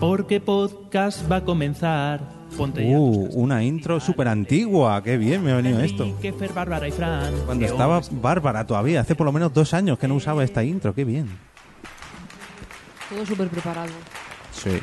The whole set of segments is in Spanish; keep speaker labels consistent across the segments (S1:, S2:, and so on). S1: porque podcast va a comenzar. Ponte ya.
S2: Uh, una intro súper antigua. Qué bien me ha venido esto.
S1: Enrique, Fer, Bárbara y Fran.
S2: Cuando
S1: Que
S2: estaba
S1: hoy-
S2: Bárbara todavía, hace por lo menos dos años que no usaba esta intro. Qué bien.
S3: Todo súper preparado.
S2: Sí.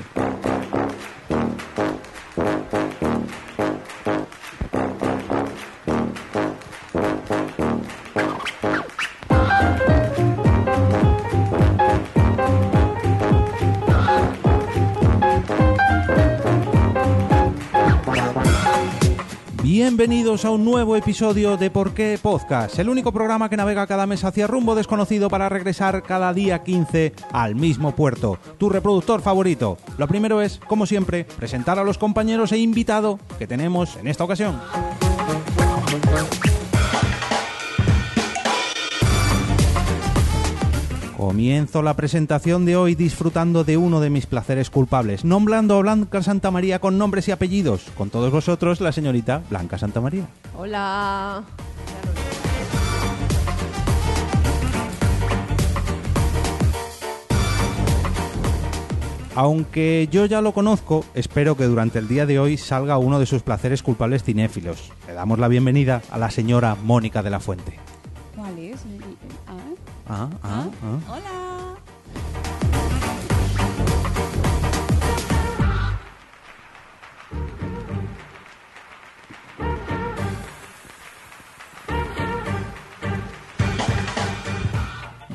S2: Bienvenidos a un nuevo episodio de Por qué Podcast, el único programa que navega cada mes hacia rumbo desconocido para regresar cada día 15 al mismo puerto, tu reproductor favorito. Lo primero es, como siempre, presentar a los compañeros e invitado que tenemos en esta ocasión. Comienzo la presentación de hoy disfrutando de uno de mis placeres culpables, nombrando a Blanca Santa María con nombres y apellidos. Con todos vosotros, la señorita Blanca Santa María.
S3: Hola.
S2: Aunque yo ya lo conozco, espero que durante el día de hoy salga uno de sus placeres culpables cinéfilos. Le damos la bienvenida a la señora Mónica de la Fuente.
S4: ¿Cuál es? Ah,
S2: Ah, ah, ah.
S4: Hola.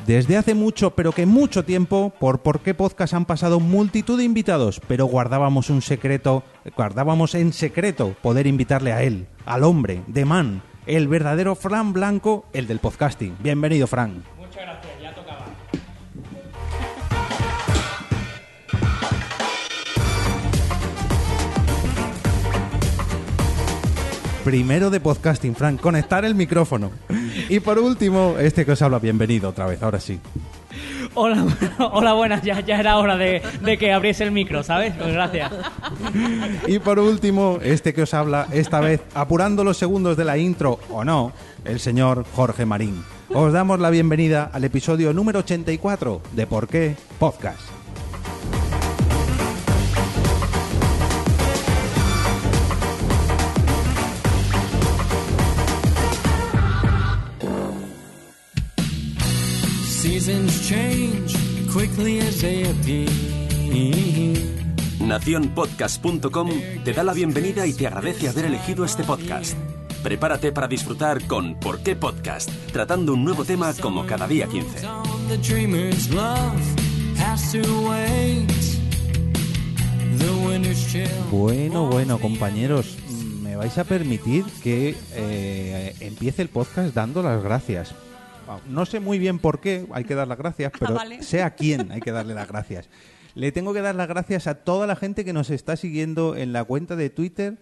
S2: Desde hace mucho, pero que mucho tiempo, por por qué podcast han pasado multitud de invitados, pero guardábamos un secreto, guardábamos en secreto poder invitarle a él, al hombre, de man, el verdadero Fran Blanco, el del podcasting. Bienvenido, Fran. Primero de podcasting, Fran, conectar el micrófono. Y por último, este que os habla, bienvenido otra vez, ahora sí.
S1: Hola, hola buenas, ya, ya era hora de, de que abriese el micro, ¿sabes? Pues gracias.
S2: Y por último, este que os habla, esta vez apurando los segundos de la intro o no, el señor Jorge Marín. Os damos la bienvenida al episodio número 84 de Por qué Podcast.
S5: Seasons change quickly as they appear.
S6: Naciónpodcast.com te da la bienvenida y te agradece haber elegido este podcast. Prepárate para disfrutar con ¿Por qué podcast? Tratando un nuevo tema como cada día 15.
S5: On the dreamer's love has to wait. The winter's chill.
S2: Bueno, bueno, compañeros, me vais a permitir que eh, empiece el podcast dando las gracias. No sé muy bien por qué hay que dar las gracias, pero
S4: vale.
S2: sé a quién hay que darle las gracias. Le tengo que dar las gracias a toda la gente que nos está siguiendo en la cuenta de Twitter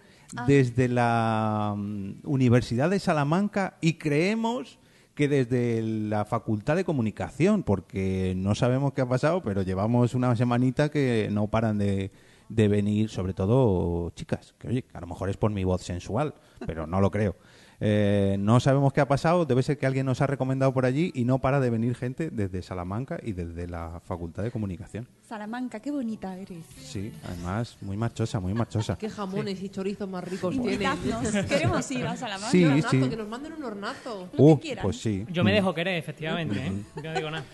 S2: desde la mm, Universidad de Salamanca y creemos que desde la Facultad de Comunicación, porque no sabemos qué ha pasado, pero llevamos una semanita que no paran de, de venir, sobre todo chicas, que oye, a lo mejor es por mi voz sensual, pero no lo creo. Eh, no sabemos qué ha pasado, debe ser que alguien nos ha recomendado por allí y no para de venir gente desde Salamanca y desde la Facultad de Comunicación.
S4: Salamanca, qué bonita eres.
S2: Sí, además, muy machosa, muy machosa.
S3: Qué jamones y chorizos más ricos
S7: Pues
S3: tienen.
S4: Invitadnos. Queremos ir a Salamanca.
S2: Sí,
S3: Hornazo,
S2: sí.
S3: Que nos manden un hornazo.
S4: que
S2: Uh,
S4: quieran.
S2: pues sí.
S7: Yo me dejo querer, efectivamente. ¿eh? Yo no digo nada.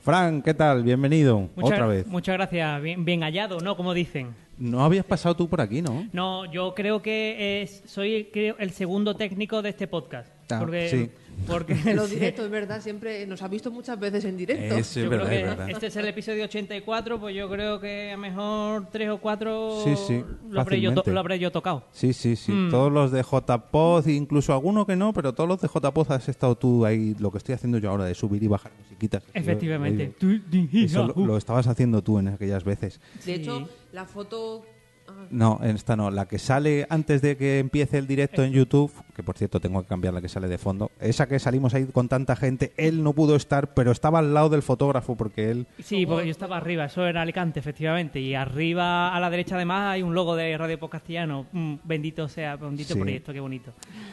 S2: Frank, ¿qué tal? Bienvenido
S7: Muchas-
S2: otra vez.
S7: Muchas gracias. Bien, bien hallado, ¿no? Como dicen.
S2: No habías pasado tú por aquí, ¿no?
S7: No, yo creo que es- soy creo, el segundo técnico de este podcast.
S2: Ah,
S7: porque,
S2: sí.
S7: porque
S1: En los
S7: sí.
S1: directos, es verdad, siempre nos ha visto muchas veces en directo.
S2: Es
S7: Yo creo
S2: verdad,
S7: que
S2: es verdad.
S7: este es el episodio 84, pues yo creo que a lo mejor tres o cuatro
S2: Sí, sí,
S7: lo, habré yo to-
S2: fácilmente.
S7: lo habré yo tocado.
S2: Sí, sí, sí.
S7: Mm.
S2: Todos los de JPod, incluso alguno que no, pero todos los de JPod has estado tú ahí, lo que estoy haciendo yo ahora de subir y bajar musiquitas.
S7: Efectivamente.
S2: Yo- eh,
S7: Tú dijiste,
S2: Eso lo,
S7: uh.
S2: lo estabas haciendo tú en aquellas veces.
S1: De hecho, la foto. ah,
S2: No, esta no. La que sale antes de que empiece el directo
S7: Eh.
S2: en YouTube, que por cierto tengo que cambiar la que sale de fondo, esa que salimos ahí con tanta gente, él no pudo estar, pero estaba al lado del fotógrafo porque él...
S7: Sí, porque yo estaba arriba, eso era Alicante, efectivamente. Y arriba a la derecha, además, hay un logo de Radio Pop Castellano. Mm, bendito sea, bendito
S2: Sí.
S7: proyecto, qué bonito.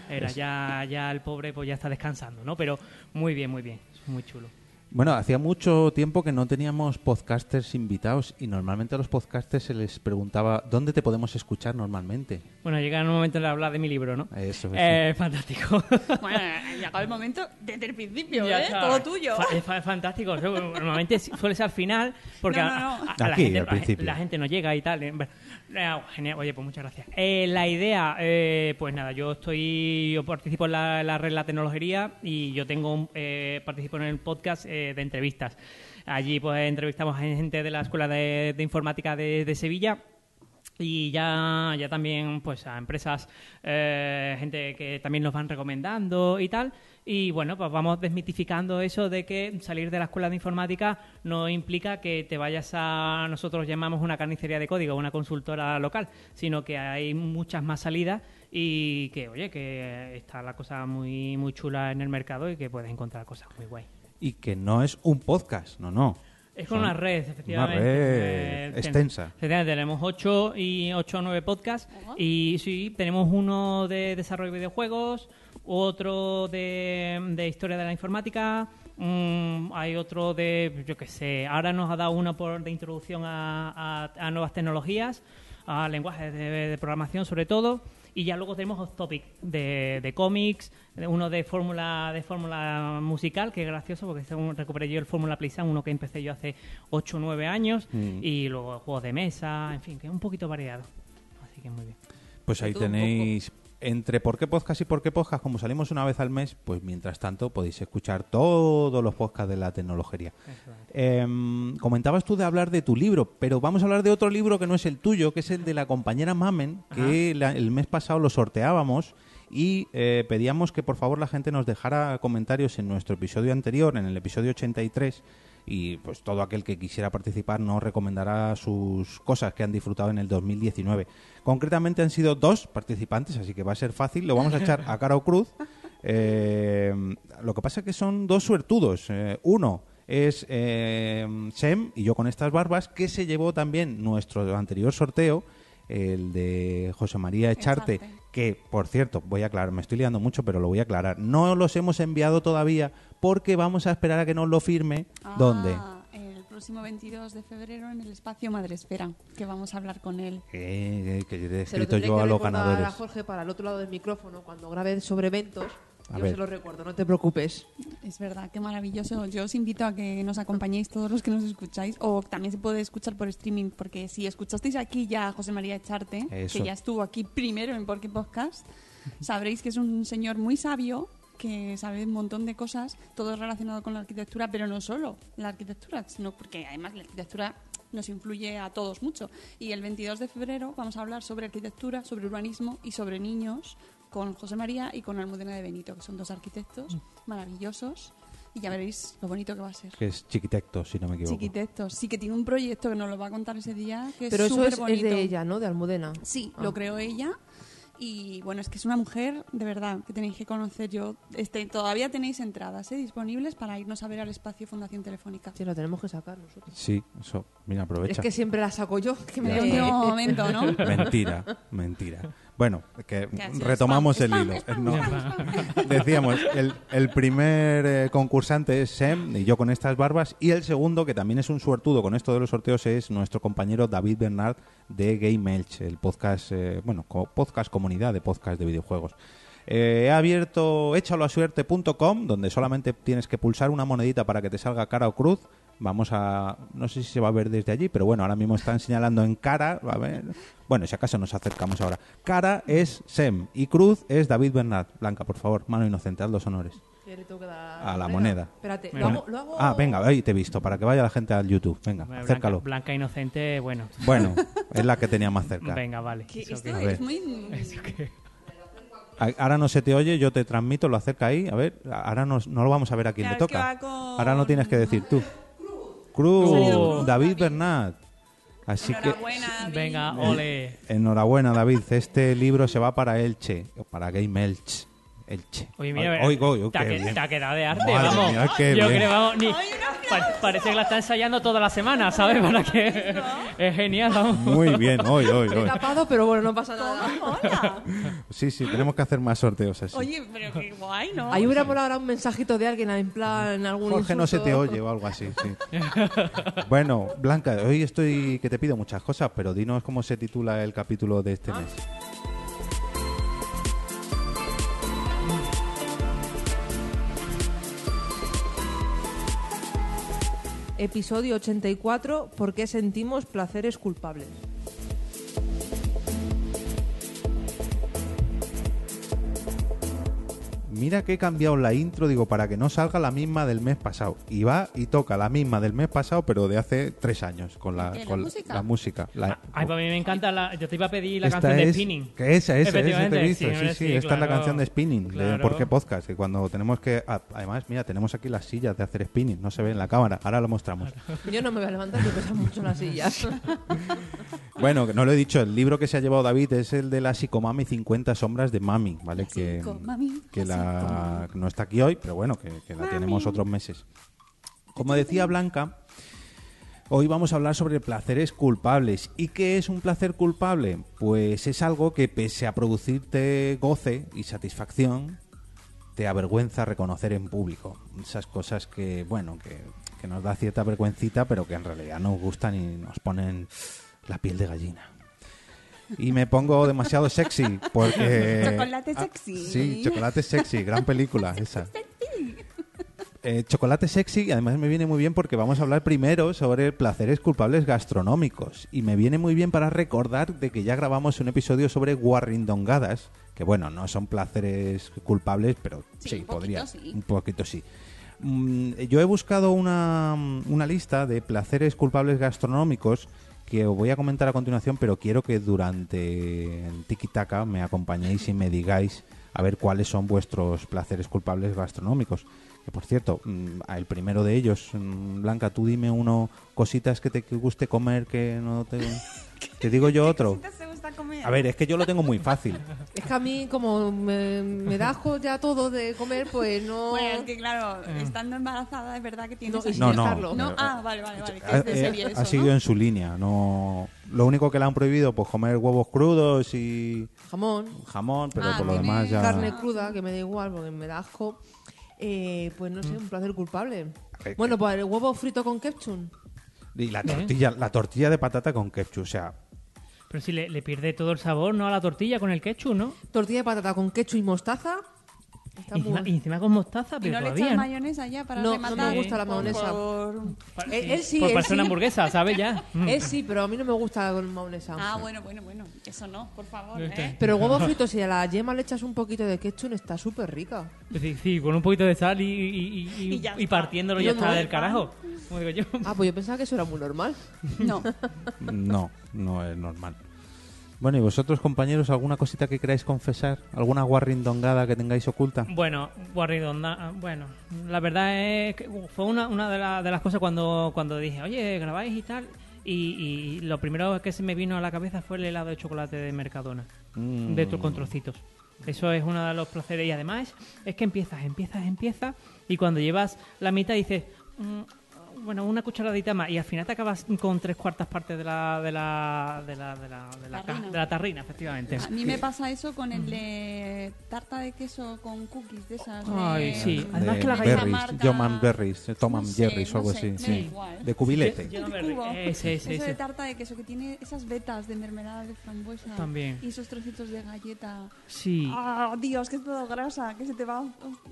S7: Era, ya, ya el pobre pues ya está descansando, ¿no? Pero muy bien, muy bien, muy chulo.
S2: Bueno, hacía mucho tiempo que no teníamos podcasters invitados y normalmente a los podcasters se les preguntaba dónde te podemos escuchar normalmente.
S7: Bueno, llega el momento de hablar de mi libro, ¿no?
S2: Eso pues, es.
S7: Eh, fantástico.
S4: Bueno, llegado el momento desde el principio,
S7: Ya
S4: ¿eh?
S7: está.
S4: Todo tuyo.
S7: Fa- es fa- fantástico. O sea, Normalmente suele ser al final, porque
S4: No,
S7: a-
S4: no, no.
S7: a- a la,
S2: Aquí,
S7: gente,
S2: al
S7: la gen-
S2: principio.
S7: la gente no llega y tal. eh, bueno. Eh, genial. Oye, pues muchas gracias. Eh, la idea, eh, pues nada, yo estoy, yo participo en la, la red La Tecnología y yo tengo, un- eh, participo en el podcast eh, de entrevistas. Allí pues entrevistamos a gente de la Escuela de, de Informática de- de Sevilla y ya, ya también pues a empresas, eh, gente que también nos van recomendando y tal. Y bueno, pues vamos desmitificando eso de que salir de la escuela de informática no implica que te vayas a, nosotros llamamos una carnicería de código, una consultora local, sino que hay muchas más salidas y que, oye, que está la cosa muy, muy chula en el mercado y que puedes encontrar cosas muy guay.
S2: Y que no es un podcast, no, no.
S7: Es con
S2: Son
S7: una red, efectivamente. Eh,
S2: red
S7: ten-
S2: extensa.
S7: efectivamente, tenemos 8 y 8 o 9 podcasts. Y sí, tenemos uno de desarrollo de videojuegos, otro de, de historia de la informática. mm, hay otro de, yo qué sé, ahora nos ha dado uno por, de introducción a, a- a nuevas tecnologías, a lenguajes de, de programación sobre todo. Y ya luego tenemos Hot Topic de, de cómics, de- uno de fórmula de fórmula musical, que es gracioso porque según recuperé yo el Fórmula PlayStation, uno que empecé yo hace 8 o 9 años,
S2: Mm.
S7: y luego juegos de mesa, en fin, que es un poquito variado. Así que muy bien.
S2: Pues ahí
S3: todo un
S2: tenéis entre por qué podcast y por qué podcast, como salimos una vez al mes, pues mientras tanto podéis escuchar todos los podcasts de la tecnología. Em, comentabas tú de hablar de tu libro, pero vamos a hablar de otro libro que no es el tuyo, que es el de la compañera Mamen, que la- el mes pasado lo sorteábamos y eh, pedíamos que por favor la gente nos dejara comentarios en nuestro episodio anterior, en el episodio 83, y pues todo aquel que quisiera participar nos recomendará sus cosas que han disfrutado en el 2019. Concretamente han sido dos participantes, así que va a ser fácil. Lo vamos a echar a cara o cruz. Eh, lo que pasa es que son dos suertudos. Eh, uno es eh, Sem y yo con estas barbas, que se llevó también nuestro anterior sorteo, el de José María Echarte,
S4: Echarte.
S2: que por cierto, voy a aclarar, me estoy liando mucho, pero lo voy a aclarar. No los hemos enviado todavía porque vamos a esperar a que nos lo firme. ¿Dónde?
S4: Ah, El próximo 22 de febrero en el espacio Madresfera, que vamos a hablar con él.
S2: Eh, eh, que le he
S3: Se lo
S2: escrito
S3: tendré
S2: yo
S3: que
S2: a los
S3: recordar
S2: ganadores.
S3: a Jorge para el otro lado del micrófono cuando grabe sobre eventos.
S2: A
S3: yo
S2: ver.
S3: se lo recuerdo, no te preocupes.
S4: Es verdad, qué maravilloso. Yo os invito a que nos acompañéis todos los que nos escucháis. O también se puede escuchar por streaming, porque si escuchasteis aquí ya a José María Echarte,
S2: Eso.
S4: que ya estuvo aquí primero en Porque Podcast, sabréis que es un señor muy sabio que sabe un montón de cosas, todo relacionado con la arquitectura, pero no solo la arquitectura, sino porque además la arquitectura nos influye a todos mucho. Y el 22 de febrero vamos a hablar sobre arquitectura, sobre urbanismo y sobre niños con José María y con Almudena de Benito, que son dos arquitectos maravillosos y ya veréis lo bonito que va a ser.
S2: Que es chiquitecto, si no me equivoco.
S4: Chiquitectos. Sí que tiene un proyecto que nos lo va a contar ese día, que
S3: Pero
S4: es
S3: eso
S4: súper
S3: es, es
S4: bonito.
S3: de ella, ¿no? De Almudena.
S4: Sí,
S3: Ah.
S4: lo creó ella. Y bueno, es que es una mujer de verdad que tenéis que conocer yo. Este, todavía tenéis entradas ¿eh? disponibles para irnos a ver al espacio Fundación Telefónica.
S3: Sí, lo tenemos que sacar nosotros.
S2: Sí, eso. Mira,
S3: Es
S2: aprovecha.
S3: que siempre la saco yo. Que me
S4: En el último momento, ¿no?
S2: Mentira, mentira. Bueno, que
S4: Que ha sido
S2: retomamos
S4: spam,
S2: el hilo.
S4: spam, spam,
S2: No.
S4: spam,
S2: Decíamos, el, el primer eh, concursante es Sem y yo con estas barbas. Y el segundo, que también es un suertudo con esto de los sorteos, es nuestro compañero David Bernard de Game Elch, el podcast, eh, bueno, co- podcast comunidad de podcast de videojuegos. Eh, he abierto echaloasuerte.com, donde solamente tienes que pulsar una monedita para que te salga cara o cruz. Vamos a. No sé si se va a ver desde allí, pero bueno, ahora mismo están señalando en cara. A ver. Bueno, si acaso nos acercamos ahora. Cara es Sem y Cruz es David Bernard. Blanca, por favor, mano inocente, haz los honores.
S3: ¿Qué le tengo que dar
S2: A la moneda.
S3: Espérate,
S7: Venga.
S3: lo hago, lo hago-
S2: Ah, venga, ahí te he visto, para que vaya la gente al YouTube. Venga,
S7: Blanca-
S2: acércalo.
S7: Blanca Inocente, bueno.
S2: Bueno, es la que tenía más cerca.
S7: Venga, vale.
S4: Que
S7: Eso
S4: esto
S7: que-
S2: A ver.
S4: es muy.
S2: A- Ahora no se te oye, yo te transmito, lo acerca ahí. A ver, ahora no, no lo vamos a ver a quién
S4: Claro,
S2: le
S4: es que
S2: toca.
S4: va con-
S2: Ahora no tienes que decir tú. Cruz,
S7: Ha salido Cruz,
S2: David Bernard. Así que
S4: Enhorabuena. David.
S7: Venga,
S2: Mm.
S7: ole.
S2: enhorabuena, David. Este libro se va para Elche, o para Game Elche. Elche.
S7: Oye, mira,
S2: Ay,
S7: mira,
S2: oigo, oigo,
S7: te, ha,
S2: qué
S7: que-
S2: bien.
S7: te ha quedado de arte,
S2: Madre
S7: vamos.
S2: mía, qué
S7: Yo
S2: bien.
S7: creo, vamos, ni- pa- parece que la está ensayando toda la semana, ¿sabes? Para que es genial, vamos.
S2: Muy bien, hoy, hoy,
S3: He
S2: hoy.
S3: tapado, pero bueno, no pasa nada.
S4: Hola.
S2: O Sí, sí, tenemos que hacer más sorteos así.
S4: Oye, pero qué guay, ¿no?
S3: Ahí hubiera molado ahora un mensajito de alguien en plan algún
S2: Jorge no se
S3: insulto.
S2: te oye o algo así. sí. bueno, Blanca, hoy estoy que te pido muchas cosas, pero dinos cómo se titula el capítulo de
S4: Ah.
S2: este mes.
S3: Episodio 84, ¿por qué sentimos placeres culpables?
S2: Mira que he cambiado la intro, digo, para que no salga la misma del mes pasado. Y va y toca la misma del mes pasado, pero de hace tres años, con la,
S4: ¿Qué, la
S2: con
S4: música?
S2: la música. La-
S7: Ay, pues a mí me encanta la... Yo te iba a pedir la
S2: Esta
S7: canción de
S2: es-
S7: Spinning.
S2: Que esa, esa, esa te
S7: Efectivamente,
S2: he visto.
S7: sí,
S2: Sí, sí,
S7: hombre, sí,
S2: esta es la
S7: claro.
S2: canción de spinning, de
S7: Claro.
S2: Por qué Podcast, que cuando tenemos que... ah, Además, mira, tenemos aquí las sillas de hacer spinning, no se ve en la cámara, ahora lo mostramos.
S3: Yo no me voy a levantar, me pesan mucho las sillas.
S2: Bueno, que no lo he dicho, el libro que se ha llevado David es el de la psicomami 50 sombras de mami, ¿vale?
S4: La
S2: que
S4: psicomami,
S2: que
S4: la
S2: la, no está aquí hoy, pero bueno, que, que la tenemos otros meses. Como decía Blanca, hoy vamos a hablar sobre placeres culpables. ¿Y qué es un placer culpable? Pues es algo que pese a producirte goce y satisfacción, te avergüenza reconocer en público. Esas cosas que, bueno, que, que nos da cierta vergüencita, pero que en realidad nos gustan y nos ponen la piel de gallina. Y me pongo demasiado sexy porque...
S4: Chocolate
S2: Ah,
S4: sexy.
S2: sí, Chocolate Sexy, gran película esa. Eh, chocolate sexy y además me viene muy bien porque vamos a hablar primero sobre placeres culpables gastronómicos y me viene muy bien para recordar de que ya grabamos un episodio sobre guarrindongadas que bueno no son placeres culpables pero sí,
S4: Sí, un poquito
S2: podría
S4: sí.
S2: un poquito sí Mm, yo he buscado una, mm, una lista de placeres culpables gastronómicos que os voy a comentar a continuación pero quiero que durante el tiki taka me acompañéis y me digáis a ver cuáles son vuestros placeres culpables gastronómicos que por cierto, mm, el primero de ellos, mm, Blanca, tú dime uno, cositas que te guste comer que no te... Te digo yo otro.
S4: ¿Te gusta comer?
S2: A ver, es que yo lo tengo muy fácil.
S3: Es que a mí, como me, me da asco ya todo de comer, pues no.
S4: Bueno, es que claro, estando embarazada es verdad que tienes...
S3: No,
S4: ahí-
S2: Eh. No,
S3: Dejarlo.
S2: no.
S4: No,
S2: eh,
S4: ah, vale, vale, vale. que
S2: Ha,
S4: es de serie
S2: eh,
S4: eso,
S2: ha
S4: ¿no?
S2: seguido en su línea. No, lo único que le han prohibido, pues comer huevos crudos y
S3: Jamón,
S2: jamón, pero
S4: Ah,
S2: por lo
S4: tiene
S2: demás ya.
S3: carne cruda, que me da igual porque me da asco. Eh, pues no sé, un placer culpable.
S2: ver,
S3: Bueno, pues el huevo frito con ketchup.
S2: Y la tortilla, la tortilla de patata con ketchup, o sea,
S7: Pero si le, le pierde todo el sabor, ¿no? A la tortilla con el ketchup, ¿no?
S3: Tortilla de patata con ketchup y mostaza. Está
S7: Y
S3: muy
S7: encima,
S3: bueno.
S7: y encima con mostaza,
S4: ¿Y
S7: pero
S4: no le
S7: todavía,
S4: echas
S7: ¿no?
S4: mayonesa ya para
S3: No, no me
S4: rematar?
S3: gusta la mayonesa.
S4: Por-
S7: Para-
S3: Él- él sí,
S7: Pues
S3: él
S7: para hacer
S3: sí.
S7: una hamburguesa, ¿sabes? Ya. Mm.
S3: Eh, sí, pero a mí no me gusta con maonesa.
S4: Ah, bueno, bueno, bueno. Eso no, por favor,
S7: Este.
S4: ¿eh?
S3: Pero el huevo frito, si a la yema le echas un poquito de ketchup, está súper rica.
S7: Sí, sí, con un poquito de sal y, y, y-
S4: Y ya
S7: y
S4: está.
S7: partiéndolo ya
S3: Yo
S7: está
S3: no.
S7: del carajo. Como digo yo.
S3: Ah, pues yo pensaba que eso era muy normal.
S4: No.
S2: no, no es normal. Bueno, ¿y vosotros, compañeros, alguna cosita que queráis confesar? ¿Alguna guarrindongada que tengáis oculta?
S7: Bueno, Guarridonda, bueno, la verdad es que fue una, una de, la- de las cosas cuando, cuando dije, oye, grabáis y tal. Y, y lo primero que se me vino a la cabeza fue el helado de chocolate de Mercadona,
S2: Mm.
S7: de tu, con trocitos. Eso es uno de los placeres. Y además es que empiezas, empiezas, empiezas. Y cuando llevas la mitad dices, "Mm, bueno, una cucharadita más. Y al final te acabas con tres cuartas partes de la, de la, de la, de la, de la, ca-
S4: Tarrina.
S7: de la tarrina, efectivamente.
S4: A mí me pasa eso con
S7: Mm.
S4: el de tarta de queso con cookies de esas. de-
S7: Ay, Eh, sí.
S4: de
S7: Además
S2: Eh, de
S7: que la
S4: esa
S2: berries,
S4: marca-
S2: John and Berries, eh, Tom
S4: No
S2: and
S4: sé,
S2: Jerry's o
S4: no
S2: algo
S4: sé,
S2: así,
S4: me da
S2: sí.
S4: igual.
S2: De cubilete.
S7: Yo- yo no me
S4: Cubo.
S7: río. Ese, ese,
S4: Eso
S7: ese.
S4: de tarta de queso que tiene esas vetas de mermelada de frambuesa.
S7: También.
S4: Y esos trocitos de galleta.
S7: Sí.
S4: ¡Ah, Dios, que es todo grasa! Que se te va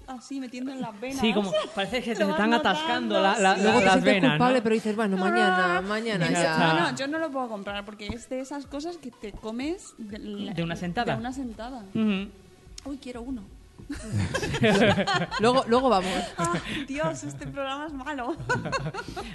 S4: así metiendo en las venas.
S7: Sí, como parece que
S4: Lo
S7: te
S4: vas
S7: están
S4: notando,
S7: atascando la- la-
S4: sí.
S7: la-
S3: Luego te
S7: las
S3: sientes
S7: venas,
S3: culpable,
S7: ¿no?
S3: pero dices, bueno, mañana, mañana
S7: Mira,
S3: ya.
S7: Ah.
S4: No, no, yo no lo puedo comprar porque es de esas cosas que te comes de, la-
S7: De una sentada.
S4: De una sentada. Uy, quiero uno.
S3: Luego, luego vamos.
S4: Ah, Dios, este programa es malo.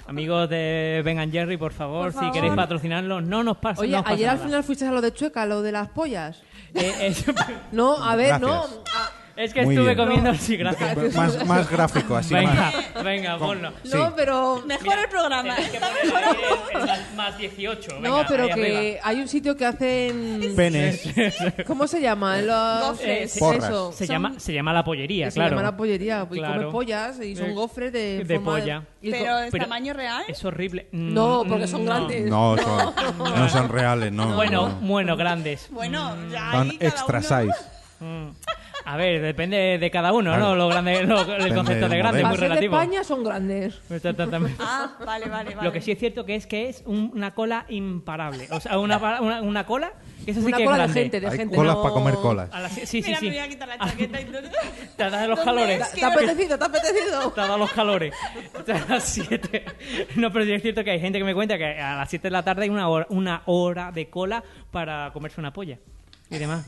S7: Amigos de Ben and Jerry, por favor,
S4: Por favor.
S7: si queréis patrocinarlo, no nos pasa
S3: Oye,
S7: no os pasa
S3: ayer al
S7: nada.
S3: final fuiste a lo de Chueca, lo de las pollas.
S7: Eh, es,
S3: No,
S7: Mm,
S3: a ver,
S2: Gracias.
S3: no. Ah,
S7: es que
S2: Muy
S7: estuve
S2: bien.
S7: comiendo sí, gracias.
S2: Más, más gráfico, así.
S7: Venga,
S2: más-
S7: venga, ponlo.
S2: Sí.
S3: No, pero.
S4: Mejor el programa.
S7: Tenéis que poner ahí el- el más- más 18.
S3: No,
S7: venga,
S3: pero
S7: ahí
S3: que hay un sitio que hacen.
S2: Penes.
S3: ¿Cómo se llama? Los. eh,
S4: Gofres.
S3: Eso.
S7: arriba.
S2: Porras.
S7: Eh, Se,
S4: Son-
S7: llama, se llama la pollería,
S3: Se
S7: claro.
S3: llama la pollería. Y
S7: Claro.
S3: comes pollas y son
S7: De-
S3: gofres de.
S7: de
S3: forma
S7: polla.
S3: y co-
S4: Pero es
S7: pero-
S4: tamaño real.
S7: Es horrible. Mm,
S3: No, porque son
S7: no.
S3: grandes.
S2: No, son- no son reales, no.
S7: Bueno,
S2: no.
S7: bueno, grandes.
S4: Bueno, ya ahí
S2: Son
S4: cada
S2: extra
S4: uno-
S2: size.
S7: Mm. A ver, depende de cada uno, ¿no? Lo grande, lo- el
S2: del
S7: concepto de grande es
S2: modelo.
S7: muy
S3: Las de
S7: relativo.
S3: España son grandes.
S7: Exactamente.
S4: Ah, vale, vale, vale.
S7: Lo que sí es cierto que es que es un- una cola imparable. O sea, una, pa- una, una cola que eso sí
S3: Una
S7: que
S3: cola
S7: es
S3: de
S7: grande.
S3: gente, de
S2: Hay
S3: gente.
S2: colas
S3: no-
S2: para comer colas.
S7: A la- sí, sí,
S4: Mira,
S7: sí.
S4: me voy a quitar la chaqueta y todo.
S7: Te has dado los
S4: ¿Dónde
S7: calores.
S4: es
S3: ¿Te ha apetecido? ¿Te ha apetecido?
S7: Te ha dado los calores. Te da las siete. No, pero sí es cierto que hay gente que me cuenta que a las 7 de la tarde hay una hora, una hora de cola para comerse una polla y demás.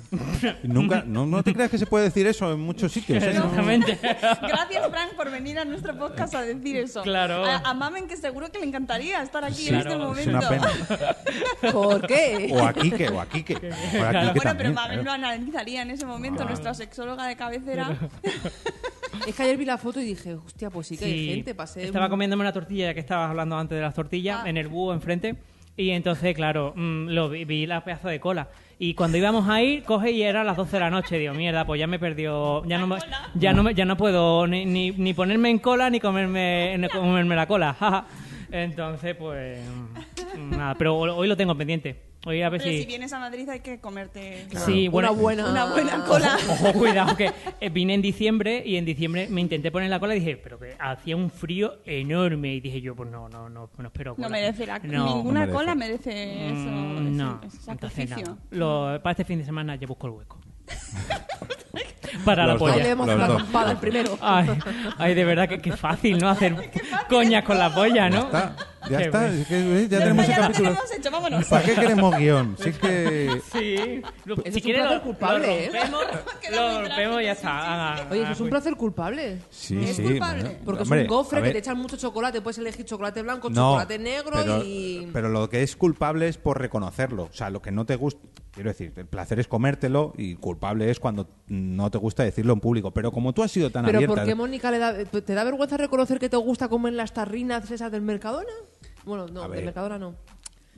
S2: Nunca, no, no te creas que se puede decir eso en muchos sitios. ¿eh? No.
S7: Exactamente.
S4: Gracias, Frank, por venir a nuestro podcast a decir eso.
S7: Claro.
S4: A, a Mamen, que seguro que le encantaría estar aquí
S2: Sí,
S4: en este
S7: claro,
S4: momento.
S2: es una pena.
S3: ¿Por qué?
S2: O a Quique, o a Quique. A lo mejor a Quique
S4: Bueno, pero
S2: también, claro.
S4: Mamen lo analizaría en ese momento, nuestra sexóloga de cabecera.
S3: Es que ayer vi la foto y dije, hostia, pues sí que hay
S7: Sí.
S3: gente. Pasé
S7: Estaba
S3: un-
S7: comiéndome una tortilla, ya que estabas hablando antes de las tortillas,
S4: Ah.
S7: en el búho enfrente. Y entonces, claro, mm, lo vi, vi la pedazo de cola. Y cuando íbamos a ir, coge y era las 12 de la noche. Digo, mierda, pues ya me perdió. Ya no, me- ya no, me- ya no puedo ni, ni, ni ponerme en cola ni comerme, ni comerme la cola. jaja. entonces, pues. mm, Nada, pero hoy lo tengo pendiente. Hoy a ver
S4: Pero si
S7: si.
S4: vienes a Madrid hay que comerte
S7: Sí, bueno,
S3: una buena.
S4: una buena cola.
S7: Ojo, cuidado, que eh, vine en diciembre y en diciembre me intenté poner la cola y dije, pero que hacía un frío enorme. Y dije yo, pues no, no, no, no espero cola.
S4: No merecerá.
S7: No.
S4: Ninguna
S2: No merece.
S4: cola merece eso.
S7: Mm, no.
S4: ese- ese
S7: Entonces, nada.
S4: sacrificio.
S7: Lo- para este fin de semana ya busco el hueco. para la
S2: Los dos.
S3: Ahí
S7: polla.
S3: le hemos
S2: Los
S3: dado
S2: dos.
S3: la papada el primero.
S2: Ah,
S7: Ay, ay, de verdad que, que fácil, ¿no? Hacer coña con la polla,
S2: Ya
S7: ¿no?
S2: está, ya,
S7: Qué
S2: está,
S7: bueno.
S2: es que, eh, ya
S4: Ya
S2: tenemos
S4: está,
S2: el
S4: ya lo
S2: capítulo.
S4: tenemos hecho, ¿eh? vámonos.
S2: ¿Para qué queremos guión? Si es que
S7: Sí. Lo-
S3: es
S7: si
S3: un
S7: quieres
S3: placer
S7: lo,
S3: culpable,
S7: lo
S3: ¿eh?
S7: rompemos,
S4: Queda muy
S7: lo
S4: trágico,
S7: rompemos y ya
S4: sí,
S7: está.
S4: sí, sí.
S7: Ah,
S3: Oye, eso
S7: ah,
S3: es un placer culpable.
S2: Sí,
S4: ¿Es
S2: sí.
S4: culpable?
S2: bueno,
S3: Porque
S2: hombre,
S3: es un
S2: a
S3: gofre que
S2: ver,
S3: te echan mucho chocolate. Puedes elegir chocolate blanco,
S2: no,
S3: chocolate negro
S2: pero,
S3: y...
S2: Pero lo que es culpable es por reconocerlo. O sea, lo que no te gusta. Quiero decir, el placer es comértelo y culpable es cuando no te gusta decirlo en público. Pero como tú has sido tan
S3: Pero
S2: abierta.
S3: ¿por qué Mónica le da, te da vergüenza reconocer que te gusta comer las tarrinas esas del Mercadona? Bueno,
S2: A
S3: no,
S2: ver.
S3: del Mercadona no.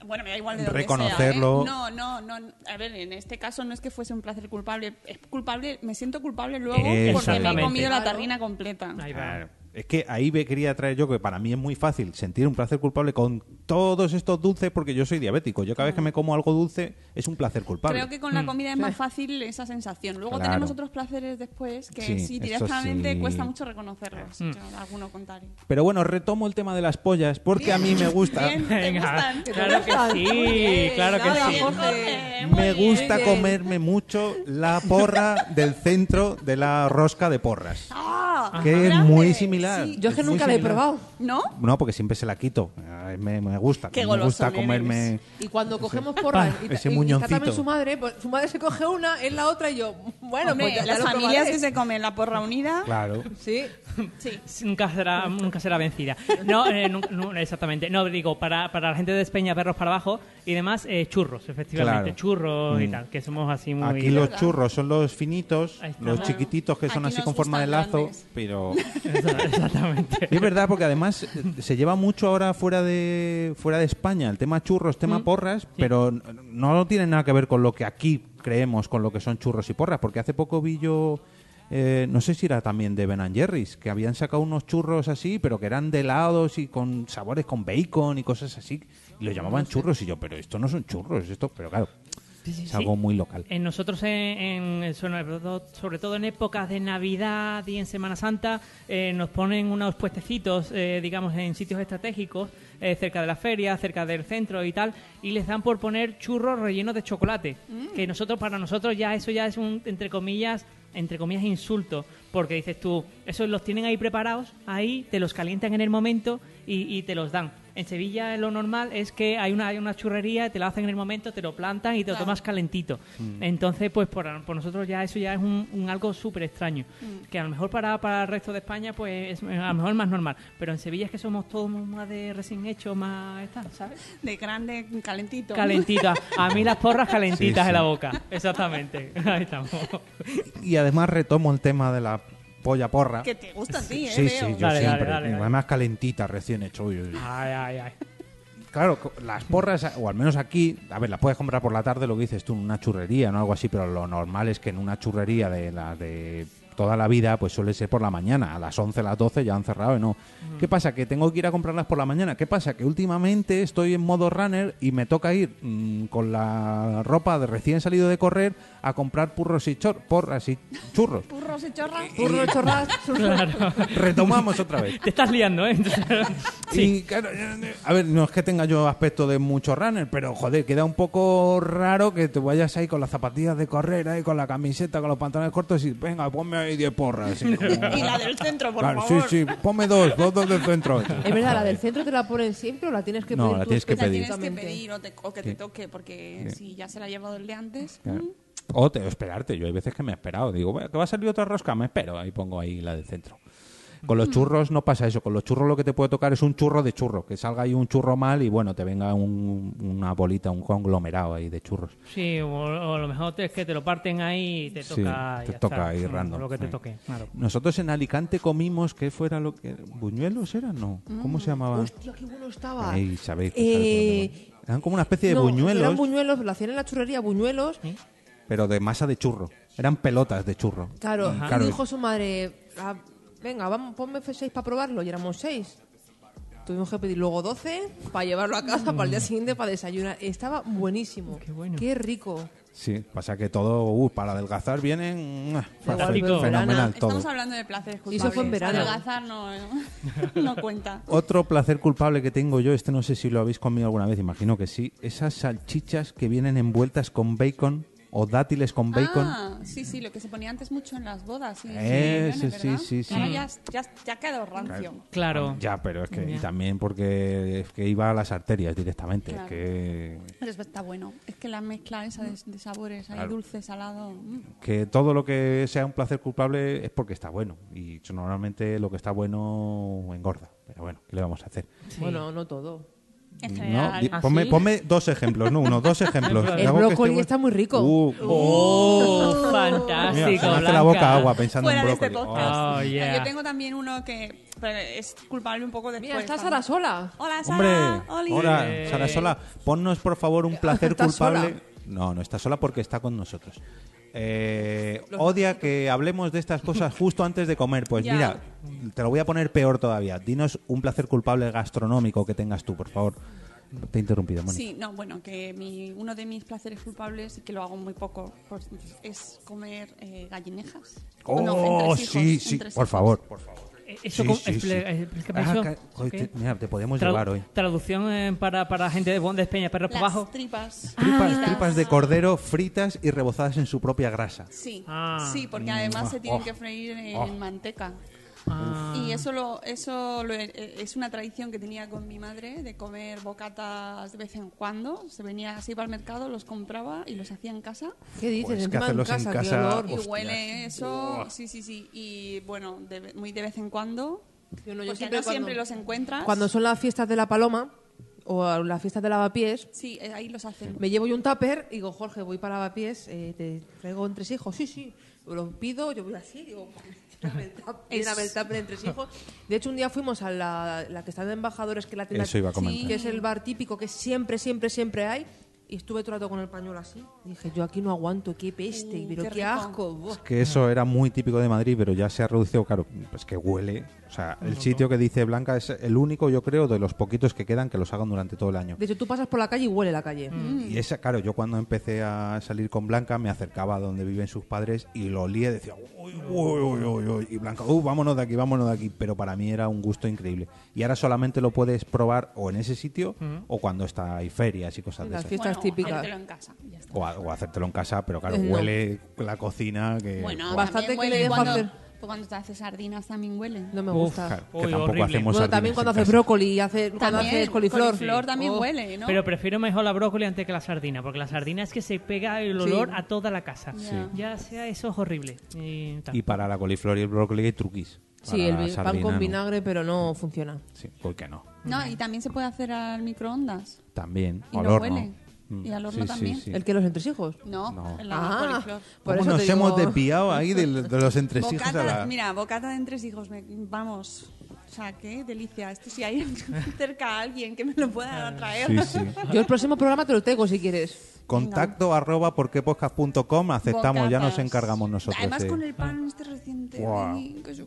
S4: Bueno, me da igual de dónde
S2: Reconocerlo.
S4: sea, ¿eh? No, no, no. A ver, en este caso no es que fuese un placer culpable. Es culpable, me siento culpable luego porque me
S7: Exactamente.
S4: he comido la
S3: Claro.
S4: tarrina completa.
S7: ahí va.
S2: Claro. Es que ahí me quería traer yo que para mí es muy fácil sentir un placer culpable con todos estos dulces porque yo soy diabético. Yo cada vez que me como algo dulce es un placer culpable.
S4: Creo que con la comida es más fácil esa sensación. Luego
S2: Mm. Claro.
S4: tenemos otros placeres después que
S2: Sí,
S4: sí,
S2: eso
S4: directamente
S2: sí. Mm.
S4: cuesta mucho reconocerlos. Yo alguno contaré.
S2: Pero bueno, retomo el tema de las pollas porque a mí me gusta.
S4: Bien, ¿te
S7: Venga,
S4: gustan?
S7: claro que
S3: gustan?
S7: sí,
S3: Muy bien,
S7: claro que
S3: nada,
S7: sí.
S3: Jorge.
S4: Jorge, muy
S2: Me
S4: bien.
S2: gusta
S3: bien.
S2: comerme mucho la porra del centro de la rosca de porras.
S4: Ah,
S2: Que es
S4: grande.
S2: muy similar.
S4: Sí.
S3: Yo es que
S2: muy
S3: nunca la he
S2: similar.
S3: probado.
S4: ¿No?
S2: No, porque siempre se la quito. Ay, Me, me gusta.
S4: Qué
S2: me gusta
S4: golosón
S2: comerme.
S4: eres.
S3: Y cuando cogemos porras
S2: Ah, ese
S3: y, y- y está
S2: muñoncito.
S3: también su madre, pues, su madre se coge una, él la otra y yo, bueno,
S4: Hombre,
S3: pues ya- ya
S4: las
S3: lo
S4: familias
S3: probaré.
S4: que se comen la porra unida.
S2: Claro.
S3: Sí,
S4: Sí.
S7: Nunca será, nunca será vencida. No, eh, nun- nun- exactamente. No, digo, para, para la gente de Espeña, perros para abajo y demás, eh, churros, efectivamente.
S2: Claro.
S7: Churros y
S2: Mm.
S7: tal, que somos así muy...
S2: Aquí los churros son los finitos,
S7: Ahí está.
S2: los
S7: Claro.
S2: chiquititos que son
S4: Aquí
S2: así
S4: nos
S2: con forma de
S4: gustan
S2: lazo,
S4: grandes.
S2: pero
S7: Exactamente.
S2: Y es verdad porque además eh, se lleva mucho ahora fuera de fuera de España el tema churros, tema porras, pero n- no tiene nada que ver con lo que aquí creemos con lo que son churros y porras, porque hace poco vi yo eh, no sé si era también de Ben Jerry's, que habían sacado unos churros así, pero que eran de helados y con sabores con bacon y cosas así. Y lo llamaban churros y yo, pero esto no son churros, esto, pero claro,
S7: Sí, sí,
S2: es
S7: sí.
S2: algo muy local.
S7: En nosotros, en, en- sobre todo- sobre todo en épocas de Navidad y en Semana Santa, eh, nos ponen unos puestecitos, eh, digamos, en sitios estratégicos, eh, cerca de la feria, cerca del centro y tal, y les dan por poner churros rellenos de chocolate. Que nosotros, para nosotros, ya eso ya es un, entre comillas, entre comillas, insulto, porque dices tú, esos los tienen ahí preparados, ahí te los calientan en el momento y, y te los dan. En Sevilla lo normal es que hay una, hay una churrería, te la hacen en el momento, te lo plantan y te lo tomas calentito.
S2: Mm.
S7: Entonces, pues por, por nosotros ya eso ya es un, un algo súper extraño,
S2: Mm.
S7: que a lo mejor para, para el resto de España pues es eh, a lo mejor más normal, pero en Sevilla es que somos todos más de recién hecho, más esta, ¿sabes?
S4: De grande, calentito.
S7: Calentitas, a mí las porras calentitas
S2: Sí, sí.
S7: en la boca, exactamente, ahí estamos.
S2: Y además retomo el tema de la polla porra.
S4: Que te gusta a ti, ¿eh?
S2: Sí, sí,
S4: veo.
S7: Dale,
S2: yo
S7: dale,
S2: siempre.
S7: dale,
S2: Y
S7: dale.
S2: Además calentita, recién hecho. Uy, uy, uy.
S7: Ay, ay, ay.
S2: Claro, co- las porras, o al menos aquí, a ver, las puedes comprar por la tarde, lo que dices tú, en una churrería, no algo así, pero lo normal es que en una churrería de las de toda la vida pues suele ser por la mañana, a las 11, a las 12 ya han cerrado y no. ¿Qué pasa? Que tengo que ir a comprarlas por la mañana. ¿Qué pasa? Que últimamente estoy en modo runner y me toca ir mm, con la ropa de recién salido de correr a comprar purros y chor porras y churros.
S4: Purros y chorras.
S3: Purro chorras.
S7: Claro.
S2: Retomamos otra vez.
S7: Te estás liando, ¿eh?
S2: Y, claro, a ver, no es que tenga yo aspecto de mucho runner, pero joder, queda un poco raro que te vayas ahí con las zapatillas de correr, ahí con la camiseta, con los pantalones cortos y venga, ponme ahí 10 porras. así como-
S4: Y la del centro, por
S2: Claro, sí,
S4: favor.
S2: sí, ponme dos, dos, dos del centro.
S3: Es verdad, la del centro te la ponen siempre o la tienes que
S2: No,
S3: pedir.
S2: la
S3: tú
S2: tienes que
S4: La
S2: pedir.
S4: tienes que
S3: específicamente?
S4: pedir o, te- o que
S2: Sí.
S4: te toque, porque si ya se la ha llevado el de antes. mm,
S2: Claro. O te, o esperarte, yo hay veces que me he esperado, digo, "Bueno, que va a salir otra rosca, me espero, ahí pongo ahí la del centro. Con
S7: Mm.
S2: los churros no pasa eso, con los churros lo que te puede tocar es un churro de churro, que salga ahí un churro mal y bueno, te venga un- una bolita, un conglomerado ahí de churros.
S7: Sí, o, o lo mejor es que te lo parten ahí y te
S2: Sí,
S7: toca. y
S2: te
S7: ya
S2: toca
S7: está.
S2: ahí
S7: Mm,
S2: random,
S7: Lo que te
S2: sí.
S7: toque, claro.
S2: Nosotros en Alicante comimos, ¿qué fuera lo que...? ¿Buñuelos eran? No. ¿Cómo
S7: Mm,
S2: se
S7: pues
S2: llamaban?
S3: Hostia, qué bueno estaba.
S2: Ey, sabéis,
S3: Eh,
S2: sabéis por dónde voy. Eran como una especie de
S3: no,
S2: buñuelos, ¿Eh?
S3: Eran buñuelos, lo hacían en la churrería, buñuelos.
S2: pero de masa de churro. Eran pelotas de churro.
S3: Claro,
S2: Mm,
S3: y dijo su madre, "Ah, venga, vamos, ponme seis para probarlo, y éramos seis. Tuvimos que pedir luego 12 para llevarlo a casa para el día siguiente para desayunar. Estaba buenísimo. Qué
S7: bueno.
S3: Qué rico.
S2: Sí, pasa que todo, uh, para adelgazar vienen... mm,
S7: Fantástico.
S2: Fenomenal todo.
S4: Estamos hablando de placeres
S3: Y
S4: culpables.
S3: eso fue en verano.
S4: Adelgazar no, no cuenta.
S2: Otro placer culpable que tengo yo, este no sé si lo habéis comido alguna vez, imagino que sí, esas salchichas que vienen envueltas con bacon o dátiles con bacon.
S4: Ah, sí, sí, lo que se ponía antes mucho en las bodas. Sí,
S2: Eh,
S4: sí,
S2: sí,
S4: ¿verdad?
S2: sí, sí,
S4: Ahora
S2: sí.
S4: ya, ya, ya quedó rancio.
S7: Claro.
S2: Ah, Ya, pero es que y también porque es que iba a las arterias directamente, es
S4: Claro.
S2: que
S4: Pero es- está bueno. Es que la mezcla esa de, de sabores, hay
S2: Claro.
S4: dulce, salado. mm.
S2: que todo lo que sea un placer culpable es porque está bueno y normalmente lo que está bueno engorda, pero bueno, ¿qué le vamos a hacer?
S3: Bueno, no todo.
S4: En
S2: No,
S4: general.
S2: di- ponme, ponme dos ejemplos, no uno, dos ejemplos.
S7: El
S2: Algo que esté
S3: brócoli
S2: bueno.
S3: está muy rico.
S2: Uh,
S7: ¡Oh!
S2: mira, se
S7: ¡Fantástico!
S2: me hace la
S7: Blanca.
S2: boca agua pensando
S4: Fuera
S2: en
S4: de este
S2: brócoli.
S4: podcast.
S7: Oh, yeah.
S4: Yo tengo también uno que pero es culpable un poco después.
S3: Mira, está
S4: también.
S3: Sara sola.
S4: Hola, Sara.
S2: Ah, Hombre,
S4: Oli.
S2: hola, Sara Sola, ponnos por favor un placer
S3: ¿Estás
S2: culpable.
S3: sola?
S2: No, no está sola porque está con nosotros. Eh, odia que hablemos de estas cosas justo antes de comer. Pues
S4: Ya.
S2: mira, te lo voy a poner peor todavía. Dinos un placer culpable gastronómico que tengas tú, por favor. Te he interrumpido, Mónica.
S4: Sí, no, bueno, que mi, uno de mis placeres culpables, y que lo hago muy poco, pues, es comer eh, gallinejas.
S2: Oh,
S4: No, entresijos,
S2: sí, sí,
S4: entresijos.
S2: por favor, por favor.
S7: Eh, Eso
S2: Sí,
S7: con-
S2: sí, sí.
S7: expl- eh, ¿qué
S2: Ah,
S7: pasó?
S2: ca- joder,
S7: ¿Qué?
S2: te- mira, te podemos
S7: Tra-
S2: llevar hoy.
S7: Traducción eh, para, para gente de Bondes Peña, perros
S4: Las
S7: para abajo.
S4: tripas.
S2: Tripas, tripas de cordero fritas y rebozadas en su propia grasa.
S4: Sí,
S7: Ah.
S4: sí, porque además se tienen
S2: Oh.
S4: que freír en
S2: Oh.
S4: manteca.
S7: Ah.
S4: Y eso lo, eso lo- eh, es una tradición que tenía con mi madre de comer bocatas de vez en cuando. Se venía, se iba al mercado, los compraba y los hacía en casa.
S3: ¿Qué dices?
S2: Pues que
S3: Encima en
S2: hacerlos en
S3: casa, qué
S2: casa-
S3: olor.
S4: Y
S2: Hostias.
S4: huele eso, sí, sí, sí. Y bueno, de ve- muy de vez en cuando.
S3: Yo no, yo
S4: porque
S3: siempre
S4: no
S3: cuando-
S4: siempre los encuentras.
S3: Cuando son las fiestas de la paloma o las fiestas de lavapiés,
S4: Sí, eh, ahí los hacen.
S3: me llevo yo un tupper y digo, Jorge, voy para lavapiés, eh, te traigo entresijos. Sí, sí, lo pido, yo voy así, digo, lléname el tup- lléname el tupper de entresijos. De hecho, un día fuimos a la, la que está de embajadores, que es la tienda,
S2: Eso iba a comentar.
S3: que es el bar típico que siempre, siempre, siempre hay. Y estuve todo el rato con el pañuelo así. Dije, yo aquí no aguanto, qué peste,
S4: Uh,
S3: pero
S4: qué
S3: qué,
S4: rico.
S3: asco. buah.
S2: que eso era muy típico de Madrid, pero ya se ha reducido, claro, pues que huele. O sea, el sitio que dice Blanca es el único, yo creo, de los poquitos que quedan que los hagan durante todo el año.
S3: De hecho, tú pasas por la calle y huele la calle.
S4: Mm.
S2: Y esa, claro, yo cuando empecé a salir con Blanca me acercaba a donde viven sus padres y lo olía y decía, uy, uy, uy, uy, uy. Y Blanca, uh, vámonos de aquí, vámonos de aquí. Pero para mí era un gusto increíble. Y ahora solamente lo puedes probar o en ese sitio o cuando está hay ferias y cosas
S3: En
S2: de
S3: las
S2: esas.
S3: Fiestas típicas.
S4: hacértelo en casa. ya está.
S2: O, a- o hacértelo en casa, pero claro,
S3: Eh, no.
S2: huele la cocina que...
S4: Bueno,
S2: Buah,
S3: Bastante
S4: también
S3: que le
S4: huele
S3: dejo
S4: cuando,
S3: hacer.
S4: pues cuando te haces sardinas también huelen.
S3: No me
S7: Uf,
S3: gusta.
S2: claro, que
S7: Uy,
S2: tampoco
S7: horrible.
S2: hacemos
S3: Bueno,
S2: sardinas
S3: también
S2: en
S3: cuando haces
S2: casa.
S3: brócoli y hace, cuando
S4: También,
S3: haces coliflor.
S4: coliflor también
S3: Oh.
S4: huele, ¿no?
S7: Pero prefiero mejor la brócoli antes que la sardina, porque la sardina es que se pega el olor a toda la casa.
S4: Sí.
S7: Ya sea, eso es horrible. Y tal.
S2: Y para la coliflor y el brócoli hay truquis.
S3: Sí,
S2: Para
S3: el
S2: la
S3: vi- pan
S2: sardina,
S3: con
S2: no.
S3: vinagre, pero no funciona.
S2: Sí, ¿por qué no?
S4: No, y también se puede hacer al microondas.
S2: También.
S4: Y
S2: al
S4: no
S2: horno.
S4: huele.
S2: Mm,
S4: Y al horno
S2: sí, sí,
S4: también.
S2: sí.
S3: ¿El que los entresijos?
S4: No,
S2: No.
S4: en la coliflor.
S3: por
S2: ¿Cómo
S3: eso
S2: nos
S3: te
S2: hemos
S3: digo-
S2: desviado ahí del- de, los entresijos a
S4: Bocata,
S2: la-
S4: Mira, bocata de entre hijos, me- vamos. O sea, qué delicia. Esto si hay cerca a alguien que me lo pueda traer.
S2: Sí, sí.
S3: Yo el próximo programa te lo tengo si quieres.
S2: Contacto arroba porquepodcast.com, aceptamos, ya nos encargamos nosotros.
S4: Además,
S2: de-
S4: con el pan este reciente.
S2: Buah.
S4: ay, que yo-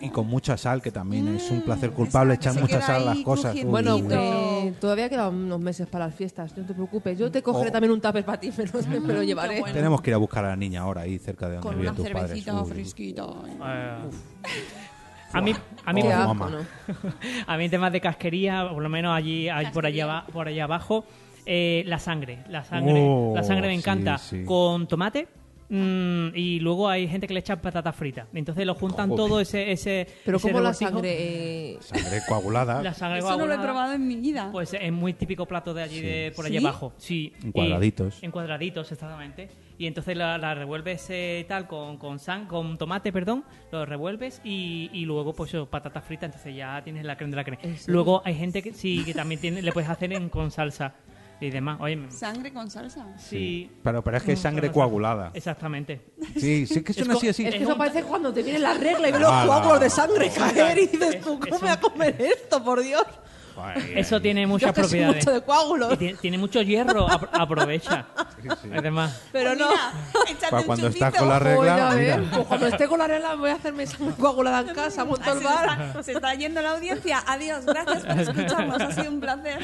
S2: y, y con mucha sal, que también es un placer culpable
S4: Mm, esa que
S2: echar
S4: se
S2: mucha
S4: queda
S2: sal a las
S4: ahí
S2: cosas.
S4: crujientito.
S3: Bueno,
S2: Uy, uy.
S3: eh, todavía quedan unos meses para las fiestas, no te preocupes. Yo te cogeré
S2: Oh.
S3: también un tupper para ti, me lo, me lo llevaré.
S4: bueno.
S2: Tenemos que ir a buscar a la niña ahora ahí cerca de donde
S4: Con
S2: viven
S4: una
S2: tus padres.
S4: cervecita
S2: Uy,
S4: fresquita.
S7: Eh, a mí, a mí
S3: Qué
S2: Oh,
S3: asco,
S2: mamá.
S3: ¿no?
S7: A mí en temas de casquería, por lo menos allí, allí- por allá aba- por allá abajo, eh, la sangre, la sangre,
S2: Oh,
S7: la sangre me
S2: sí,
S7: encanta
S2: sí.
S7: con tomate. mm, y luego hay gente que le echa patatas fritas. Entonces lo juntan
S2: Joder.
S7: todo ese ese
S3: Pero
S7: ese
S3: como la
S7: revoltijo.
S3: sangre... eh,
S2: Sangre coagulada.
S7: La sangre
S4: Eso no lo he
S7: coagulada,
S4: probado en mi vida.
S7: Pues es muy típico plato de allí de por allí
S4: ¿Sí?
S7: abajo. Sí.
S2: En
S7: y-
S2: cuadraditos.
S7: en cuadraditos exactamente. Y entonces la, la revuelves eh, tal con con san- con tomate, perdón, lo revuelves y, y luego pues eso, patatas fritas, entonces ya tienes la crema de la crema.
S3: ¿En serio?
S7: Luego hay gente que sí que también tiene, le puedes hacer en, con salsa y demás. Oye, me-
S4: Sangre con salsa.
S7: sí.
S2: Pero, pero es que es sangre
S7: Mm,
S2: coagulada.
S7: Exactamente.
S2: Sí, sí, que
S7: Es
S2: son así,
S7: co-
S2: así.
S3: Es que
S7: un-
S3: eso parece cuando te viene la regla y ves los
S2: Ala.
S3: globos de sangre caer y
S7: Es-
S3: dices tú,
S7: es
S3: ¿cómo voy a
S7: un-
S3: comer esto, por Dios?
S2: Ay,
S7: Eso tiene
S3: Yo
S7: muchas
S3: que soy
S7: propiedades.
S3: mucho de
S7: Y
S3: coágulos.
S7: tiene, tiene mucho hierro, apro- aprovecha. Además.
S3: Pero no...
S4: échate
S2: Para
S4: un
S2: cuando estás
S4: chupito.
S2: con la regla,
S3: Pues ya
S2: mira.
S3: ves, pues cuando esté con la regla voy a hacerme sangre coagulada en casa, monto el
S4: Se
S3: bar.
S4: está, se está yendo la audiencia. Adiós, gracias por escucharnos. Ha sido un placer.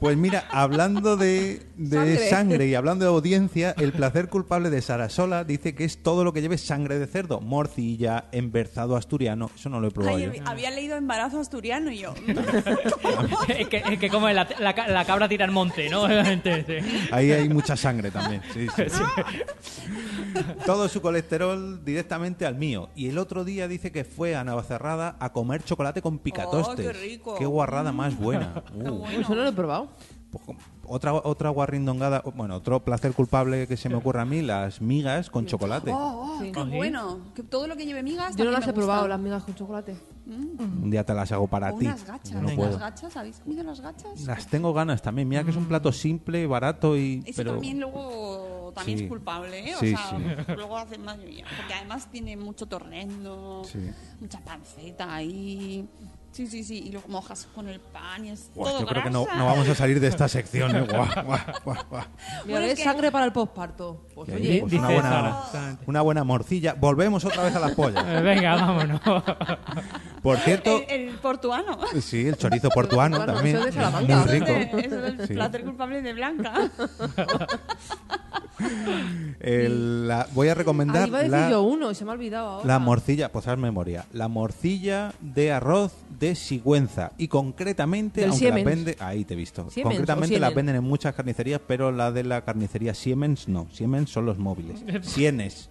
S2: Pues mira, hablando de, de sangre.
S3: Sangre.
S2: y hablando de audiencia, el placer culpable de Sarasola dice que es todo lo que lleve sangre de cerdo. Morcilla, emberzado asturiano, eso no lo ¿eh? he probado
S4: Ay,
S2: yo.
S4: había leído embarazo asturiano y yo.
S7: es, que, es que como la, la ca- la cabra tira al monte, ¿no? Obviamente, sí.
S2: Ahí hay mucha sangre también. sí, sí. Todo su colesterol directamente al mío. Y el otro día dice que fue a Navacerrada a comer chocolate con picatostes.
S4: qué rico.
S2: Qué guarrada más buena! Uh.
S3: Eso no lo he probado.
S2: Pues como- otra, otra guarrindongada, bueno, otro placer culpable que se me ocurre a mí, las migas con chocolate.
S4: Oh, oh, qué
S7: ¿Ah, Sí.
S4: bueno. Que todo lo que lleve migas.
S3: Yo no
S4: también
S3: las
S4: me
S3: he probado,
S4: gusta.
S3: las migas con chocolate.
S2: Un día te las hago para
S4: O
S2: ti.
S4: unas gachas.
S2: Yo no
S4: las
S2: puedo.
S4: gachas, ¿habéis comido las gachas?
S2: Las tengo ganas también. Mira que es un plato simple, barato y.
S4: Eso
S2: pero
S4: también luego también
S2: Sí.
S4: es culpable, ¿eh? O
S2: Sí,
S4: sea,
S2: sí.
S4: luego hacen madre mía. Porque además tiene mucho torrendo,
S2: Sí.
S4: mucha panceta ahí. Sí, sí, sí. Y luego mojas con el pan y es
S2: Buah,
S4: todo
S2: yo creo que no,
S4: grasa.
S2: no vamos a salir de esta sección. ¿eh? Guau, guau, guau, guau.
S3: Mira,
S4: Bueno, es
S3: ¿ves?
S4: que-
S3: sangre para el posparto. Pues
S2: Y ahí,
S3: oye,
S2: pues, una,
S7: dice
S2: buena,
S7: Sara, exactamente.
S2: una buena morcilla. Volvemos otra vez a las pollas.
S7: Eh, Venga, vámonos.
S2: Por cierto,
S4: El, el portuano.
S2: sí, el chorizo portuano
S3: Eh, Bueno,
S2: también.
S3: eso es de
S2: Muy
S3: Salamanca.
S4: Eso es
S2: rico.
S4: de- eso es el
S2: Sí.
S4: placer culpable de Blanca.
S2: El- la- voy a recomendar
S3: ahí Ah, iba a decir
S2: la,
S3: yo uno y se me ha olvidado ahora.
S2: La morcilla, pues haz memoria. La morcilla de arroz de Sigüenza. Y concretamente,
S3: Del
S2: aunque la
S3: Siemens.
S2: vende. Ahí te he visto.
S3: Siemens o
S2: concretamente la
S3: Siemens.
S2: venden en muchas carnicerías, pero la de la carnicería Siemens no. Siemens son los móviles. Sienes.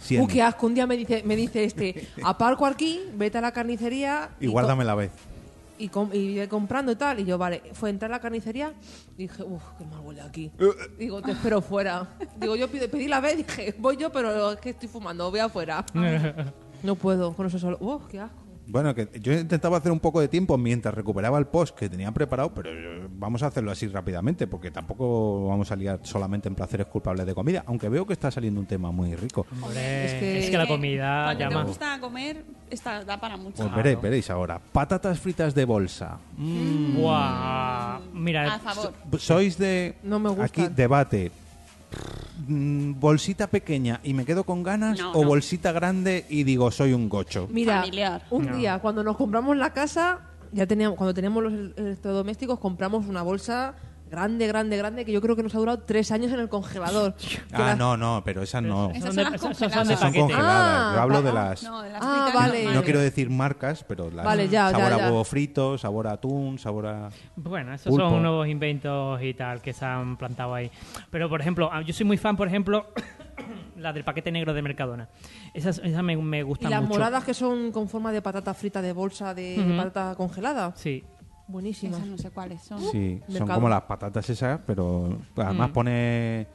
S2: Sienes.
S3: Uh, qué asco. Un día me dice, me dice este, aparco aquí, vete a la carnicería
S2: y
S3: co-
S2: guárdame la vez.
S3: y, com- y ve comprando y tal. Y yo, vale, fue a entrar a la carnicería y dije, uff, qué mal huele aquí. Digo, te espero fuera. Digo, yo pido- pedí la vez, dije, voy yo, pero es que estoy fumando, voy afuera. No puedo con eso solo. Uff, qué asco.
S2: Bueno, que yo intentaba hacer un poco de tiempo mientras recuperaba el post que tenía preparado, pero eh, vamos a hacerlo así rápidamente, porque tampoco vamos a liar solamente en placeres culpables de comida, aunque veo que está saliendo un tema muy rico. Pues
S7: Hombre,
S3: Es
S7: es,
S3: que-
S7: que, la comida
S4: Cuando te
S7: llama.
S4: gusta comer, esta da para mucho.
S2: Pues veréis, veréis ahora. Patatas fritas de bolsa.
S7: Guau. Mm. Mira, eh,
S4: A favor.
S2: Pues Sois de.
S3: No me gustan.
S2: Aquí, debate. Mm, Bolsita pequeña y me quedo con ganas,
S4: No,
S2: o
S4: no.
S2: bolsita grande y digo, soy un gocho.
S3: Mira,
S4: Familiar.
S3: un día cuando nos compramos la casa, ya teníamos, cuando teníamos los el- electrodomésticos, compramos una bolsa grande, grande, grande, que yo creo que nos ha durado tres años en el congelador. Que
S2: Ah,
S3: las-
S2: no, no, pero esas no.
S4: Esas
S7: son
S4: son
S7: de,
S4: las
S7: esas son de
S4: congeladas.
S2: Son
S7: paquete.
S2: congeladas.
S3: Ah,
S2: Yo hablo
S3: va-
S2: de
S3: ah,
S2: las.
S4: No, de las
S3: Ah,
S4: fritas
S3: vale.
S2: No
S4: normales.
S2: quiero decir marcas, pero las.
S3: Vale, ya,
S2: sabor
S3: ya,
S2: a
S3: ya.
S2: huevo frito, sabor a atún, sabor a.
S7: Bueno, esos
S2: Pulpo.
S7: son nuevos inventos y tal que se han plantado ahí. Pero, por ejemplo, ah, yo soy muy fan, por ejemplo, la del paquete negro de Mercadona. Esas, esas me, me
S3: Y
S7: gustan
S3: las
S7: mucho.
S3: moradas que son con forma de patata frita de bolsa de patata congelada.
S7: Sí.
S3: Buenísimas. Uh,
S4: Esas no sé cuáles son.
S2: Sí, son
S3: Mercado.
S2: como las patatas esas, pero además pone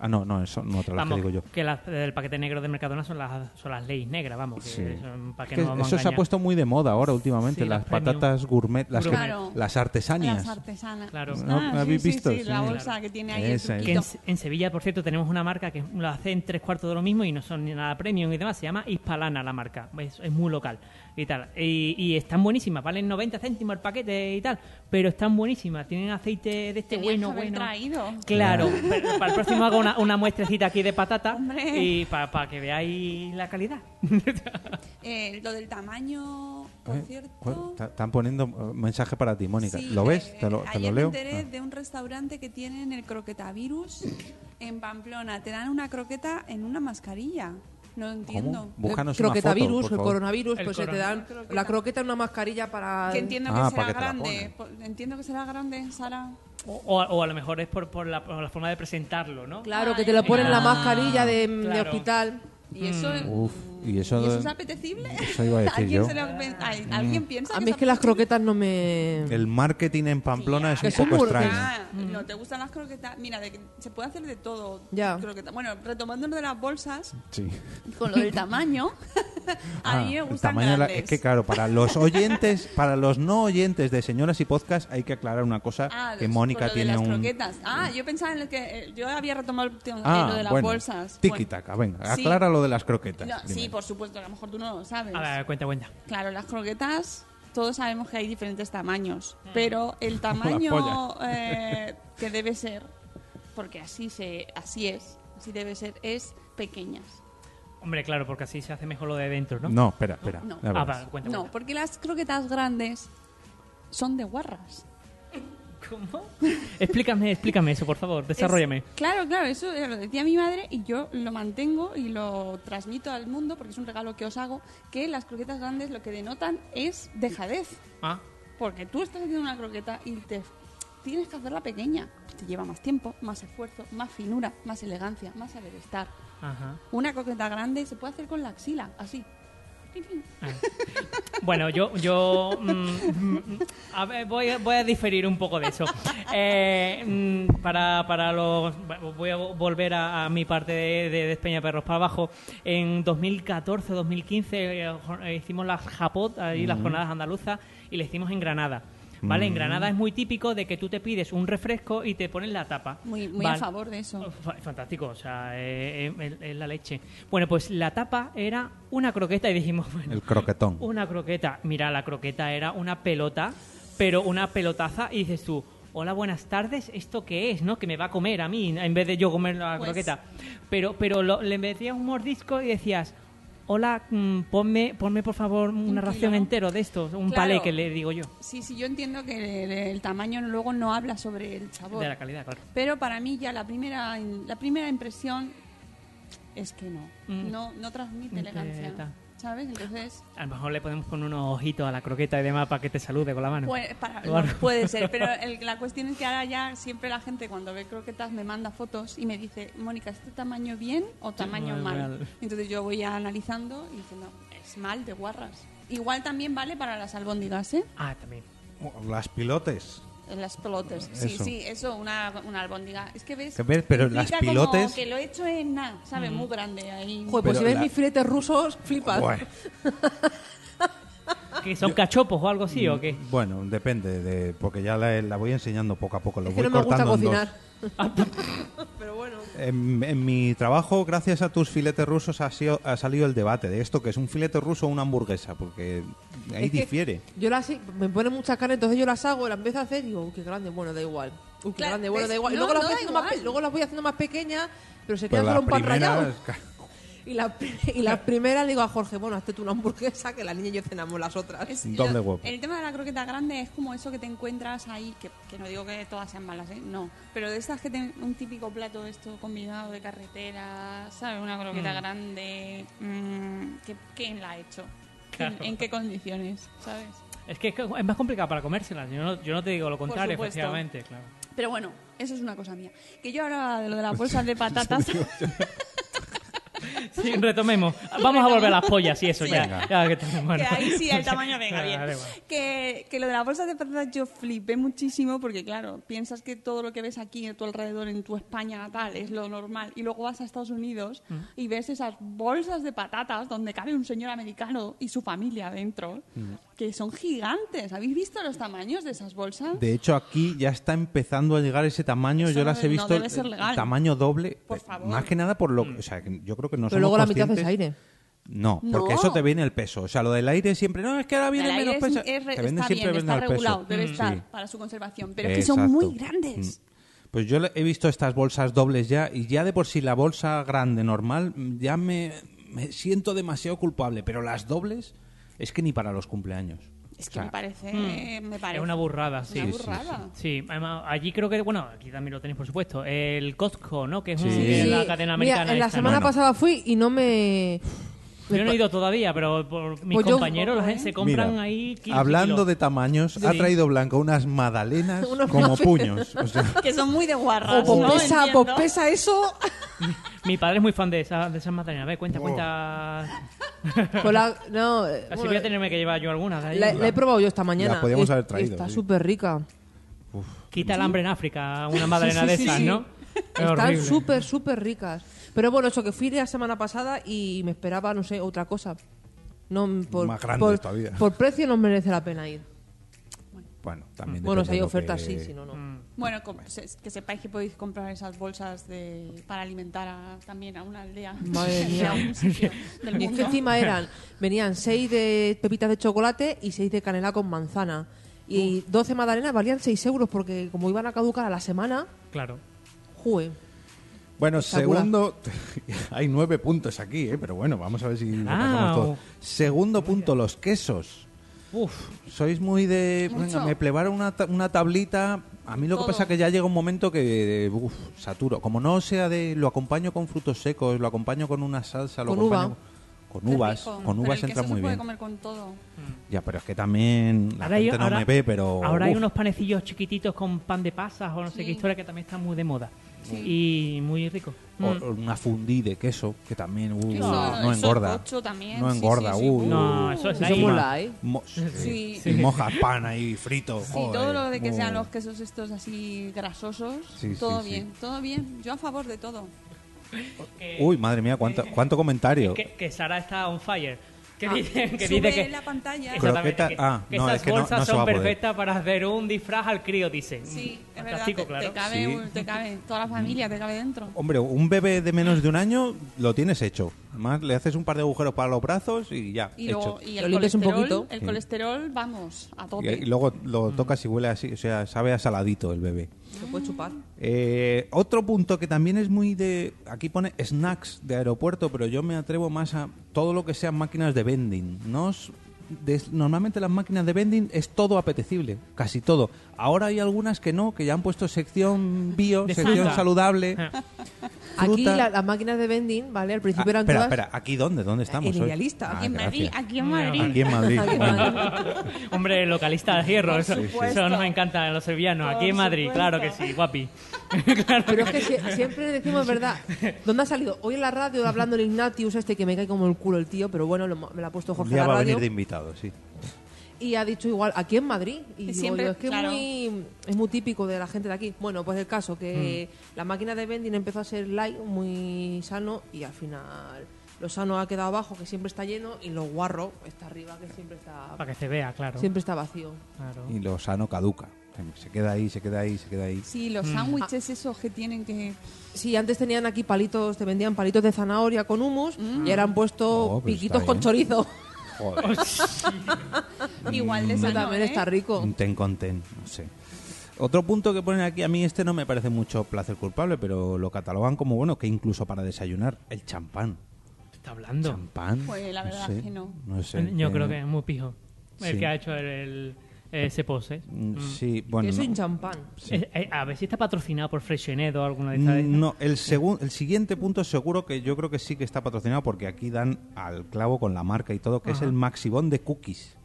S2: Ah, no, no, eso no, otra las que
S7: Mm. Vamos,
S2: digo yo.
S7: que las del paquete negro de Mercadona son las, son las leyes negras, vamos. que
S2: Sí.
S7: son- para que
S2: Que
S7: no vamos a
S2: eso se ha
S7: engañar.
S2: puesto muy de moda ahora últimamente,
S7: Sí,
S2: las
S7: las premium.
S2: patatas gourmet, las, que-
S4: Claro.
S2: las artesanías.
S4: Las artesanas.
S7: Claro.
S2: ¿No?
S4: Ah,
S2: ¿Me
S4: sí,
S2: habéis
S4: sí,
S2: visto?
S4: sí, la
S2: Sí.
S4: bolsa que tiene ahí
S2: Esa
S4: el
S2: es.
S7: Que en,
S4: truquito.
S7: en Sevilla, por cierto, tenemos una marca que lo hacen tres cuartos de lo mismo y no son ni nada premium y demás. Se llama Hispalana la marca. Es, es muy local y tal. Y, y están buenísimas. Valen 90 céntimos el paquete y tal. Pero están buenísimas. Tienen aceite de este
S4: Tenías
S7: bueno,
S4: que haber
S7: bueno.
S4: traído.
S7: Claro. pero para el próximo hago una, una muestrecita aquí de patata
S4: Hombre.
S7: y para que veáis la calidad.
S4: Eh, lo del tamaño, por
S2: Eh,
S4: cierto.
S2: cu- ta- Están poniendo eh, mensaje para ti, Mónica.
S4: Sí,
S2: ¿Lo ves?
S4: eh,
S2: Te lo, te
S4: ayer
S2: lo
S4: me
S2: leo. Ah.
S4: enteré de un restaurante que tienen el croquetavirus en Pamplona. Te dan una croqueta en una mascarilla. No
S2: Ah, ¿Cómo?
S4: entiendo.
S2: Búscanos una foto,
S3: croquetavirus,
S2: por
S3: el
S2: favor.
S3: coronavirus,
S7: El
S3: pues se te
S7: corona-
S3: dan la croqueta en una mascarilla para...
S4: Que entiendo
S2: Ah,
S4: que
S2: para
S4: será
S2: que te la
S4: grande. Po- Entiendo que será grande, Sara.
S7: O, o a- o a lo mejor es por, por la, por la forma de presentarlo, ¿no?
S3: Claro, que te lo ponen en la
S4: Ah,
S3: mascarilla de, de
S7: claro.
S3: hospital.
S4: ¿Y eso,
S2: Mm. Uf, ¿y eso de-
S4: es apetecible?
S2: eso iba a decir
S4: ¿Alguien,
S2: yo. Mm.
S4: se lo pe- ay, ¿alguien piensa
S3: A mí es que las
S4: apetecible?
S3: croquetas no me...
S2: El marketing en Pamplona
S3: Que
S2: es
S3: son
S2: un poco
S3: burbujas.
S2: extraño.
S4: Ah,
S3: Mm.
S4: no te gustan las croquetas. Mira, de que se puede hacer de todo.
S3: Ya.
S4: croqueta. Bueno, retomando lo de las bolsas,
S2: Sí.
S4: con lo del tamaño, a
S2: Ah,
S4: mí me
S2: el
S4: gustan
S2: tamaño de la-
S4: grandes.
S2: es que claro, para los oyentes, para los no oyentes de señoras y podcast hay que aclarar una cosa
S4: Ah,
S2: que
S4: los-
S2: Mónica
S4: por lo de
S2: tiene
S4: las
S2: un
S4: croquetas. Ah, yo pensaba en el que eh, yo había retomado el tema
S2: Ah,
S4: de lo de las
S2: bueno,
S4: bolsas.
S2: Tiki
S4: Bueno,
S2: taka, venga,
S4: sí.
S2: aclara lo de las croquetas.
S4: No,
S2: dime.
S4: sí, por supuesto, que a lo mejor tú no lo sabes.
S7: A ver, cuenta, cuenta.
S4: Claro, las croquetas, todos sabemos que hay diferentes tamaños,
S7: Hmm.
S4: pero el
S2: Las
S4: tamaño eh, que debe ser, porque así se, así es, así debe ser, es pequeñas.
S7: Hombre, claro, porque así se hace mejor lo de dentro, ¿no?
S2: no, espera, espera.
S4: No.
S2: ya
S7: Ah,
S2: verás.
S7: vale, cuenta,
S4: No,
S7: cuenta.
S4: porque las croquetas grandes son de guarras.
S7: ¿Cómo? Explícame, explícame eso, por favor,
S4: Es-
S7: desarrollame.
S4: claro, claro, eso eh, lo decía mi madre y yo lo mantengo y lo transmito al mundo porque es un regalo que os hago, que las croquetas grandes lo que denotan es dejadez.
S7: Ah,
S4: Porque tú estás haciendo una croqueta y te tienes que hacerla pequeña. Te lleva más tiempo, más esfuerzo, más finura, más elegancia, más saber estar.
S7: ajá.
S4: Una croqueta grande se puede hacer con la axila, así. Tin, tin.
S7: Ah. Bueno, yo, yo mm, mm, a ver, voy, a, voy a diferir un poco de eso. Eh, mm, para, para los voy a volver a, a mi parte de, de Despeñaperros para abajo. En 2014, 2015 eh, jo- eh, hicimos las Japot, ahí las jornadas andaluzas, y las hicimos en Granada. ¿Vale? En Granada es muy típico de que tú te pides un refresco y te ponen la tapa.
S4: Muy, muy a
S7: Vale.
S4: favor de eso.
S7: Oh, Fa- Fantástico, o sea, eh, eh, es la leche. Bueno, pues la tapa era una croqueta y dijimos, bueno,
S2: El croquetón.
S7: una croqueta. Mira, la croqueta era una pelota, pero una pelotaza y dices tú, hola, buenas tardes, ¿esto qué es? ¿No? Que me va a comer a mí en vez de yo comer la
S4: Pues-
S7: croqueta. Pero, pero lo- le metías un mordisco y decías... Hola, mm, ponme, ponme por favor una ración
S4: kilo.
S7: entero de estos, un
S4: Claro.
S7: palé que le digo yo,
S4: Sí, sí, yo entiendo que el, el tamaño luego no habla sobre el sabor.
S7: de la calidad, claro.
S4: Pero para mí ya la primera, la primera impresión es que no.
S7: Mm.
S4: No, no transmite
S7: Ni
S4: elegancia.
S7: teta.
S4: ¿Sabes? Entonces...
S7: A lo mejor le podemos poner unos ojitos a la croqueta y demás para que te salude con la mano.
S4: Puede, para-
S7: Claro.
S4: no, puede ser, pero el- la cuestión es que ahora ya siempre la gente cuando ve croquetas me manda fotos y me dice, Mónica, ¿este tamaño bien o tamaño
S7: mal,
S4: mal?
S7: mal.
S4: Entonces yo voy analizando y diciendo, es mal de guarras. Igual también vale para las albóndigas, ¿eh?
S7: Ah, también.
S2: Las pilotes.
S4: Las pelotas. Sí,
S2: Eso.
S4: sí, eso, una, una albóndiga. Es que ves...
S2: Que ves, pero las
S4: implica como
S2: pilotes-
S4: que lo he hecho en nada, ¿sabes? Muy grande ahí.
S3: Joder, pues
S2: Pero
S3: si ves
S2: la-
S3: mis filetes rusos, flipas.
S2: Bueno,
S7: ¿Que son cachopos o algo así
S2: Mm.
S7: o qué?
S2: bueno, depende de porque ya la, la voy enseñando poco a poco. Lo
S3: es que
S2: voy
S3: no me gusta
S2: cortando en dos.
S3: cocinar. Pero bueno.
S2: En, en mi trabajo, gracias a tus filetes rusos, ha, sido- ha salido el debate de esto, que es un filete ruso o una hamburguesa, porque ahí
S3: Es que
S2: difiere.
S3: Yo las me ponen mucha carne, entonces yo las hago, las empiezo a hacer y digo, uy, qué grande, bueno, da igual. Uy, qué
S4: Claro,
S3: grande, bueno,
S4: es-
S3: da igual. Y
S4: no,
S3: luego, las
S4: no
S3: voy
S4: da
S3: haciendo más, pe-
S4: igual.
S3: luego las voy haciendo más pequeñas, pero se
S2: Pero
S3: quedan
S2: la
S3: solo un pan
S2: primera-
S3: rallado. Y la, y la primera le digo a Jorge, bueno, hazte tú una hamburguesa que la niña y yo cenamos las otras.
S4: Es
S2: Doble huevo.
S4: El tema de la croqueta grande es como eso que te encuentras ahí, que, que no digo que todas sean malas, ¿eh? No. Pero de estas que tienen un típico plato de esto combinado de carretera, ¿sabes? Una croqueta grande. mm, ¿qué- ¿Quién la ha hecho? ¿Quién-
S7: Claro.
S4: ¿En qué condiciones? ¿Sabes?
S7: Es que es que es más complicado para comérselas. Yo no, yo no te digo lo contrario,
S4: supuesto.
S7: efectivamente, claro.
S4: Pero bueno, eso es una cosa mía. Que yo hablaba de lo de las bolsas de patatas.
S7: Sí, retomemos. Vamos a volver a las pollas y eso ya.
S2: Venga.
S7: ya que estamos, bueno.
S4: Que ahí sí, el tamaño venga bien.
S7: Ah, da igual.
S4: Que, que lo de las bolsas de patatas yo flipé muchísimo porque, claro, piensas que todo lo que ves aquí a tu alrededor, en tu España natal, es lo normal. Y luego vas a Estados Unidos
S7: Mm.
S4: y ves esas bolsas de patatas donde cabe un señor americano y su familia adentro,
S7: Mm.
S4: que son gigantes. ¿Habéis visto los tamaños de esas bolsas?
S2: De hecho, aquí ya está empezando a llegar ese tamaño.
S4: Eso
S2: yo las he
S4: no
S2: visto
S4: debe ser legal.
S2: tamaño doble.
S4: Por
S2: Eh,
S4: favor.
S2: Más que nada por lo, o sea, que yo creo que no
S3: Pero luego la
S2: somos
S3: mitad es
S2: conscientes-
S3: aire.
S2: No, porque
S4: No.
S2: eso te viene el peso. O sea, lo del aire siempre, no, es que ahora viene
S4: El
S2: menos
S4: aire es-
S2: peso.
S4: es re-
S2: Te venden
S4: está
S2: siempre
S4: bien, está
S2: venden al
S4: regulado,
S2: peso. Mm.
S4: debe
S7: Mm,
S2: Sí.
S4: estar para su conservación. Pero es que son
S2: Exacto.
S4: muy grandes.
S2: Mm. Pues yo le- he visto estas bolsas dobles ya y ya de por sí la bolsa grande normal mm, ya me, me siento demasiado culpable, pero las dobles es que ni para los cumpleaños.
S4: Es
S2: O
S4: que
S2: sea,
S4: me parece, me parece.
S7: Mm. Es una burrada, sí.
S4: Una
S2: Sí, sí,
S4: burrada.
S7: Sí, además, allí creo que, bueno, aquí también lo tenéis, por supuesto. El Costco, ¿no? Que es, un-
S2: Sí.
S7: que es
S3: Sí.
S7: la cadena americana.
S3: Mira, en la
S7: esta,
S3: semana
S7: ¿no?
S3: pasada fui y no me...
S7: Yo no he ido todavía, pero por mis
S3: Pues yo-
S7: compañeros, la gente se compran
S2: Mira,
S7: ahí. 15
S2: hablando
S7: kilos.
S2: de tamaños, ha traído Blanca unas magdalenas
S3: Unos
S2: como
S3: muffins.
S2: puños. O sea,
S4: Que son muy de guarras.
S3: O pues
S4: ¿no?
S3: pesa,
S4: Entiendo.
S3: pues pesa eso.
S7: Mi padre es muy fan de esas, de esas magdalenas. A ver, cuenta, cuenta.
S3: Pues la- no, eh,
S7: Así
S3: bueno,
S7: voy a tenerme que llevar yo algunas. de ahí.
S3: la, la he probado yo esta mañana.
S2: La podíamos
S3: Es-
S2: haber traído,
S3: Está
S2: sí.
S3: súper rica.
S7: Quita el hambre en África, una magdalena
S3: Sí,
S7: de
S3: sí,
S7: esas,
S3: sí, sí.
S7: ¿no? Es
S3: Están
S7: horrible.
S3: súper, súper ricas. Pero bueno, eso que fui la semana pasada y me esperaba, no sé, otra cosa. No, mm, por,
S2: Más grande
S3: por,
S2: todavía.
S3: por precio no merece la pena ir.
S2: bueno, también
S3: Bueno,
S2: depende
S3: si hay
S2: de lo
S3: ofertas,
S2: que-
S3: sí, si no, no.
S4: Bueno, com- se- que sepáis que podéis comprar esas bolsas de, para alimentar a- también a una aldea.
S3: Madre
S4: de
S3: mía.
S4: algún sitio del
S3: Y es que
S4: mundo.
S3: encima eran, venían seis de pepitas de chocolate y seis de canela con manzana. Y 12 magdalenas valían 6 euros porque como iban a caducar a la semana,
S7: Claro.
S3: jue.
S2: Bueno,
S3: Espectacular.
S2: segundo. Hay nueve puntos aquí, ¿eh? pero bueno, vamos a ver si lo
S7: Ah,
S2: pasamos todo.
S7: o-
S2: Segundo punto, los quesos.
S7: Uf.
S2: Sois muy de.
S4: Mucho.
S2: Venga, me plebaron una, ta- una tablita. A mí lo
S4: Todo.
S2: que pasa es que ya llega un momento que. Uf, saturo. Como no sea de. Lo acompaño con frutos secos, lo acompaño con una salsa, lo
S3: Con
S2: acompaño.
S3: uva.
S2: Con
S4: Qué
S2: uvas.
S4: rico.
S2: Con
S4: Pero
S2: uvas
S4: el
S2: entra
S4: queso
S2: muy
S4: se puede
S2: bien.
S4: comer con todo.
S2: Ya, pero es que también. La gente no me ve, pero.
S7: ahora hay
S2: uf,
S7: unos panecillos chiquititos con pan de pasas o no sé
S4: Sí.
S7: qué historia que también están muy de moda. Y muy rico.
S2: o-
S7: Mm.
S2: o una fundí de queso que también uh,
S4: Queso-
S2: no,
S4: eso,
S2: engorda
S4: cocho también,
S2: no
S4: sí,
S2: engorda
S4: sí, sí.
S2: uh,
S7: No, eso es
S3: Eso
S7: ahí.
S3: mola, ¿eh?
S2: Mo-
S4: Sí.
S2: Y mojas pan ahí frito.
S4: Sí,
S2: joder,
S4: todo lo de que
S2: muy-
S4: sean los quesos estos así grasosos,
S2: Sí,
S4: todo
S2: sí, sí.
S4: bien, todo bien. Yo a favor de todo.
S2: Uy, madre mía, cuánto, cuánto comentario.
S7: Que, que Sara está on fire. Que dice que,
S4: Ah, Sube
S7: dice que,
S4: la pantalla.
S2: Creo-
S7: Exactamente,
S2: Croqueta-
S7: que-
S2: ah,
S7: que
S2: no,
S7: esas
S2: es que no-
S7: bolsas
S2: no se va
S7: son
S2: a poder.
S7: perfectas para hacer un disfraz al crío, dice. Mm,
S4: Sí, es verdad.
S7: fantástico,
S4: Te,
S7: claro.
S4: te cabe,
S2: Sí.
S4: un- te cabe, toda la familia te cabe dentro.
S2: Hombre, un bebé de menos de un año lo tienes hecho. Además, le haces un par de agujeros para los brazos y ya,
S4: Y,
S2: hecho.
S4: luego, y
S3: Lo
S4: el,
S3: limpias un
S4: colesterol,
S3: poquito.
S4: el
S2: Sí.
S4: colesterol, vamos, a
S2: Y,
S4: tope.
S2: y luego lo tocas y huele así, o sea, sabe a saladito el bebé.
S3: Se puede chupar.
S2: Eh, otro punto que también es muy de... Aquí pone snacks de aeropuerto, pero yo me atrevo más a todo lo que sean máquinas de vending. No os- des- normalmente las máquinas de vending es todo apetecible, casi todo. Ahora hay algunas que no, que ya han puesto sección bio,
S7: De
S2: sección
S7: fruta.
S2: saludable.
S3: Aquí
S2: fruta.
S3: la- las máquinas de vending, ¿vale? Al
S2: Ah,
S3: principio eran
S2: espera,
S3: todas...
S2: espera, ¿aquí dónde? ¿Dónde estamos?
S3: en
S2: hoy?
S3: Idealista,
S2: Ah,
S4: aquí en Madrid,
S2: gracias.
S4: aquí en Madrid.
S2: Aquí en Madrid.
S3: Aquí en
S2: bueno.
S7: Hombre, localista de hierro. Eso,
S4: supuesto.
S7: eso nos encanta a los sevillanos.
S4: Por
S7: Aquí en Madrid,
S4: supuesto.
S7: claro que sí, guapi.
S3: Pero es que sie- siempre decimos verdad. ¿Dónde ha salido? Hoy en la radio hablando el Ignatius este que me cae como el culo el tío, pero bueno, lo- me lo ha puesto
S2: Un
S3: Jorge a
S2: día
S3: la
S2: va a
S3: radio
S2: venir de invitado, sí.
S3: y ha dicho igual, aquí en Madrid. Y digo
S4: Siempre,
S3: yo, es que
S4: claro.
S3: es, muy, es muy típico de la gente de aquí. Bueno, pues el caso que
S2: Mm.
S3: la máquina de vending empezó a ser light, muy sano y al final lo sano ha quedado abajo, que siempre está lleno, y lo guarro está arriba, que siempre
S2: Ah,
S3: está,
S7: Para que se vea, claro.
S3: siempre está vacío.
S7: Claro.
S2: Y lo sano caduca. Se queda ahí, se queda ahí, se queda ahí.
S4: Sí, los sándwiches esos que tienen que...
S3: Sí, antes tenían aquí palitos, te vendían palitos de zanahoria con humus
S4: Mm.
S3: y ahora han puesto
S2: Oh, pero
S3: piquitos
S2: está
S3: con
S2: bien.
S3: chorizo.
S2: Joder. Mm.
S4: Igual de
S3: Eso
S4: sano,
S3: también
S4: ¿eh?
S3: está rico.
S2: Un ten con ten, no sé. Otro punto que ponen aquí, a mí este no me parece mucho placer culpable, pero lo catalogan como bueno, que incluso para desayunar, el champán.
S7: Está hablando.
S2: Champán.
S4: Pues la verdad
S2: no sé,
S4: que no.
S2: sé,
S7: Yo
S2: eh,
S7: creo que es muy pijo el
S2: Sí.
S7: que ha hecho el, el- ese pose.
S2: mm, Sí, bueno.
S3: Yo soy
S2: no.
S3: un champán.
S7: Eh, eh, a ver si está patrocinado por Freshenet o alguna de estas. ¿eh? de estas.
S2: No, el, segun- el siguiente punto seguro que yo creo que sí que está patrocinado porque aquí dan al clavo con la marca y todo, que es el Maxibón de cookies.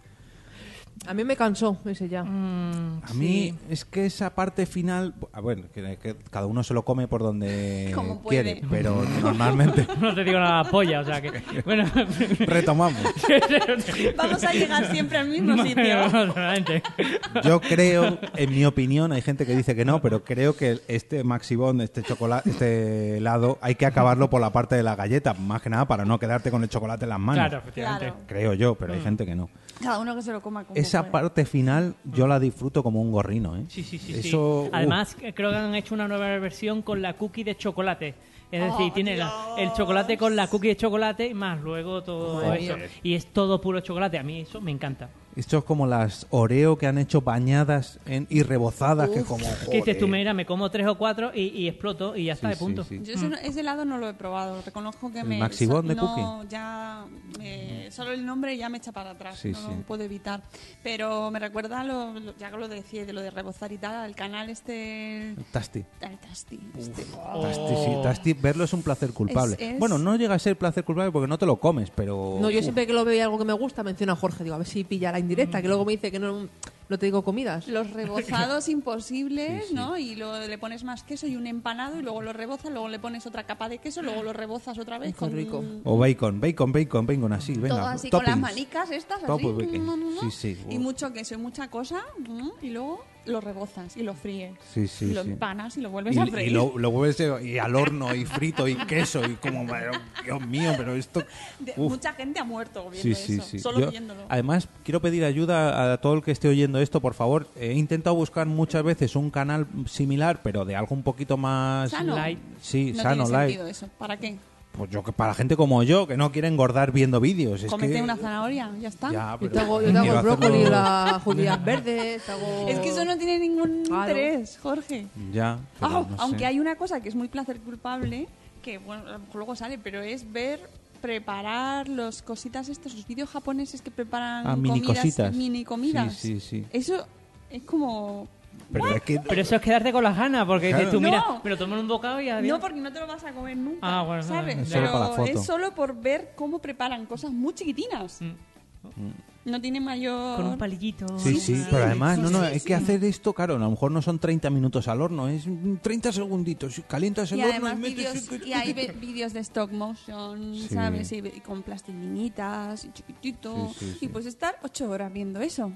S3: A mí me cansó ese ya.
S4: Mm.
S2: A mí es que esa parte final, ah, bueno, que, que cada uno se lo come por donde
S4: Como
S2: quiere,
S4: puede.
S2: pero normalmente
S7: No te digo nada polla, o sea que. Bueno,
S2: retomamos.
S4: Vamos a llegar siempre al mismo sitio.
S7: realmente.
S2: Yo creo, en mi opinión, hay gente que dice que no, pero creo que este Maxibón, este chocolate, este helado, hay que acabarlo por la parte de la galleta, más que nada para no quedarte con el chocolate en las manos.
S7: Claro, Mm. efectivamente.
S4: Claro.
S2: Creo yo, pero hay gente que no.
S4: Cada uno que se lo coma como
S2: Esa
S4: pueda.
S2: parte final yo la disfruto como un gorrino, ¿eh?
S7: Sí, sí, sí. sí.
S2: Eso, uf.
S7: Además, eh, creo que han hecho una nueva versión con la cookie de chocolate. Es
S4: Oh,
S7: decir, tiene la- el chocolate con la cookie de chocolate más luego todo eso. Y es todo puro chocolate. A mí eso me encanta.
S2: Esto es como las Oreo que han hecho bañadas en- y rebozadas, que como...
S7: Que dices tú,
S2: joder.
S7: mira, me como tres o cuatro y, y exploto y ya está,
S2: Sí,
S7: de punto.
S2: sí, sí.
S4: Yo ese, no- ese helado no lo he probado, reconozco que
S2: ¿El
S4: me...
S2: Maxi Bond de
S4: no,
S2: Cookie?
S4: ya... me- solo el nombre ya me echa para atrás,
S2: Sí,
S4: no
S2: sí.
S4: lo puedo evitar. Pero me recuerda, a lo, lo- ya que lo decía, de lo de rebozar y tal, al canal este... el-
S2: Tasty.
S4: al Tasty, este.
S2: Tasty, sí, Tasty, verlo es un placer culpable.
S4: Es- es-
S2: Bueno, no llega a ser placer culpable porque no te lo comes, pero...
S3: No, yo
S2: uf,
S3: siempre que lo veo y algo que me gusta menciono a Jorge. Digo, a ver si pilla la indirecta, que luego me dice que no, no te digo comidas.
S4: Los rebozados imposibles, ¿no? Y luego le pones más queso y un empanado y luego lo rebozas, luego le pones otra capa de queso, luego lo rebozas otra vez
S3: Qué
S4: con...
S3: rico.
S2: O bacon, bacon, bacon, bacon, así, venga.
S4: todo así con
S2: toppings.
S4: las manicas estas, así.
S2: Toppings, bacon.
S4: mm, mm,
S2: Sí,
S4: mm,
S2: sí.
S4: Y
S2: Uf.
S4: mucho queso y mucha cosa. mm, Y luego lo rebozas y lo fríes.
S2: Sí, sí,
S4: Y lo
S2: sí.
S4: empanas y lo
S2: Y,
S4: vuelves a
S2: y
S4: freír.
S2: lo, lo vuelves y al horno y frito y queso y como, pero, Dios mío, pero esto...
S4: De-
S2: uf.
S4: mucha gente ha muerto
S2: Sí,
S4: viendo
S2: sí,
S4: eso.
S2: sí.
S4: Solo
S2: Yo,
S4: viéndolo.
S2: además, quiero pedir ayuda a todo el que esté oyendo esto, por favor. He intentado buscar muchas veces un canal similar, pero de algo un poquito más...
S4: Sano.
S7: Light.
S2: Sí,
S4: no
S2: sano,
S4: tiene
S2: light.
S4: sentido eso. ¿Para qué?
S2: Pues yo, que para gente como yo, que no quiere engordar viendo vídeos. Es
S4: Comete
S2: que...
S4: una zanahoria, ya está.
S2: Ya,
S3: Yo
S2: pero
S3: te hago, yo te hago
S2: quiero
S3: el brócoli,
S2: hacerlo-
S3: las judías verdes, te hago...
S4: Es que
S2: oh.
S4: eso no tiene ningún
S3: Claro.
S4: interés, Jorge.
S2: Ya, pero
S4: Au,
S2: no sé.
S4: Ah, aunque hay una cosa que es muy placer culpable, que bueno, a lo mejor luego sale, pero es ver preparar los cositas estos, los vídeos japoneses que preparan
S2: Ah, mini
S4: comidas,
S2: cositas.
S4: mini comidas.
S2: Sí, sí, sí.
S4: Eso es como...
S2: Pero es que...
S7: Pero eso es quedarte con las ganas, porque dices
S2: Claro.
S7: tú, mira,
S4: No.
S7: me lo tomo en un bocado y ya.
S4: No, porque no te lo vas a comer nunca,
S7: Ah, bueno,
S4: ¿sabes?
S2: es solo
S4: Pero
S2: para la foto.
S4: es solo por ver cómo preparan cosas muy chiquitinas.
S2: Mm.
S4: No tiene mayor...
S7: Mm. Con un palillito.
S2: Sí, sí,
S4: sí,
S2: pero además,
S4: sí,
S2: no, no,
S4: sí,
S2: hay
S4: sí.
S2: que hacer esto, claro, a lo mejor no son 30 minutos al horno, es un 30 segunditos, y calientas el
S4: Y
S2: horno y
S4: además
S2: metes...
S4: vídeos, y hay ve- vídeos de stock motion,
S2: Sí.
S4: ¿sabes? Y, ve- y con plastilinitas y chiquitito.
S2: Sí, sí, sí.
S4: Y pues estar ocho horas viendo eso.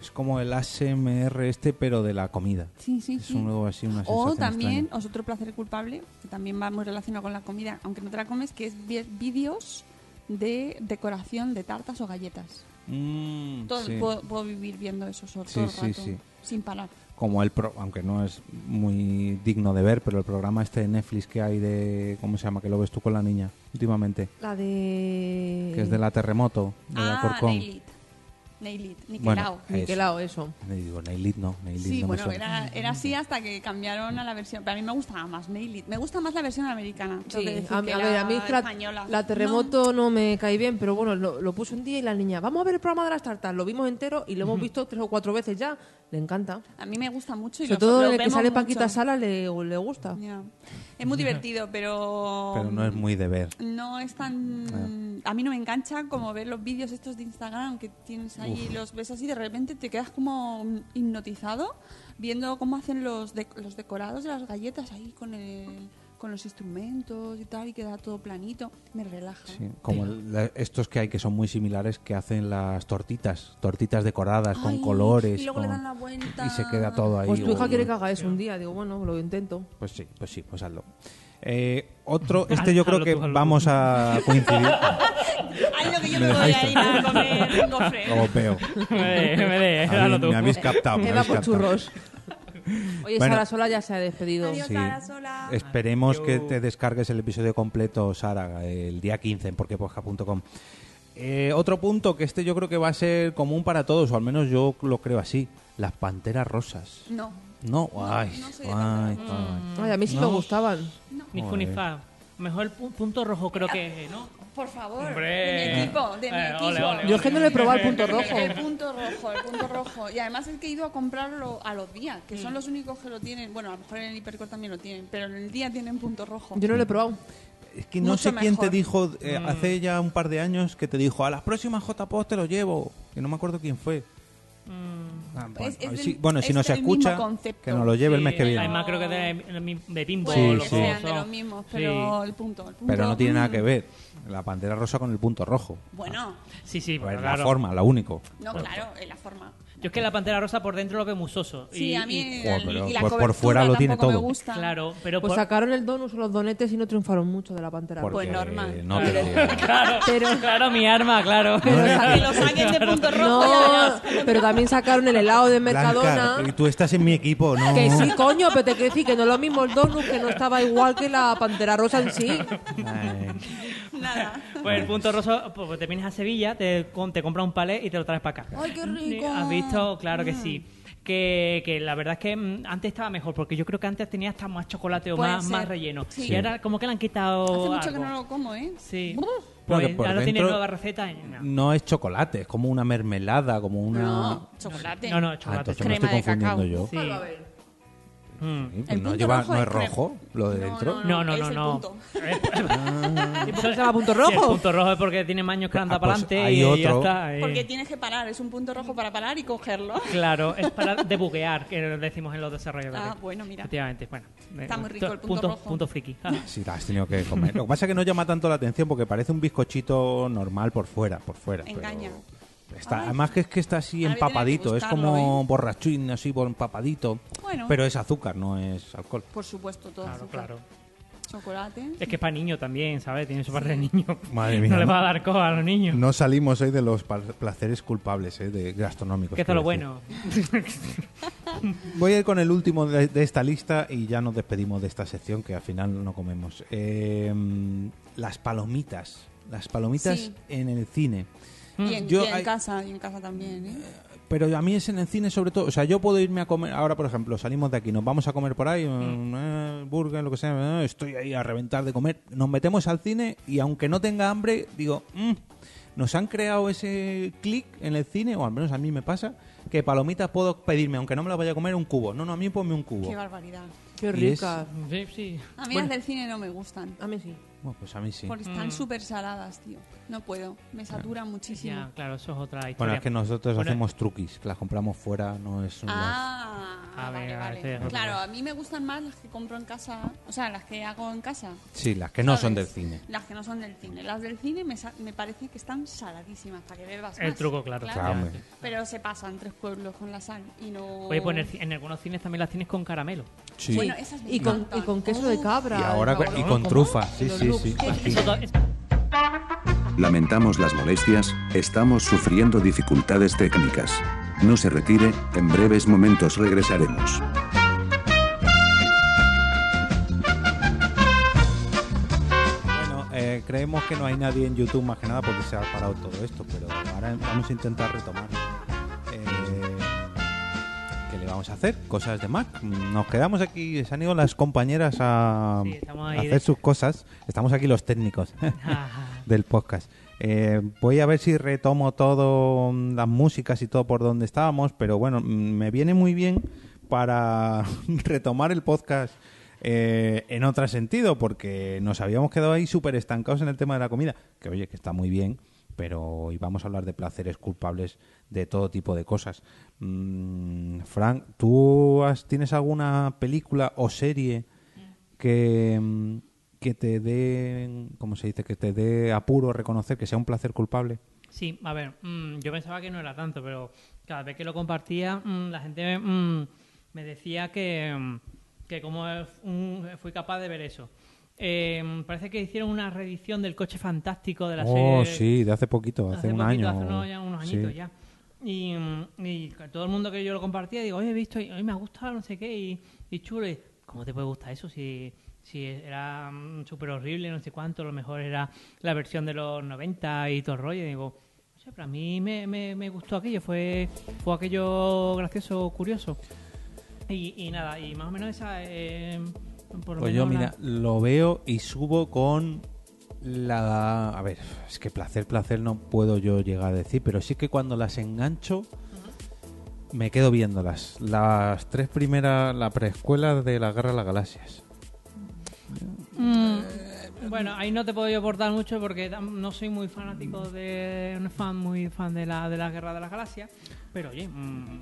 S2: Es como el ASMR este, pero de la comida.
S4: Sí, sí,
S2: es
S4: sí.
S2: un luego así una
S4: O
S2: sensación
S4: también,
S2: extraña.
S4: os otro placer culpable, que también va muy relacionado con la comida, aunque no te la comes, que es ver vídeos de decoración de tartas o galletas.
S2: Mm,
S4: Todo,
S2: sí.
S4: puedo, puedo vivir viendo eso so-
S2: Sí,
S4: todo el
S2: sí,
S4: rato,
S2: sí.
S4: sin parar.
S2: Como el pro, aunque no es muy digno de ver, pero el programa este de Netflix que hay de cómo se llama que lo ves tú con la niña últimamente,
S3: La de...
S2: que es de la terremoto de la
S4: ah,
S2: Corcón.
S4: Nail It. Nail It,
S2: Bueno,
S4: Niquelao.
S3: Niquelao, eso.
S2: Le digo Nailit no, Nailit
S4: Sí,
S2: no me
S4: bueno,
S2: suena.
S4: era, era así hasta que cambiaron a la versión. Pero a mí me gustaba más Nail It. Me gusta más la versión americana. tengo
S3: Sí,
S4: que decir
S3: a, mí-
S4: que
S3: a ver, a mí la,
S4: española.
S3: la terremoto no. me cae bien, pero bueno, lo, lo puse un día y la niña, vamos a ver el programa de las tartas, lo vimos entero y lo hemos visto tres o cuatro veces ya, le encanta.
S4: No, a mí me gusta mucho. Y
S3: Sobre
S4: lo-
S3: todo
S4: lo
S3: el que
S4: vemos
S3: sale
S4: mucho.
S3: Paquita Sala le, le gusta.
S4: Ya. Es muy divertido, pero.
S2: Pero no es muy de ver.
S4: no es tan.
S2: Ah.
S4: A mí no me engancha como ver los vídeos estos de Instagram que tienes ahí, los ves así, de repente te quedas como hipnotizado viendo cómo hacen los, de- los decorados de las galletas ahí con el con los instrumentos y tal, y queda todo planito. Me relaja.
S2: Sí, como el- la- estos que hay que son muy similares que hacen las tortitas, tortitas decoradas
S4: Ay,
S2: con colores.
S4: y luego le
S2: con-
S4: dan la vuelta.
S2: Y se queda todo ahí.
S3: Pues tu hija
S2: o-
S3: quiere que haga eso un día, digo, bueno, lo intento.
S2: Pues sí, pues sí, pues hazlo. Eh, otro,
S7: Hazlo
S2: este yo creo
S7: tú,
S2: que
S7: hazlo tú.
S2: vamos a coincidir.
S4: Ay, lo que yo
S2: Me
S4: me voy
S2: dejáis
S4: a ir a comer un gofre.
S2: Lo veo.
S7: me de, me de,
S2: Habéis-
S7: dalo tú.
S2: me habéis captado. me
S3: Eva
S2: habéis
S3: por
S2: captado.
S3: churros. Oye,
S2: pues Bueno.
S3: Sara Sola ya se ha despedido.
S4: Adiós.
S2: Sí.
S4: Sara Sola.
S2: Esperemos que te descargues el episodio completo, Sara, el día 15 en porqueposca.com. Eh, otro punto que este yo creo que va a ser común para todos, o al menos yo lo creo así, las panteras rosas.
S4: No.
S2: No, ay,
S4: no soy de Mm.
S2: ay, ay.
S3: Ay, a mí sí me gustaban.
S7: Ni fu ni fa. Mejor pu- punto rojo creo que es, ¿no?
S4: Por favor,
S7: Hombre.
S4: de mi equipo, de mi
S7: Eh,
S4: equipo.
S7: ole, ole, ole.
S3: Yo es que no le he probado el punto rojo.
S4: El punto rojo, el punto rojo. Y además es que he ido a comprarlo a los días, que
S7: Mm.
S4: son los únicos que lo tienen. Bueno, a lo mejor en el hipercor también lo tienen, pero en el día tienen punto rojo.
S3: Yo no lo he probado.
S2: Es que no
S4: Mucho
S2: sé quién te dijo
S4: mejor.
S2: eh, hace ya un par de años que te dijo a las próximas JPOS te lo llevo. Que no me acuerdo quién fue. bueno,
S4: Es- es
S2: si,
S4: del-
S2: bueno, si
S4: es
S2: nos
S4: del
S2: escucha,
S4: mismo concepto.
S2: que nos lo lleve el
S7: Sí,
S2: mes que viene.
S7: Además, creo que de, mi- de Pimbo.
S2: Sí,
S4: Puede que
S2: sí.
S4: sean de
S7: son.
S4: los mismos, pero el punto, el punto.
S2: Pero no tiene nada que
S4: mm,
S2: ver la pantera rosa con el punto rojo.
S4: Bueno,
S7: Sí, sí, sí
S2: A ver,
S7: bueno,
S2: Pues la
S7: claro.
S2: forma, la único.
S4: no, claro, es la forma.
S7: Yo es que la pantera rosa por dentro lo veo musoso.
S4: Sí,
S7: y,
S4: a mí
S7: y-
S2: Joder,
S4: el-
S2: pero
S4: y la
S2: por- por
S4: cobertura
S2: fuera lo tiene
S4: tampoco
S2: todo.
S4: Me gusta.
S7: claro, pero
S3: Pues
S7: por-
S3: sacaron el donus o los donetes y no triunfaron mucho de la pantera.
S2: Porque
S3: rosa.
S4: Pues normal.
S2: No tendría-
S7: claro, claro, mi arma, claro.
S4: Que lo saquen de punto rojo. ya
S3: No,
S4: verás.
S3: pero también sacaron el helado de Mercadona.
S2: Blanca, y tú estás en mi equipo, ¿no?
S3: Que sí, coño, pero te quiero decir que no es lo mismo el donut que no estaba igual que la pantera rosa en sí.
S2: Ay,
S4: Nada.
S7: Pues el punto rosa, pues te vienes a Sevilla, te, com- te compras un palé y te lo traes para acá.
S4: Ay, qué rico. Mm.
S7: ¿Has visto? Claro que sí. Que, que la verdad es que mm, antes estaba mejor, porque yo creo que antes tenía hasta más chocolate o
S4: Puede
S7: más,
S4: ser.
S7: más relleno.
S4: Sí.
S7: Y ahora como que le han quitado
S4: Hace mucho que
S7: Oh, algo.
S4: no lo como, ¿eh?
S7: Sí.
S4: Uf.
S2: No,
S7: Pues
S2: que por
S7: ahora tiene
S2: dentro
S7: nueva receta. y no.
S2: No es chocolate, es como una mermelada, como una.
S4: No, chocolate.
S7: No, no,
S2: Ah,
S7: chocolate.
S2: entonces me
S4: Crema
S2: estoy
S4: de cacao.
S2: confundiendo yo.
S7: Sí. Mm.
S2: Sí,
S4: El
S2: no,
S4: punto
S2: lleva-
S4: rojo
S2: no
S4: es
S2: es
S4: crema.
S2: rojo lo de
S4: No,
S2: dentro.
S4: no,
S7: No, no,
S4: es
S7: no,
S4: el
S7: no.
S4: punto.
S7: ¿Y por qué se
S3: llama punto rojo?
S7: el punto rojo es porque tiene años que anda
S2: Ah,
S7: para
S2: pues
S7: adelante
S2: hay
S7: y ya
S2: otro.
S7: está. eh.
S4: Porque tienes que parar, es un punto rojo para parar y cogerlo.
S7: Claro, es para debuguear, que lo decimos en los desarrolladores.
S4: Ah, bueno, mira.
S7: Efectivamente, bueno.
S4: Está
S7: eh,
S4: muy rico el punto rojo.
S7: Punto friki. Ah,
S2: Sí, la has tenido que comer. Lo que pasa es que no llama tanto la atención porque parece un bizcochito normal por fuera, por fuera.
S7: pues-
S2: pero
S4: Engaña.
S2: está-
S4: Ay.
S2: además que es que está así
S4: Ahora voy a tener que
S2: empapadito, es
S4: buscarlo,
S2: como borrachín, así empapadito.
S4: Bueno.
S2: Pero es azúcar, no es alcohol.
S4: Por supuesto, todo
S7: Claro, Eh,
S4: azúcar.
S7: claro.
S4: Chocolate.
S7: Es que es para niños también, ¿sabes? Tiene su parte de niño.
S2: Madre
S7: No
S2: mía,
S7: le
S2: ¿no?
S7: va a dar coja a los niños.
S2: No salimos hoy de los pa- placeres culpables, eh, de gastronómicos.
S7: que esto es lo bueno.
S2: quiero decir. Voy a ir con el último de, de esta lista y ya nos despedimos de esta sección que al final no comemos. Eh, las palomitas. Las palomitas
S4: Sí.
S2: en el cine.
S4: Y en,
S2: Yo
S4: y en
S2: hay-
S4: casa, y en casa también, ¿eh?
S2: Pero a mí es en el cine sobre todo. O sea, yo puedo irme a comer. Ahora, por ejemplo, salimos de aquí, nos vamos a comer por ahí, mm, eh, burger, lo que sea. eh, estoy ahí a reventar de comer. Nos metemos al cine y aunque no tenga hambre, digo, "Mm, nos han creado ese clic en el cine, o al menos a mí me pasa, que palomitas puedo pedirme, aunque no me las vaya a comer, un cubo. No, no, a mí ponme un cubo.
S4: Qué barbaridad.
S3: Qué
S2: Y es-
S3: rica.
S7: Sí, sí.
S4: A mí las del cine no me gustan.
S3: A mí sí.
S2: Bueno, pues a mí sí.
S4: Porque
S7: Mm.
S4: están súper saladas, tío. No puedo. Me saturan muchísimo.
S7: Ya, claro, eso es otra historia.
S2: Bueno, es que nosotros
S7: Bueno,
S2: hacemos truquis, que las compramos fuera, no es un...
S4: Ah,
S7: A
S4: vale,
S7: ver,
S4: vale.
S7: este es otro.
S4: Claro, a mí me gustan más las que compro en casa, o sea, las que hago en casa.
S2: Sí, las que no son del
S4: ¿sabes?
S2: cine.
S4: Las que no son del cine. Las del cine me, sa- me parece que están saladísimas, para que bebas
S7: El
S4: más.
S7: truco, claro.
S2: Claro, Ah, hombre.
S4: Pero se pasan tres pueblos con la sal y no...
S7: Oye, pues en, el- en algunos cines también las tienes con caramelo.
S2: Sí.
S4: Bueno, esas me
S3: Y con,
S4: encantan.
S3: y con queso de
S4: Uf,
S3: cabra.
S2: y ahora
S3: cabrón.
S2: y con trufa, sí, sí, sí. aquí.
S7: Eso to-
S8: Lamentamos las molestias, estamos sufriendo dificultades técnicas. No se retire, en breves momentos regresaremos.
S2: Bueno, eh, creemos que no hay nadie en YouTube más que nada porque se ha parado todo esto, pero ahora vamos a intentar retomar. Eh, ¿Qué le vamos a hacer? Cosas de Mac. Nos quedamos aquí, se han ido las compañeras a,
S7: Sí, estamos ahí
S2: a hacer
S7: de- Ah,
S2: sus cosas. Estamos aquí los técnicos
S7: Ajá.
S2: del podcast. Eh, voy a ver si retomo todo, mm, las músicas y todo por donde estábamos, pero bueno, mm, me viene muy bien para retomar el podcast eh, en otro sentido, porque nos habíamos quedado ahí súper estancados en el tema de la comida, que oye, que está muy bien, pero hoy vamos a hablar de placeres culpables de todo tipo de cosas. Mm, Frank, ¿tú has- tienes alguna película o serie que, mm, que te dé, ¿cómo se dice? Que te dé apuro reconocer que sea un placer culpable.
S7: Sí, a ver, mm, yo pensaba que no era tanto, pero cada vez que lo compartía, mm, la gente mm, me decía que, mm, que cómo eh, un- fui capaz de ver eso. Eh, parece que hicieron una reedición del coche fantástico de la serie.
S2: oh, sí, de hace poquito, hace, un
S7: poquito,
S2: año.
S7: Hace unos, ya unos
S2: Sí.
S7: añitos ya. Y, mm, y todo el mundo que yo lo compartía, digo, oye, he visto, y- oye, me ha gustado, no sé qué, y, y chulo. Y, ¿Cómo te puede gustar eso si, si era mm, súper horrible, no sé cuánto? A lo mejor era la versión de los 90 y todo el rollo. Y digo, no sé, pero a mí me, me, me gustó aquello, fue, fue aquello gracioso, curioso. Y, y nada, y más o menos esa. eh, por lo
S2: Pues
S7: menos
S2: yo,
S7: la-
S2: mira, lo veo y subo con la... A ver, es que placer, placer no puedo yo llegar a decir, pero sí que cuando las engancho me quedo viéndolas. Las tres primeras, la preescuela de la Guerra de las Galaxias.
S7: Mm, bueno, Bueno, ahí no te puedo yo aportar mucho porque tam- no soy muy fanático de. No fan muy fan de la, de la Guerra de las Galaxias. Pero oye, mm, mm,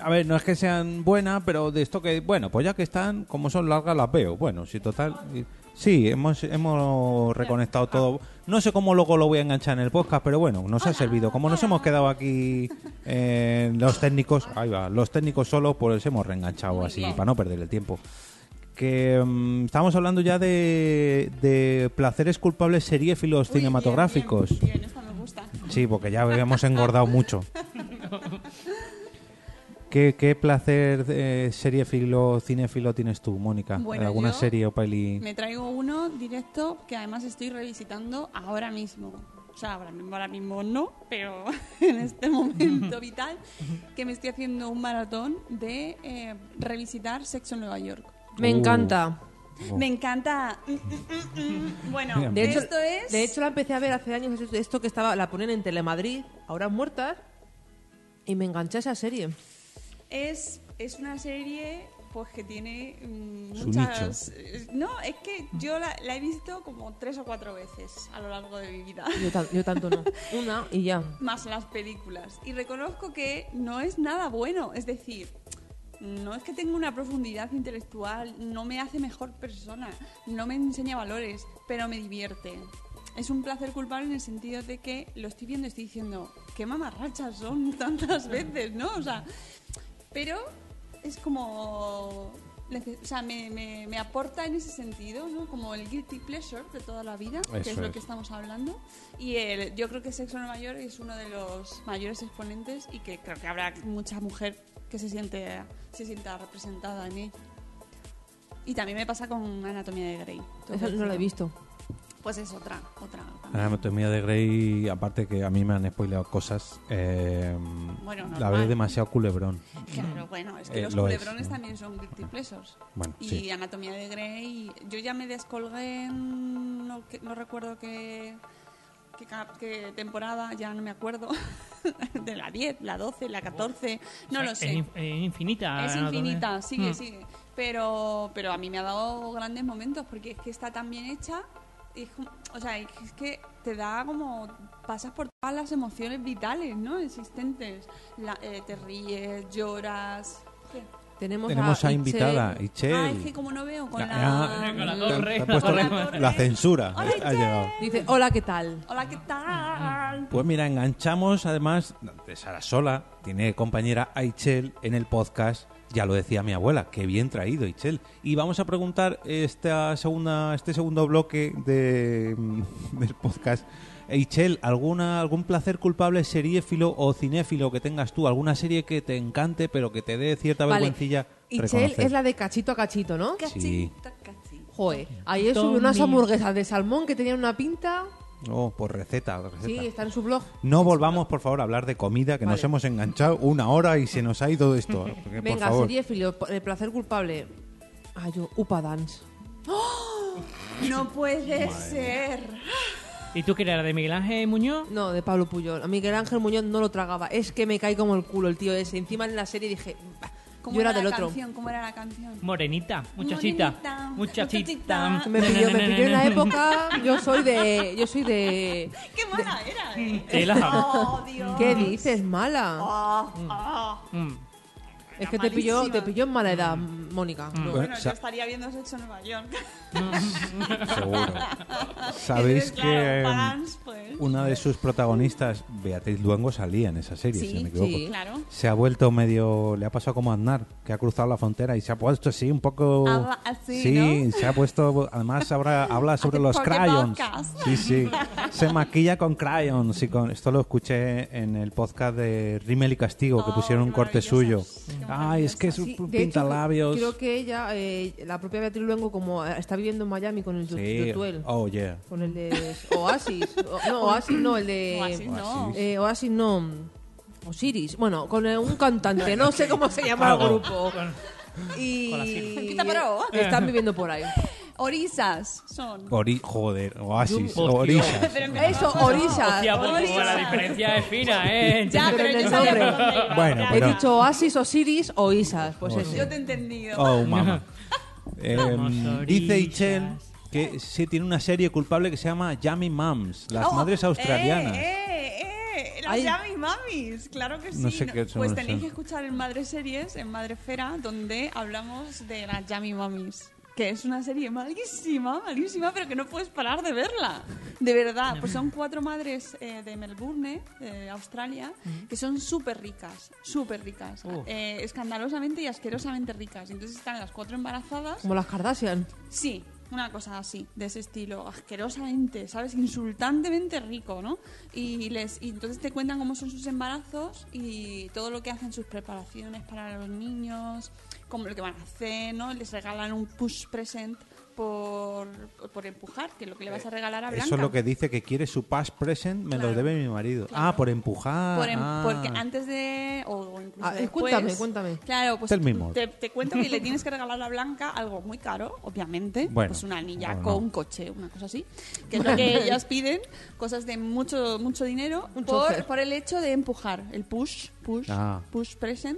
S2: A ver, no es que sean buenas, pero de esto que, bueno, pues ya que están, como son largas, las veo. Bueno, si total. y- Sí, hemos, hemos reconectado todo. No sé cómo luego lo voy a enganchar en el podcast, pero bueno, nos ha servido. Como nos hemos quedado aquí eh, los técnicos, ahí va, los técnicos solos, pues hemos reenganchado así, para no perder el tiempo. Que mm, estamos hablando ya de, de placeres culpables seriéfilos
S4: Uy,
S2: cinematográficos.
S4: Bien, bien, bien, esta me gusta.
S2: Sí, porque ya habíamos engordado mucho. ¿Qué, qué placer eh, seriéfilo, cinéfilo tienes tú, Mónica?
S4: Bueno,
S2: ¿Alguna
S4: yo
S2: serie o peli?
S4: Me traigo uno directo que además estoy revisitando ahora mismo. O sea, ahora mismo, ahora mismo no, pero en este momento vital que me estoy haciendo un maratón de eh, revisitar Sexo en Nueva York.
S3: Me
S2: Uh.
S3: encanta.
S2: Oh.
S4: Me encanta. Mm, mm, mm, mm. Bueno,
S2: Bien.
S3: De hecho,
S4: esto es.
S3: de hecho, la empecé a ver hace años, es esto que estaba, la ponen en Telemadrid, ahora muertas, y me enganché a esa serie.
S4: es, es una serie pues que tiene mm,
S2: Su
S4: muchas eh, no es que yo la, la he visto como tres o cuatro veces a lo largo de mi vida
S3: Yo, tan- yo tanto no. Una y ya.
S4: más las películas y reconozco que no es nada bueno es decir no es que tenga una profundidad intelectual no me hace mejor persona no me enseña valores pero me divierte es un placer culpable en el sentido de que lo estoy viendo y estoy diciendo qué mamarrachas son tantas veces no o sea pero es como nece- o sea, me, me- me aporta en ese sentido, ¿no? Como el guilty pleasure de toda la vida, que es
S2: Eso
S4: lo
S2: es.
S4: que estamos hablando. Y el, yo creo que Sexo en Nueva York es uno de los mayores exponentes y que creo que habrá mucha mujer que se siente se sienta representada en él. Y también me pasa con Anatomía de Grey.
S3: Esa no la he visto.
S4: Pues es otra, otra. también.
S2: Anatomía de Grey, aparte que a mí me han spoileado cosas, eh,
S4: Bueno,
S2: la
S4: normal.
S2: veo demasiado culebrón.
S4: Claro, bueno, es que
S2: Eh,
S4: los
S2: lo es,
S4: culebrones
S2: ¿no?
S4: también son guilty pleasures.
S2: Bueno,
S4: y
S2: sí.
S4: Anatomía de Grey. Yo ya me descolgué, en- no, que- no recuerdo qué, qué, cap- qué temporada, ya no me acuerdo. de la 10, la 12, la 14,
S7: o
S4: no
S7: sea,
S4: lo
S7: es
S4: sé.
S7: in- Es infinita.
S4: Es
S7: la
S4: infinita,
S7: anatomía.
S4: sigue,
S7: Ah, Mm.
S4: sigue. Pero, pero a mí me ha dado grandes momentos porque es que está tan bien hecha. y es como- o sea, es que te da como. Pasas por todas las emociones vitales, ¿no? Existentes. La- eh, te ríes, lloras. ¿Qué?
S3: Tenemos,
S2: Tenemos a
S3: Itzel.
S2: invitada, Ichel.
S4: Ah, es que como no veo con
S2: Ya,
S4: la.
S2: ya,
S7: Con la
S2: te-
S7: torre,
S2: te ha puesto
S7: con la
S4: torre.
S2: la censura.
S4: Hola,
S2: Ha
S4: Ichel.
S2: llegado.
S3: Dice, hola, ¿qué tal?
S4: Hola, ¿qué tal?
S2: Pues mira, enganchamos además de Sara Sola, tiene compañera Aichel en el podcast, ya lo decía mi abuela, qué bien traído Aichel. Y vamos a preguntar esta segunda, este segundo bloque de, mm, del podcast. Aichel, ¿alguna, ¿algún placer culpable seriéfilo o cinéfilo que tengas tú? ¿Alguna serie que te encante pero que te dé cierta vergüencilla?
S3: Itzel
S2: reconocer?
S3: es la de cachito a cachito, ¿no?
S4: Cachita, cachita.
S3: Joder, ayer subió unas hamburguesas de salmón que tenían una pinta.
S2: Oh, por receta, receta.
S3: Sí, está en su blog.
S2: No volvamos, por favor, a hablar de comida, que nos
S3: Vale.
S2: hemos enganchado una hora y se nos ha ido esto. Porque, por
S3: Venga,
S2: favor.
S3: serie filio, el placer culpable. Ah, yo, Upa Dance.
S4: No puede ser.
S7: ¿Y tú qué era? ¿La de Miguel Ángel Muñoz?
S3: No, de Pablo Puyol. A Miguel Ángel Muñoz no lo tragaba. Es que me cae como el culo el tío ese. Encima en la serie dije, bah,
S4: ¿Cómo
S3: yo era del
S4: la
S3: otro.
S4: Canción? ¿Cómo era la canción?
S7: Morenita, muchachita.
S4: Morenita,
S7: Muchachita. Mm.
S4: muchachita.
S3: Me pilló, me pilló en la época. Yo soy de, yo soy de.
S4: ¡Qué mala era! eh!
S7: Tela.
S4: ¡Oh, Dios!
S3: ¿Qué dices, mala?
S4: Ah, ah.
S7: Mm.
S3: Es que te pilló,
S4: malísima.
S3: te pilló en mala edad, Mónica.
S2: Mm.
S4: Bueno,
S2: Bueno,
S4: yo
S2: sa-
S4: estaría viendo Sexo en Nueva York.
S2: Seguro. Sabéis
S4: Entonces, claro,
S2: que em,
S4: fans, pues.
S2: una de sus protagonistas, Beatriz Luengo, salía en esa serie,
S3: Sí,
S2: si no me equivoco.
S3: sí.
S4: Claro.
S2: Se ha vuelto medio. Le ha pasado como a Aznar, que ha cruzado la frontera y se ha puesto así un poco.
S4: Habla así,
S2: sí,
S4: ah, ¿no?
S2: se ha puesto. Además, ahora habla sobre
S4: Hace
S2: los
S4: pocket
S2: crayons.
S4: podcast.
S2: Sí, sí. Se maquilla con crayons. Y con esto lo escuché en el podcast de Rimmel y Castigo, que
S4: Oh,
S2: pusieron un
S4: qué
S2: corte suyo.
S4: maravillosas, qué
S2: Ay, es que es
S3: Sí,
S2: un
S3: de hecho,
S2: pintalabios.
S3: Creo que ella, eh, la propia Beatriz Luengo, como eh, está viviendo en Miami con el
S2: Sí.
S3: Yotuel.
S2: Oh, yeah.
S3: Con el de Oasis. O- no, Oasis no, el de.
S4: Oasis, no.
S3: Eh, Oasis no. Osiris. Bueno, con eh, un cantante, no sé cómo se llama el
S7: Algo.
S3: grupo. Y.
S4: Empieza por O.
S3: Están viviendo por ahí.
S4: Orisas son.
S2: Ori- joder, Oasis,
S7: Hostia.
S2: Orisas.
S4: Pero en verdad-
S3: Eso, Orisas.
S7: Hostia, pues,
S4: Orisas.
S7: la diferencia es fina, ¿eh?
S4: Ya,
S3: pero
S4: pero,
S3: en
S4: yo
S3: el
S4: sabía
S3: nombre.
S4: por dónde iba.
S2: Bueno,
S4: Ya,
S3: He
S2: pero-
S4: ya.
S3: dicho Oasis, Osiris o Isas. Pues
S2: Oasis.
S3: ese.
S4: Yo te he entendido.
S2: Oh, mamá. Eh,
S7: Vamos,
S2: dice
S7: orillas.
S2: Ichel que sí tiene una serie culpable que se llama Yummy Moms, las
S4: Oh,
S2: madres australianas.
S4: ¡Eh, eh, eh! Las
S3: Ay.
S4: Yummy Mamis, claro que sí.
S2: No sé qué son
S4: pues
S2: esas.
S4: tenéis que escuchar en Madre Series, en Madre Fera, donde hablamos de las Yummy Mamis. Que es una serie malísima, malísima, pero que no puedes parar de verla. De verdad, pues son cuatro madres eh, de Melbourne, eh, Australia, que son súper ricas, súper ricas. eh, escandalosamente y asquerosamente ricas. Entonces están las cuatro embarazadas
S3: Como las Kardashian.
S4: Sí, una cosa así, de ese estilo, asquerosamente, ¿sabes? Insultantemente rico, ¿no? Y, les, y entonces te cuentan cómo son sus embarazos y todo lo que hacen, sus preparaciones para los niños, cómo lo que van a hacer, ¿no? Les regalan un push present por, por empujar, que es lo que le vas a regalar a Blanca.
S2: Eh, Eso es lo que dice que quiere su past present, me
S4: Claro.
S2: lo debe mi marido.
S4: Claro.
S2: Ah, por empujar.
S4: Por em-
S2: ah.
S4: Porque antes de. O, o incluso.
S3: Ah, eh,
S4: después,
S3: cuéntame, cuéntame.
S4: Claro, pues.
S2: Tell me more.
S4: Te, te cuento que le tienes que regalar a Blanca algo muy caro, obviamente.
S2: Bueno,
S4: pues una anilla
S2: bueno.
S4: con un coche, una cosa así. Que es lo que ellas piden, cosas de mucho, mucho dinero,
S3: Un
S4: por,
S3: chofer.
S4: por el hecho de empujar. El push, push,
S2: Ah.
S4: push present.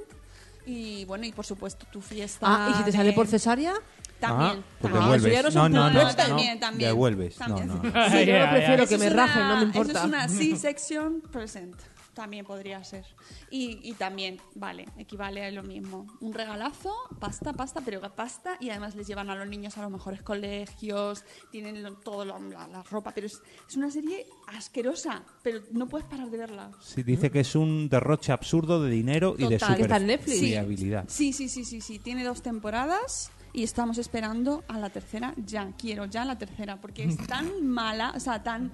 S4: Y bueno, y por supuesto tu fiesta.
S3: Ah, y si te sale
S4: de-
S3: por cesárea,
S4: También.
S2: Ah, pues
S4: también.
S2: devuelves.
S3: Ah, eso ya no es
S2: no,
S3: un
S2: no, no,
S3: plan.
S2: no,
S4: También, también.
S2: Devuelves.
S4: También.
S2: No, no, no.
S3: sí, yo
S7: ya,
S3: lo
S7: ya.
S3: prefiero que
S4: Eso
S3: me
S4: es una-
S3: rajen, no me importa.
S4: Eso es una C-section present. También podría ser. Y, y también, vale, equivale a lo mismo. Un regalazo, pasta, pasta, pero pasta. Y además les llevan a los niños a los mejores colegios, tienen lo- todo lo- la, la ropa. Pero es, es una serie asquerosa, pero no puedes parar de verla.
S2: Sí, dice que es un derroche absurdo de dinero y de
S4: Total.
S2: super
S3: Está en Netflix.
S4: Sí.
S2: fiabilidad.
S4: Sí, sí, sí, sí, sí. Tiene dos temporadas y estamos esperando a la tercera ya. Quiero ya la tercera porque es tan mala, o sea, tan...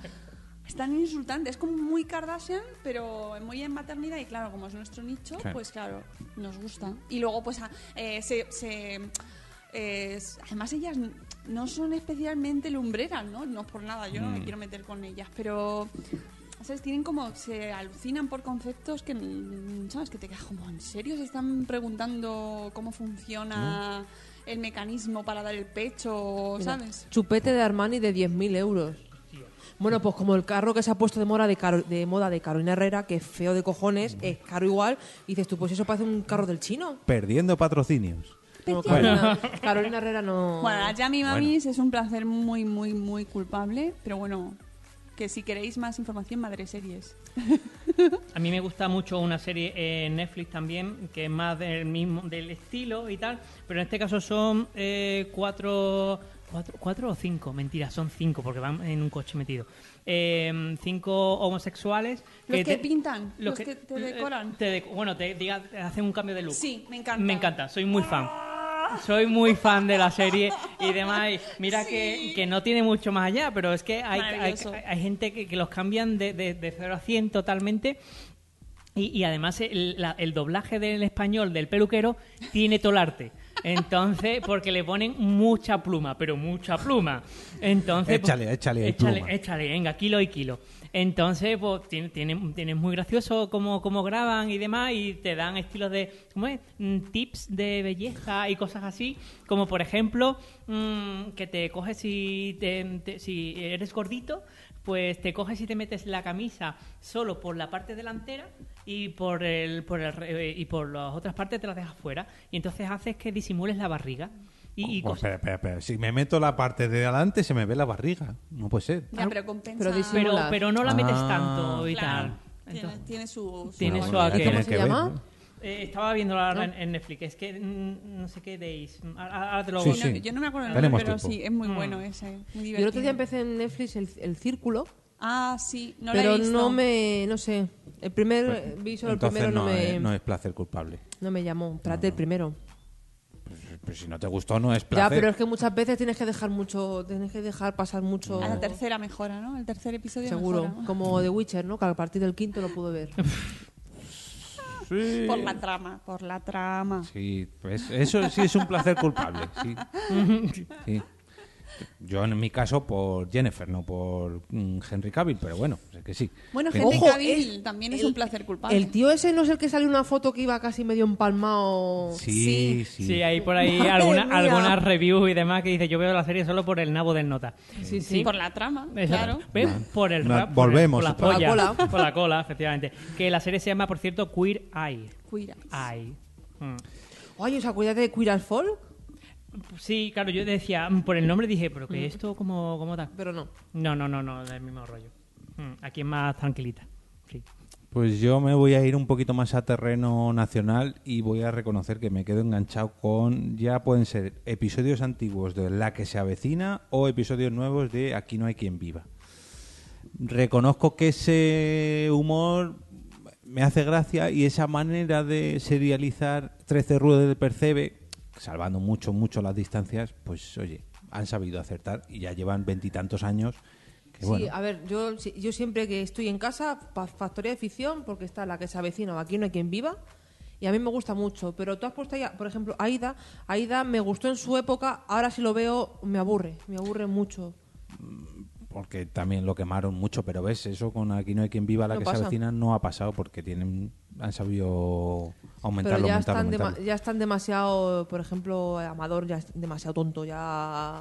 S4: Es tan insultante, es como muy Kardashian, pero muy en maternidad y claro, como es nuestro nicho,
S2: Claro.
S4: pues claro, nos gusta. Y luego pues a- eh, se... se- eh, s- además ellas n- no son especialmente lumbreras, ¿no? No es por nada, yo no me quiero meter con ellas, pero... ¿Sabes? Tienen como, se alucinan por conceptos que, mm, ¿sabes? Que te quedas como, ¿en serio? Se están preguntando cómo funciona el mecanismo para dar el pecho,
S3: Mira,
S4: ¿sabes?
S3: Chupete de Armani de 10.000 euros. Bueno, pues como el carro que se ha puesto de moda de, Caro- de moda de Carolina Herrera, que es feo de cojones, es caro igual, y dices tú, pues eso parece un carro del chino.
S2: Perdiendo patrocinios.
S3: No, Carolina, Carolina Herrera no...
S4: Bueno, la Yami Mamis es un placer muy, muy, muy culpable, pero bueno, que si queréis más información, madre series.
S7: A mí me gusta mucho una serie en Netflix también, que es más del mismo, del estilo y tal, pero en este caso son eh, cuatro, cuatro, cuatro o cinco, mentira, son cinco porque van en un coche metido. Eh, cinco homosexuales.
S4: Los que
S7: te-
S4: pintan, los que te decoran.
S7: te deco- bueno, te, diga- te hacen un cambio de look.
S4: Sí, me encanta. Ah.
S7: Me encanta, soy muy fan. Soy muy fan de la serie y demás. Y mira que, que no tiene mucho más allá, pero es que hay, hay,
S4: Maravilloso.
S7: hay- hay gente que, que los cambian de, de, de 0 a 100 totalmente. Y, y además el, la- el doblaje del español del peluquero tiene todo el arte. Entonces, porque le ponen mucha pluma, pero mucha pluma. Entonces, pues,
S2: Échale, échale ahí
S7: échale,
S2: pluma.
S7: échale, venga, kilo y kilo. Entonces, pues tiene, tiene, tiene muy gracioso cómo, cómo graban y demás, y te dan estilos de, ¿cómo es? Mm, Tips de belleza y cosas así, como por ejemplo, mm, que te coges si, te- te- si eres gordito, pues te coges y te metes la camisa solo por la parte delantera y por el, por el re- y por las otras partes te las dejas fuera. Y entonces haces que disimules la barriga. Y, y
S2: Bueno,
S7: cosas.
S2: espera, espera, espera. Si me meto la parte de adelante, se me ve la barriga. No puede ser.
S4: Ya, pero compensa.
S3: Pero disimula.
S7: Pero, pero no la metes
S2: Ah.
S7: tanto y
S4: Claro,
S7: tal.
S4: tiene,
S7: Entonces-
S4: tiene su... su
S7: Tiene
S4: valor.
S7: su aquel.
S2: tiene
S3: ¿Cómo se
S2: que ver,
S3: llama?
S2: ¿no?
S7: Eh, estaba viendo ahora en, en Netflix, es que mm, no sé qué days. Ahora, ahora te lo
S2: Sí,
S4: Y
S2: sí.
S4: no- Yo no me acuerdo el nombre,
S2: Tenemos
S4: pero
S2: tiempo.
S4: sí, es
S7: Mm.
S4: muy bueno ese. Muy
S3: Yo el otro día
S4: divertido.
S3: empecé en Netflix el, el Círculo,
S4: Ah, sí, no lo
S3: pero
S4: he visto.
S3: no me... no sé. El primer eh, vi solo el
S2: Pues, Entonces
S3: primero, no,
S2: no,
S3: me,
S2: es, no es placer culpable.
S3: no me llamó. Trate el primero.
S2: Pues si no te gustó, no es
S3: Ya,
S2: placer.
S3: pero es que muchas veces tienes que dejar mucho, tienes que dejar pasar mucho...
S4: A la tercera mejora, ¿no? El tercer episodio
S3: Seguro,
S4: mejora.
S3: como The Witcher, ¿no? Que a partir del quinto lo pudo ver.
S4: Por la trama, por la trama.
S2: Sí, pues eso sí es un placer culpable. Sí. Sí. Yo en mi caso por Jennifer, no por mm, Henry Cavill, pero bueno, sé que sí.
S4: Bueno,
S2: Que-
S4: gente-
S3: Ojo,
S4: Cavill también es un placer culpable.
S3: El tío ese no es el que salió una foto que iba casi medio empalmado.
S2: Sí, sí.
S7: Sí, hay por ahí
S3: Madre
S7: alguna,
S3: mía.
S7: algunas reviews y demás que dice yo veo la serie solo por el nabo del nota.
S3: Sí,
S7: sí.
S4: Por la trama,
S7: Exacto.
S4: claro.
S7: ¿Ves? Por el
S2: No,
S7: rap,
S2: volvemos
S7: por,
S2: otra
S7: la polla,
S3: vez. Por la cola.
S7: por la cola, efectivamente. Que la serie se llama, por cierto, Queer Eye.
S4: Queer Eyes.
S7: Eye. Mm.
S3: Oye, o sea, cuídate de Queer as Folk.
S7: Sí, claro, yo decía, mm, por el nombre dije, pero
S3: Mm.
S7: que esto como, como tal.
S3: Pero no.
S7: No, no, no, no, del mismo rollo. Mm, Aquí es más tranquilita. Sí.
S2: Pues yo me voy a ir un poquito más a terreno nacional y voy a reconocer que me quedo enganchado con, ya pueden ser episodios antiguos de La que se avecina o episodios nuevos de Aquí no hay quien viva. Reconozco que ese humor me hace gracia y esa manera de serializar 13 ruedas del Percebe, salvando mucho, mucho las distancias, pues oye, han sabido acertar y ya llevan veintitantos años. Que,
S3: Sí,
S2: bueno,
S3: a ver, yo, sí, yo siempre que estoy en casa, pa- factoría de ficción, porque está la que se avecina, o aquí no hay quien viva, y a mí me gusta mucho, pero tú has puesto ahí, por ejemplo, Aida, Aida me gustó en su época, ahora si lo veo me aburre, me aburre mucho.
S2: porque también lo quemaron mucho, pero ves, eso con Aquí no hay quien viva, la
S3: No
S2: que se
S3: pasa.
S2: avecina no ha pasado porque tienen han sabido
S3: Pero
S2: aumentarlo,
S3: ya
S2: aumentarlo,
S3: están, dema-
S2: aumentarlo.
S3: ya están demasiado, por ejemplo, Amador ya es demasiado tonto, ya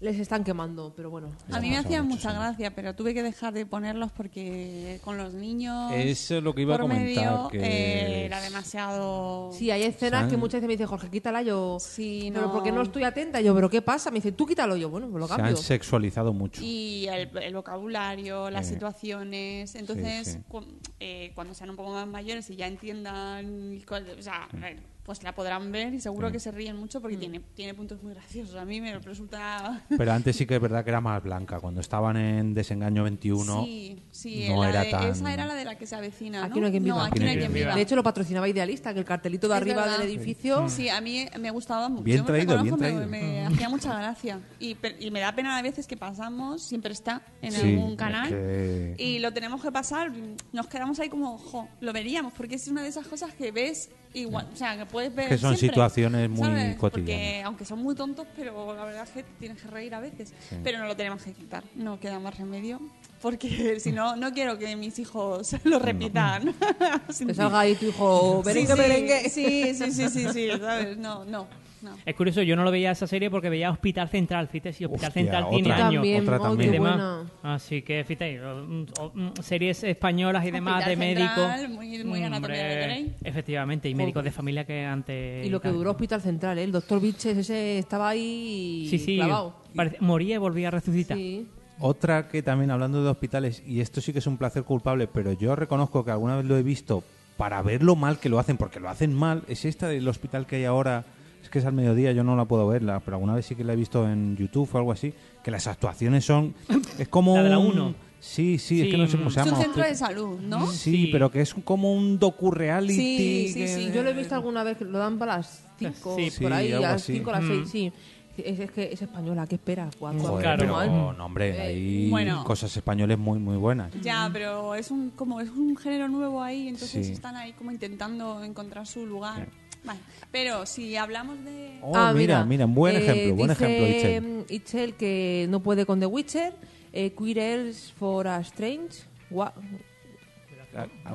S3: les están quemando, pero bueno.
S4: A mí me
S2: pasa
S4: hacía
S2: mucho,
S4: mucha
S2: sí.
S4: gracia, pero tuve que dejar de ponerlos porque con los niños.
S2: Eso es lo que iba a
S4: por
S2: comentar,
S4: medio,
S2: que
S4: eh, era
S2: es-
S4: demasiado.
S3: Sí, hay escenas
S2: San-
S3: que muchas veces me dicen, Jorge, quítala yo.
S4: Sí,
S3: Pero
S4: no.
S3: porque no estoy atenta. Yo, ¿pero qué pasa? Me dice, tú quítalo yo. Bueno, pues lo
S2: Se
S3: cambio.
S2: han sexualizado mucho.
S4: Y el, el vocabulario, las
S2: Eh,
S4: situaciones. Entonces,
S2: sí.
S4: cu- eh, cuando sean un poco más mayores y ya entiendan. cuál- O sea, a ver, pues la podrán ver y seguro que se ríen mucho
S2: Mm.
S4: porque tiene, tiene puntos muy graciosos. A mí me resulta.
S2: Pero antes sí que es verdad que era más blanca. Cuando estaban en Desengaño 21,
S4: sí, sí,
S2: no
S4: la
S2: era
S4: de-
S2: tan-
S4: esa era la de la que se avecina.
S3: Aquí no hay quien viva.
S4: aquí no hay quien viva.
S3: De hecho, lo patrocinaba Idealista, que el cartelito de
S4: Es
S3: arriba
S4: verdad.
S3: del edificio.
S4: Sí, Mm. a mí me gustaba mucho.
S2: Mm. Bien
S4: Yo me
S2: traído, bien
S4: reconozco,
S2: traído. Mm.
S4: Me, me hacía mucha gracia. Y, pe- y me da pena a veces que pasamos, siempre está en
S2: Sí,
S4: algún
S2: es
S4: canal.
S2: que-
S4: Y lo tenemos que pasar, nos quedamos ahí como, jo, lo veríamos, porque es una de esas cosas que ves igual. O sea, que puedes ver.
S2: Que son
S4: siempre,
S2: situaciones muy
S4: ¿sabes? Porque
S2: cotidianas.
S4: aunque son muy tontos, pero la verdad es que te tienes que reír a veces. Pero no lo tenemos que quitar, no queda más remedio. Porque si no, no quiero que mis hijos lo repitan. Sin-
S3: Que salga ahí tu hijo,
S4: Sí,
S3: merengue,
S4: sí,
S3: merengue.
S4: Sí, sí, sí, sí, sí, ¿sabes? No, no, no.
S7: Es curioso, yo no lo veía esa serie porque veía Hospital Central, fíjate si Hospital
S2: Hostia,
S7: Central tiene
S2: otra.
S7: años.
S3: También,
S2: otra
S3: oh, qué
S2: también.
S7: y
S3: buena.
S7: demás. Así que, fíjate, mm, o- mm, series españolas y demás de
S4: Hospital
S7: médicos.
S4: Central, muy- muy Anatomía de Grey.
S7: Efectivamente, y médicos de familia que antes.
S3: Y lo que
S7: tal.
S3: duró Hospital Central, ¿eh? El doctor Biches ese estaba ahí
S7: Sí, sí.
S3: clavado.
S7: parece- moría y volvía a resucitar.
S3: Sí.
S2: Otra que también, hablando de hospitales, y esto sí que es un placer culpable, pero yo reconozco que alguna vez lo he visto para ver lo mal que lo hacen, porque lo hacen mal, es esta del hospital que hay ahora. Es que es al mediodía, yo no la puedo verla, pero alguna vez sí que la he visto en YouTube o algo así, que las actuaciones son. Es como.
S7: La de la
S2: un-
S7: uno.
S2: Sí, sí, es
S7: Sí,
S2: que no sé cómo se
S4: Es
S2: llama.
S4: un centro de salud, ¿no?
S2: Sí,
S7: Sí.
S2: pero que es como un docu-reality.
S4: Sí, sí,
S2: que-
S4: sí,
S3: Yo lo he visto alguna vez, que lo dan para las 5,
S7: Sí,
S2: sí,
S3: por ahí, a
S2: algo
S3: las
S2: así.
S3: 5 a las
S7: Mm.
S3: 6, sí. Es, es que es española, ¿qué esperas? Guau, guau,
S2: Joder,
S7: Claro.
S2: pero,
S3: guau.
S2: no, hombre, hay
S4: bueno.
S2: cosas españoles muy, muy buenas.
S4: Ya, pero es un, como es un género nuevo ahí, entonces
S2: Sí.
S4: están ahí como intentando encontrar su lugar. Vale, pero si hablamos de...
S2: Oh, mira, mira, buen ejemplo, buen
S3: Ah, Eh, dice,
S2: ejemplo, Itzel.
S3: mm, Itzel que no puede con The Witcher, eh, Queer Else for a Strange. Gua-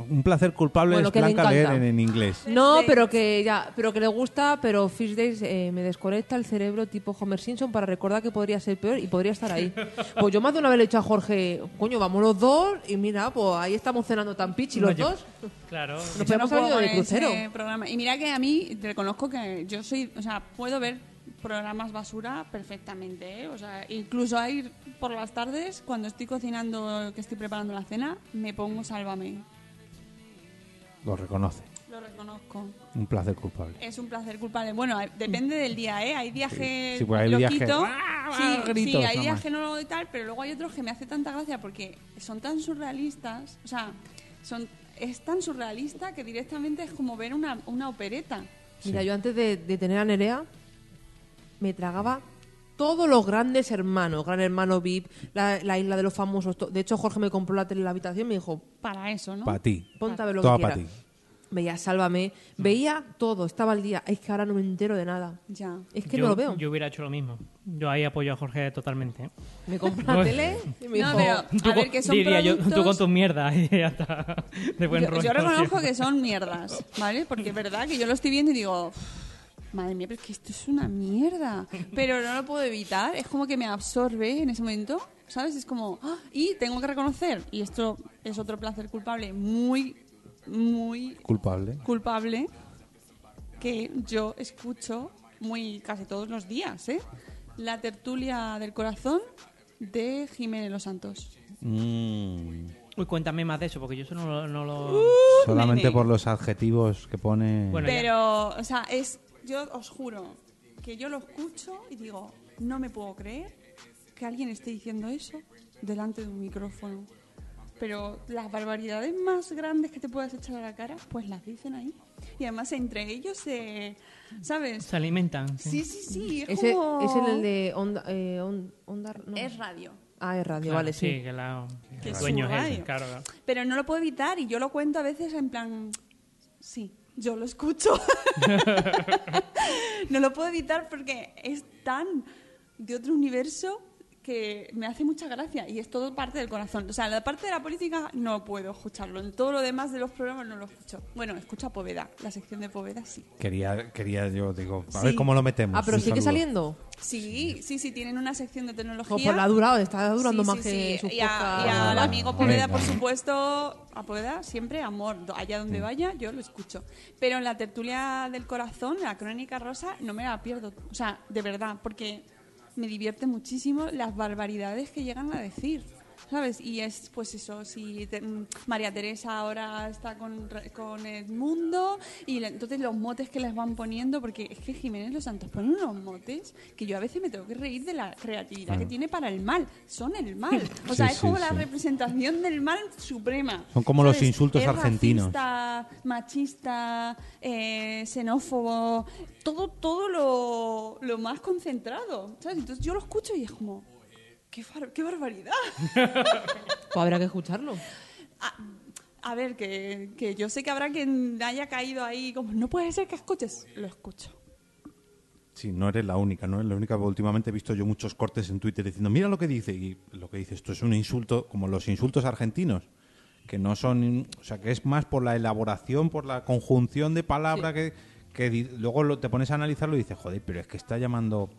S2: Un placer culpable
S3: Bueno,
S2: es
S3: que le
S2: Blanca leer en,
S3: encanta.
S2: en inglés.
S3: No, pero que ya, pero que le gusta, pero Fish Days eh, me desconecta el cerebro tipo Homer Simpson para recordar que podría ser peor y podría estar ahí. Pues yo más de una vez le he dicho a Jorge, coño, vamos los dos y mira, pues ahí estamos cenando tan pichi los
S7: Oye,
S3: dos.
S7: Claro.
S3: Nos
S4: Yo no
S3: podemos haber ido
S4: puedo
S3: de
S4: con ese
S3: crucero.
S4: este programa. Y mira que a mí, te reconozco que yo soy, o sea, puedo ver programas basura perfectamente, ¿eh? o sea, incluso ahí por las tardes, cuando estoy cocinando, que estoy preparando la cena, me pongo sálvame.
S2: Lo reconoce.
S4: Lo reconozco.
S2: Un placer culpable.
S4: Es un placer culpable. Bueno, eh, depende del día, ¿eh? Hay días que
S2: Sí, pues hay
S4: lo
S2: días que-
S4: quito.
S2: ¡Ah!
S4: Sí, sí,
S2: Gritos
S4: hay días
S2: nomás.
S4: que no lo doy tal, pero luego hay otros que me hace tanta gracia porque son tan surrealistas. O sea, son, es tan surrealista que directamente es como ver una, una opereta.
S3: Mira, yo antes de, de tener a Nerea, me tragaba todos los grandes hermanos, Gran Hermano VIP, la, la Isla de los Famosos. to- De hecho, Jorge me compró la tele en la habitación y me dijo,
S4: Para eso, ¿no?
S2: Para ti.
S3: ponte a ver lo
S2: Toda
S3: que
S2: pa'
S3: quieras.
S2: ti. Mm.
S3: Veía Sálvame, veía todo, estaba al día. Es que ahora no me entero de nada.
S4: Ya.
S3: Es que
S7: yo,
S3: no lo veo.
S7: Yo hubiera hecho lo mismo. Yo ahí apoyo a Jorge totalmente.
S3: Me compró la
S7: No.
S3: tele y me
S4: No,
S3: dijo,
S4: pero a ver, que son
S7: diría yo, tú con
S4: productos-
S7: tus mierdas y ya está. De buen
S4: yo,
S7: rollo.
S4: yo reconozco
S7: sí.
S4: que son mierdas, ¿vale? Porque es verdad que yo lo estoy viendo y digo, madre mía, pero es que esto es una mierda. Pero no lo puedo evitar, es como que me absorbe en ese momento, ¿sabes? Es como, ¡ah! y tengo que reconocer, y esto es otro placer culpable muy, muy
S2: Culpable.
S4: culpable, que yo escucho muy casi todos los días, ¿eh? La tertulia del corazón de Jiménez Los Santos.
S2: Mm,
S7: Uy, cuéntame más de eso, porque yo eso no, lo- no lo...
S3: Uh.
S2: solamente
S4: nene.
S2: por los adjetivos que pone.
S7: Bueno, ya.
S4: Pero, o sea, es, yo os juro que yo lo escucho y digo, no me puedo creer que alguien esté diciendo eso delante de un micrófono. Pero las barbaridades más grandes que te puedas echar a la cara, pues las dicen ahí. Y además entre ellos, se ¿sabes?
S7: Se alimentan.
S4: Sí, sí, sí. Es
S3: Ese
S4: como...
S3: es el de Onda. eh, on- onda no.
S4: Es radio.
S3: Ah, es radio,
S7: Claro,
S3: vale, sí.
S7: que la,
S4: Que
S7: el
S4: es
S7: dueño
S4: su
S7: es ese,
S4: radio.
S7: claro. claro.
S4: Pero no lo puedo evitar y yo lo cuento a veces en plan, sí, yo lo escucho. no lo puedo evitar porque es tan de otro universo que me hace mucha gracia y es todo parte del corazón. O sea, la parte de la política no puedo escucharlo, en todo lo demás de los programas no lo escucho. Bueno, escucho a Poveda, la sección de Poveda sí.
S2: Quería, quería yo, digo, a
S4: Sí.
S2: ver cómo lo metemos.
S3: Ah, pero
S2: Un
S3: sigue
S2: saludo.
S3: saliendo.
S4: Sí, sí, sí, tienen una sección de tecnología.
S3: O Pues por la ha durado, está durando
S4: Sí,
S3: más
S4: sí,
S3: que
S4: sí.
S3: sus
S4: y, a-
S3: podcasts.
S4: y al
S2: Ah,
S4: amigo
S2: venga.
S4: Poveda, por supuesto, a Poveda siempre amor, do- allá donde vaya yo lo escucho. Pero en la tertulia del corazón, la crónica rosa, no me la pierdo, o sea, de verdad, porque me divierte muchísimo las barbaridades que llegan a decir. ¿Sabes? Y es pues eso, si te- mm, María Teresa ahora está con, Re- con Edmundo y la- entonces los motes que les van poniendo, porque es que Jiménez Los Santos pone unos motes que yo a veces me tengo que reír de la creatividad que tiene para el mal, son el mal. O
S2: Sí,
S4: sea, es
S2: sí,
S4: como la
S2: sí.
S4: representación del mal suprema.
S2: Son como los
S4: ¿Sabes?
S2: insultos
S4: Es
S2: argentinos.
S4: Racista, machista, eh, xenófobo, todo, todo lo, lo más concentrado. ¿sabes? Entonces yo lo escucho y es como, qué, far- qué barbaridad.
S3: Pues habrá que escucharlo.
S4: A, Ah, a ver, que, que yo sé que habrá quien haya caído ahí como, no puede ser que escuches. Lo escucho.
S2: Sí, no eres la única, no eres la única. Últimamente he visto yo muchos cortes en Twitter diciendo, mira lo que dice. Y lo que dice, esto es un insulto, como los insultos argentinos, que no son, o sea, que es más por la elaboración, por la conjunción de palabras que, que di- luego lo- te pones a analizarlo y dices, joder, pero es que está llamando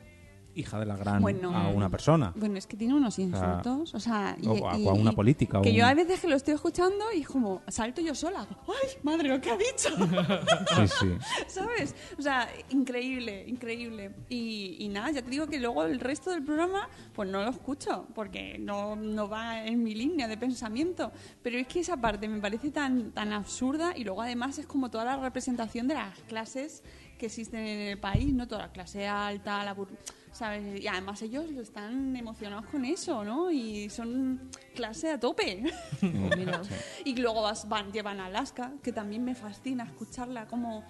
S2: hija de la gran
S4: Bueno.
S2: a una persona.
S4: Bueno, es que tiene unos
S2: sea,
S4: insultos, o sea, y,
S2: o a-
S4: y-
S2: o a una
S4: y-
S2: política, o
S4: Que yo
S2: un-
S4: a veces que lo estoy escuchando y es como salto yo sola, ay, madre, lo que ha dicho.
S2: Sí, sí.
S4: ¿Sabes? O sea, increíble, increíble. Y, y nada, ya te digo que luego el resto del programa, pues no lo escucho, porque no, no va en mi línea de pensamiento. Pero es que esa parte me parece tan, tan absurda y luego además es como toda la representación de las clases que existen en el país, ¿no? Toda la clase alta, la bur- ¿sabes? Y además ellos lo están emocionados con eso, ¿no? Y son clase a tope.
S2: Mm.
S3: Pues mira.
S4: Y luego vas- van, llevan a Alaska, que también me fascina escucharla como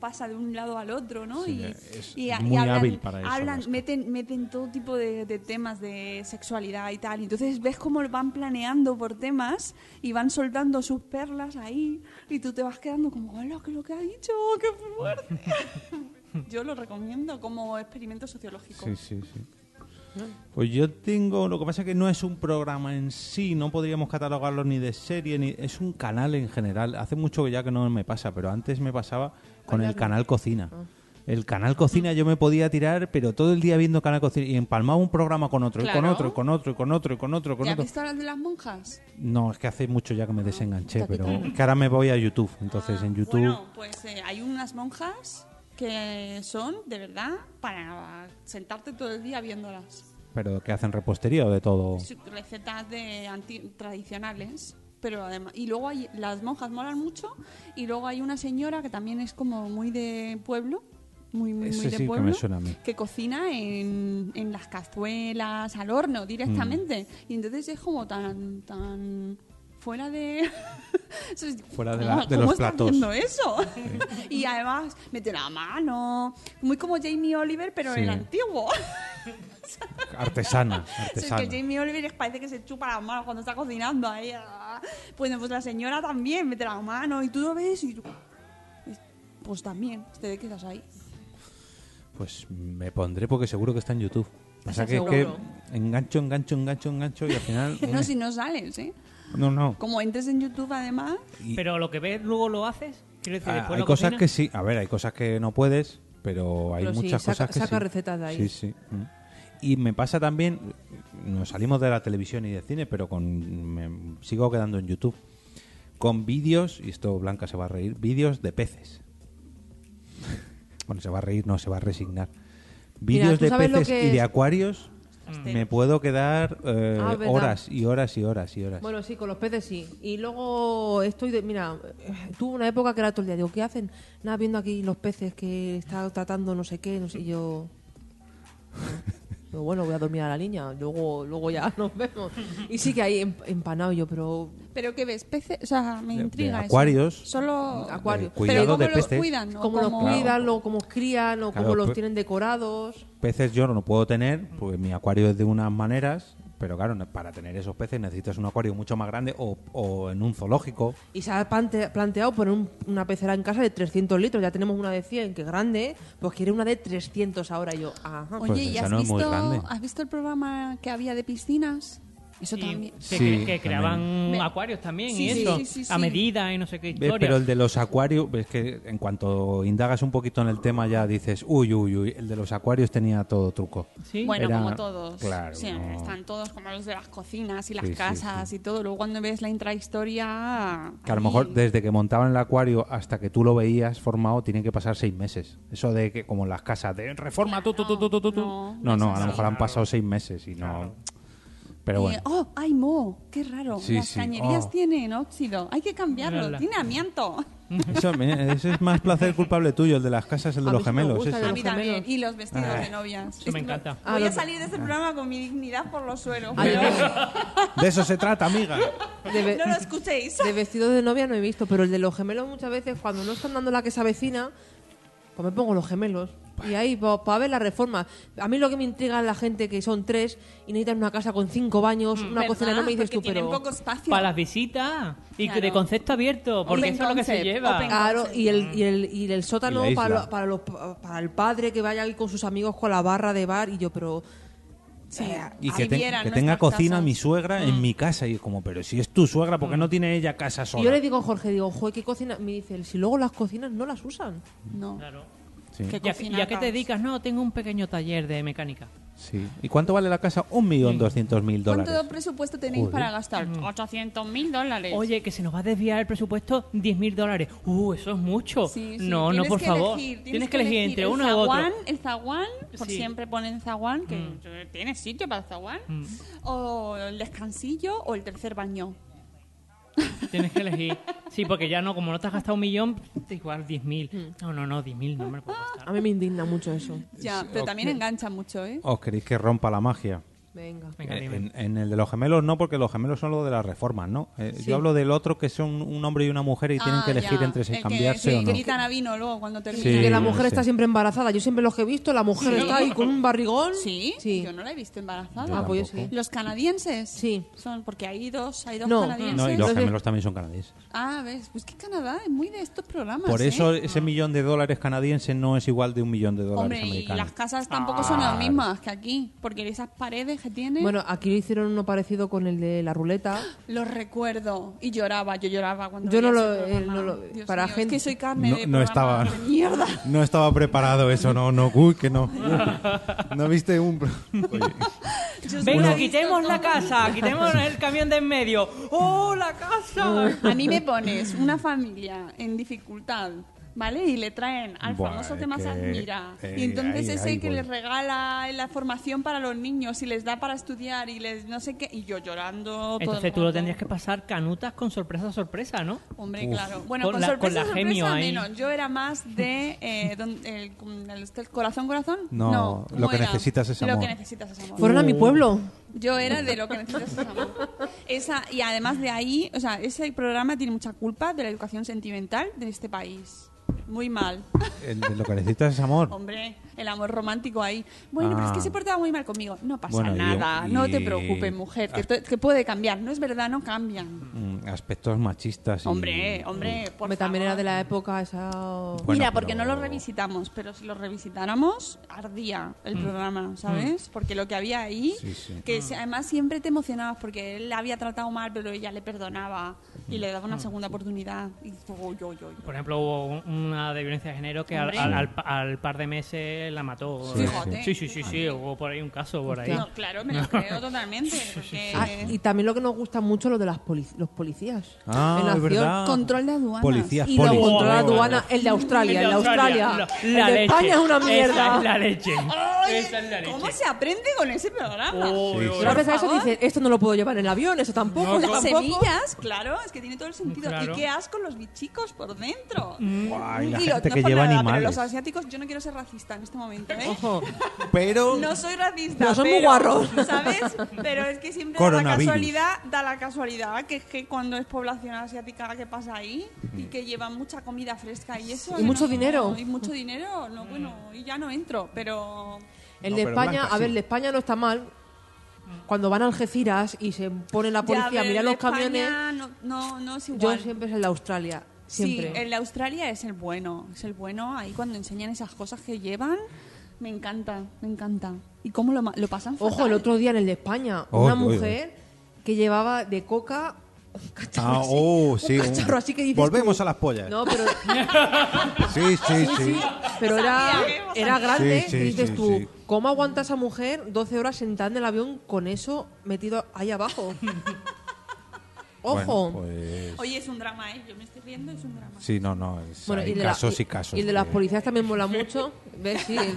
S4: pasa de un lado al otro, ¿no?
S2: Sí,
S4: y,
S2: es
S4: y a- y
S2: muy
S4: hablan,
S2: hábil para eso,
S4: hablan-
S2: Alaska.
S4: meten, meten todo tipo de, de temas de sexualidad y tal. Y entonces ves cómo van planeando por temas y van soltando sus perlas ahí y tú te vas quedando como, hola, ¿qué es lo que ha dicho? oh, ¡Qué fuerte! Yo lo recomiendo como experimento sociológico.
S2: Sí, sí, sí. Pues yo tengo, lo que pasa es que no es un programa en sí, no podríamos catalogarlo ni de serie, ni es un canal en general. Hace mucho que ya que no me pasa, pero antes me pasaba con el canal Cocina.
S4: Ah.
S2: El canal Cocina yo me podía tirar, pero todo el día viendo canal Cocina y empalmaba un programa con otro, y con
S4: Claro.
S2: otro, y con otro, y con otro, y con otro, y con
S4: ¿Ya Ah, has
S2: otro.
S4: visto las de las monjas?
S2: No, es que hace mucho ya que me desenganché,
S3: Ya te
S2: pero
S3: creo.
S2: es que ahora me voy a YouTube. Entonces en YouTube,
S4: Bueno, pues eh, hay unas monjas que son, de verdad, para sentarte todo el día viéndolas.
S2: pero que hacen repostería o de todo.
S4: Su- Recetas de anti- tradicionales. Pero además, y luego hay, las monjas molan mucho. Y luego hay una señora que también es como muy de pueblo. Muy, muy,
S2: Ese
S4: muy
S2: sí
S4: de
S2: que
S4: pueblo.
S2: me suena a mí.
S4: que cocina en, en las cazuelas, al horno directamente.
S2: Mm.
S4: Y entonces es como tan, tan fuera de... Eso es-
S2: Fuera de
S4: ¿Cómo-
S2: la- de
S4: ¿cómo
S2: los
S4: está
S2: platos.
S4: haciendo eso? y además mete la mano, muy como Jamie Oliver, pero
S2: Sí.
S4: el antiguo.
S2: Artesana,
S4: Sí, es
S2: artesana.
S4: que Jamie Oliver es- parece que se chupa las manos cuando está cocinando ahí. ah. Bueno, pues la señora también mete la mano y tú lo ves y tú... Pues también, te quedas ahí.
S2: Pues me pondré porque seguro que está en YouTube. O sea
S3: Está
S2: que, es que
S3: seguro.
S2: engancho, engancho, engancho, engancho y al final...
S4: No, si no sales, ¿eh?
S2: no, no.
S4: Como entres en YouTube además...
S2: Y-
S7: Pero lo que ves luego lo haces. Quiero decir,
S2: Ah,
S7: después
S2: hay
S7: lo
S2: cosas
S7: cocinas.
S2: que sí. A ver, hay cosas que no puedes, pero hay
S3: Pero sí,
S2: muchas
S3: saca-
S2: cosas que
S3: saca
S2: sí.
S3: recetas de ahí.
S2: Sí, sí. Mm. Y me pasa también, nos salimos de la televisión y de cine, pero con me sigo quedando en YouTube, con vídeos, y esto Blanca se va a reír, vídeos de peces. Bueno, se va a reír, no, se va a resignar. Vídeos
S3: ¿tú
S2: de
S3: sabes lo
S2: peces
S3: que
S2: y de
S3: es?
S2: acuarios me puedo quedar eh,
S3: Ah, ¿verdad?
S2: horas y horas y horas y horas.
S3: Bueno, sí, con los peces sí. Y luego estoy de. Mira, eh, tuve una época que era todo el día. Digo, ¿qué hacen? Nada, viendo aquí los peces que está tratando no sé qué, no sé y yo. Pero bueno, voy a dormir a la niña, luego, luego ya nos vemos. Y sí que ahí em- empanado yo, pero
S4: ¿Pero qué ves? ¿Peces? O sea, me
S2: de
S4: intriga eso.
S2: acuarios.
S4: Solo...
S3: Acuario.
S2: Eh,
S4: ¿Pero
S2: cuidado
S4: cómo
S2: de
S4: los
S2: peces.
S4: cuidan? ¿O
S3: como los
S4: cómo-
S3: cuidan, o cómo crían, o
S2: Claro,
S3: cómo los
S2: pe-
S3: tienen decorados.
S2: Peces yo no puedo tener, porque mi acuario es de unas maneras, pero claro, no- para tener esos peces necesitas un acuario mucho más grande o, o en un zoológico.
S3: Y se ha plante- planteado poner un- una pecera en casa de 300 litros. Ya tenemos una de 100, que es grande. Pues quiere una de 300 ahora. Y yo, ajá.
S4: Oye,
S2: Pues
S4: ¿y
S2: esa
S4: has,
S2: no es muy
S4: visto,
S2: grande.
S4: has visto el programa que había de piscinas? Eso también.
S7: Sí,
S2: Sí,
S7: que, que creaban
S4: Me-
S7: acuarios también
S4: Sí,
S7: y
S4: sí,
S7: eso,
S4: sí, sí,
S7: a
S4: sí.
S7: medida y no sé qué
S2: Ve,
S7: historia.
S2: Eh, Pero el de los acuarios, ves que en cuanto indagas un poquito en el tema ya dices, uy, uy, uy, el de los acuarios tenía todo truco.
S7: Sí.
S4: Bueno,
S2: Era-
S4: como todos.
S2: claro,
S4: Sí,
S2: no.
S4: Están todos como los de las cocinas y las
S2: Sí, sí,
S4: casas y todo. Luego cuando ves la intrahistoria...
S2: Que a lo
S4: ahí-
S2: mejor desde que montaban el acuario hasta que tú lo veías formado tienen que pasar seis meses. Eso de que como las casas de reforma, tú, tú, tú, tú, tú, tú.
S4: No,
S2: No, no,
S4: no es
S2: a lo
S4: así.
S2: mejor han pasado seis meses y no... Pero
S4: Y,
S2: bueno.
S4: oh, ay, mo, qué raro.
S2: Sí,
S4: Las
S2: sí,
S4: cañerías
S2: oh.
S4: tienen óxido. Hay que cambiarlo.
S7: Mírala.
S4: Tiene amianto.
S2: Eso, me- ese es más placer culpable tuyo, el de las casas, el de
S3: A
S2: los
S3: mí sí me
S2: gemelos.
S3: gusta el
S2: ese.
S3: de
S4: A
S3: los
S4: mí también.
S3: gemelos.
S4: Y los vestidos
S2: Ah.
S4: de novias.
S7: eso me encanta.
S4: Voy
S3: Ah,
S4: a
S3: lo-
S4: salir de este programa con mi dignidad por los suelos.
S2: Ah,
S3: Ay,
S4: pero
S2: De eso se trata, amiga.
S3: De ve-
S4: no lo escuchéis.
S3: De vestidos de novia no he visto, pero el de los gemelos muchas veces, cuando no están dando la que se avecina, pues me pongo los gemelos. Y ahí, para ver la reforma. A mí lo que me intriga es la gente que son tres y necesitan una casa con cinco baños, una cocina, no me dices tú,
S4: Mm, tienen
S3: pero.
S4: poco espacio.
S7: Para las visitas y
S4: Claro.
S7: de concepto abierto, porque
S4: Open
S7: eso es lo que se
S4: concept, open
S7: lleva. Ah,
S3: Claro, y el, y el, y el sótano
S2: Y la
S3: para,
S2: isla.
S3: lo- para, los, para el padre que vaya ahí con sus amigos con la barra de bar y yo, pero.
S4: Sí.
S2: Y
S4: Ahí
S2: que, te-
S4: vieran
S2: que tenga
S4: nuestras
S2: cocina
S4: casas. Mm.
S2: mi suegra en mi casa. Y es como, pero si es tu suegra, ¿por qué no tiene ella casa
S3: Y yo
S2: sola?
S3: le digo a Jorge, digo, joder, ¿qué cocina? Me dice, él, si luego las cocinas no las usan.
S4: No.
S2: Sí,
S4: Que
S7: ¿Y a,
S4: cocina
S7: y a qué
S4: caos.
S7: te dedicas? No, tengo un pequeño taller de mecánica.
S2: sí. ¿Y cuánto vale la casa? Un millón doscientos mil dólares.
S4: Mm. ¿Cuánto presupuesto tenéis
S2: Joder.
S4: para gastar?
S7: Mm.
S4: 800 mil dólares.
S7: Oye, que se nos va a desviar el presupuesto 10.000 dólares. Uh, eso es mucho.
S4: Sí, sí,
S7: No, no,
S4: tienes
S7: por
S4: que
S7: favor.
S4: elegir,
S7: tienes que elegir entre
S4: el
S7: uno u
S4: zaguán,
S7: otro.
S4: El zaguán, por
S7: Sí. Mm.
S4: siempre ponen zaguán, que eh, tiene sitio para el zaguán. O el descansillo o el tercer baño.
S7: Tienes que elegir. Sí, porque ya no, como no te has gastado un millón, te igual
S3: Mm.
S7: 10.000. No, no, no, 10.000 no me lo puedo gastar.
S3: A mí me indigna mucho eso.
S4: Ya, pero también engancha mucho, ¿eh?
S2: ¿Os queréis que rompa la magia?
S3: Venga.
S7: Venga,
S2: Eh,
S7: dime.
S2: En, en el de los gemelos no, porque los gemelos son los de las reformas, ¿no? Eh, Yo hablo del otro que son un hombre y una mujer y tienen
S4: Ah,
S2: que elegir
S4: ya.
S2: entre si
S4: El que-
S2: cambiarse
S4: sí,
S2: o no.
S4: gritan a vino luego cuando
S3: Y
S4: termina.
S3: que la
S2: Sí,
S3: mujer
S2: sí.
S3: está siempre embarazada. Yo siempre los que he visto, la mujer está ahí con un barrigón.
S4: ¿Sí?
S3: Sí.
S4: yo no la he visto
S2: Yo
S4: embarazada.
S3: Ah, pues yo
S2: tampoco.
S3: sí.
S4: ¿Los canadienses?
S3: Sí.
S4: Son, porque hay dos, hay dos
S3: No.
S4: canadienses.
S2: No, y los
S3: Entonces-
S2: gemelos también son canadienses.
S4: Ah, ves, pues que Canadá es muy de estos programas.
S2: Por
S4: ¿eh?
S2: eso ese millón de dólares canadiense no es igual de un millón de dólares
S4: Hombre, y
S2: americanos.
S4: las casas tampoco son las mismas que aquí, porque esas paredes que tienen,
S3: Bueno, aquí lo hicieron uno parecido con el de la ruleta.
S4: los recuerdo. Y lloraba, yo lloraba cuando
S3: Yo no
S4: veía
S3: lo-
S4: ese programa.
S3: eh, no lo-
S4: Dios
S3: para
S4: mío,
S3: gente-
S4: Es que soy carne
S2: No-
S4: de
S2: no estaba.
S4: programa de mierda.
S2: No estaba preparado eso, no, no, uy, que no. No viste un...
S4: Yo
S7: Venga,
S4: soy-
S7: quitemos la casa, quitemos el camión de en medio. ¡Oh, la casa!
S4: A mí me pones una familia en dificultad, ¿vale? Y le traen al
S2: Buah,
S4: famoso que
S2: es
S4: más
S2: que-
S4: admira.
S2: eh,
S4: y entonces
S2: ahí-
S4: ese
S2: ahí
S4: que
S2: voy.
S4: les regala la formación para los niños y les da para estudiar y les no sé qué. Y yo llorando. todo el
S7: Entonces tú lo
S4: rato.
S7: tendrías que pasar canutas con sorpresa a sorpresa, ¿no?
S4: Hombre,
S2: Uf.
S4: claro. Bueno,
S7: Con
S4: con,
S7: la- con
S4: sorpresa,
S7: la
S4: sorpresa,
S7: gemio ahí.
S4: menos. Yo era más de... eh, don- el, con el- este, el corazón, corazón?
S2: No, lo
S4: ¿cómo
S2: que
S4: era?
S2: necesitas es
S4: Lo
S2: amor.
S4: que necesitas es amor.
S3: Fueron a mi
S2: Oh.
S3: pueblo.
S4: Yo era de lo que necesitas es amor. Esa, y además de ahí, o sea, ese programa tiene mucha culpa de la educación sentimental de este país. Muy mal.
S2: El de lo que necesitas es amor.
S4: Hombre, el amor romántico ahí. Bueno, pero es que
S2: Ah.
S4: se portaba muy mal conmigo. No pasa
S2: Bueno, y-
S4: nada, no te
S2: y- Ah.
S4: preocupes, mujer, que, to- que puede cambiar. No es verdad, no cambian.
S2: Mm, Aspectos machistas y...
S4: Hombre, hombre, por
S3: Hombre, también era
S4: favor.
S3: de la época esa.
S2: Bueno,
S4: Mira, porque
S2: pero-
S4: no lo revisitamos, pero si lo revisitáramos, ardía el programa, ¿sabes? Porque lo que había ahí,
S2: Mm. Sí, sí. Mm.
S4: que se- además siempre te emocionabas porque él la había tratado mal, pero ella le perdonaba y le
S2: Mm.
S4: daba una segunda oportunidad. Y, yo, yo, yo, yo.
S7: Por ejemplo, hubo un- una de violencia de género que al,
S4: Hombre.
S7: al- al pa- al par de meses eh, la mató.
S2: Sí,
S4: Fíjate.
S7: Sí, sí, sí, sí, hubo por ahí un caso por ahí.
S4: No, claro, me lo creo totalmente. porque-
S3: Ah, y también lo que nos gusta mucho lo de las poli- los policías.
S2: Ah,
S3: en la
S2: es
S3: acción.
S2: verdad.
S4: Control de aduanas.
S2: Policías,
S3: Y
S2: polis.
S3: lo controla la
S7: Oh,
S3: aduana, el de Australia, el de Australia.
S7: la- la
S3: el de
S7: leche.
S3: España es una
S7: Esa
S3: mierda.
S7: es la leche.
S4: Oye,
S7: Esa es la leche.
S4: ¿Cómo se aprende con ese programa?
S7: Oh,
S2: Sí,
S7: oh,
S2: sí.
S3: Yo a
S4: Por
S3: veces eso
S4: favor.
S3: dice, esto no lo puedo llevar en el avión, eso tampoco, eso
S4: Las
S3: tampoco.
S4: semillas, claro, es que tiene todo el sentido.
S7: Claro.
S4: Y qué asco los bichicos por dentro.
S3: Mm.
S2: Guay, la
S4: Y lo-
S2: gente
S4: no
S2: que
S4: por
S2: lleva
S4: nada,
S2: animales.
S4: Pero los asiáticos, yo no quiero ser racista en este momento, ¿eh?
S2: Mm. Pero
S4: No soy racista.
S3: Pero son muy guarros.
S4: ¿Sabes? Pero es que siempre da la
S2: Coronavirus.
S4: casualidad, da la casualidad que es que cuando es población asiática que pasa ahí y que llevan mucha comida fresca y eso.
S3: Y
S4: que
S3: mucho
S4: no-
S3: dinero.
S4: Y mucho dinero. No, bueno, y ya no entro, pero.
S3: El
S2: No,
S3: de
S2: pero
S3: España,
S2: blanca,
S3: a ver,
S2: sí.
S3: el de España no está mal. Cuando van a Algeciras y se pone la
S4: Ya,
S3: policía,
S4: pero
S3: mira
S4: el
S3: los
S4: de España
S3: camiones.
S4: No, no, no es
S3: Yo
S4: igual.
S3: siempre es el de Australia. Siempre.
S4: Sí, el de Australia es el bueno, es el bueno. Ahí cuando enseñan esas cosas que llevan, me encanta, me encanta. ¿Y cómo lo, ma- lo pasan?
S3: Ojo,
S4: fatal.
S3: el otro día en el de España,
S2: Oy,
S3: una
S2: oy, oy.
S3: mujer que llevaba de coca un cacharro
S2: Ah,
S3: así.
S2: oh,
S3: un
S2: sí,
S3: cacharro
S2: un-
S3: así que dices
S2: Volvemos
S3: tú.
S2: a las pollas.
S3: No, pero,
S2: Sí, sí, sí.
S3: pero era,
S4: Sabía que íbamos a
S3: era
S4: hablar.
S3: grande.
S2: Sí, sí,
S3: y dices
S2: sí,
S3: tú,
S2: sí.
S3: ¿cómo aguanta esa mujer 12 horas sentada en el avión con eso metido ahí abajo? Ojo.
S2: Bueno, pues-
S4: Oye, es un drama, ¿eh? Yo me estoy riendo, es un drama.
S2: Sí, no, no. es-
S3: Bueno,
S2: hay
S3: de la-
S2: casos y casos.
S3: y el de las
S2: que-
S3: policías también mola mucho. ¿Ves? Sí, el-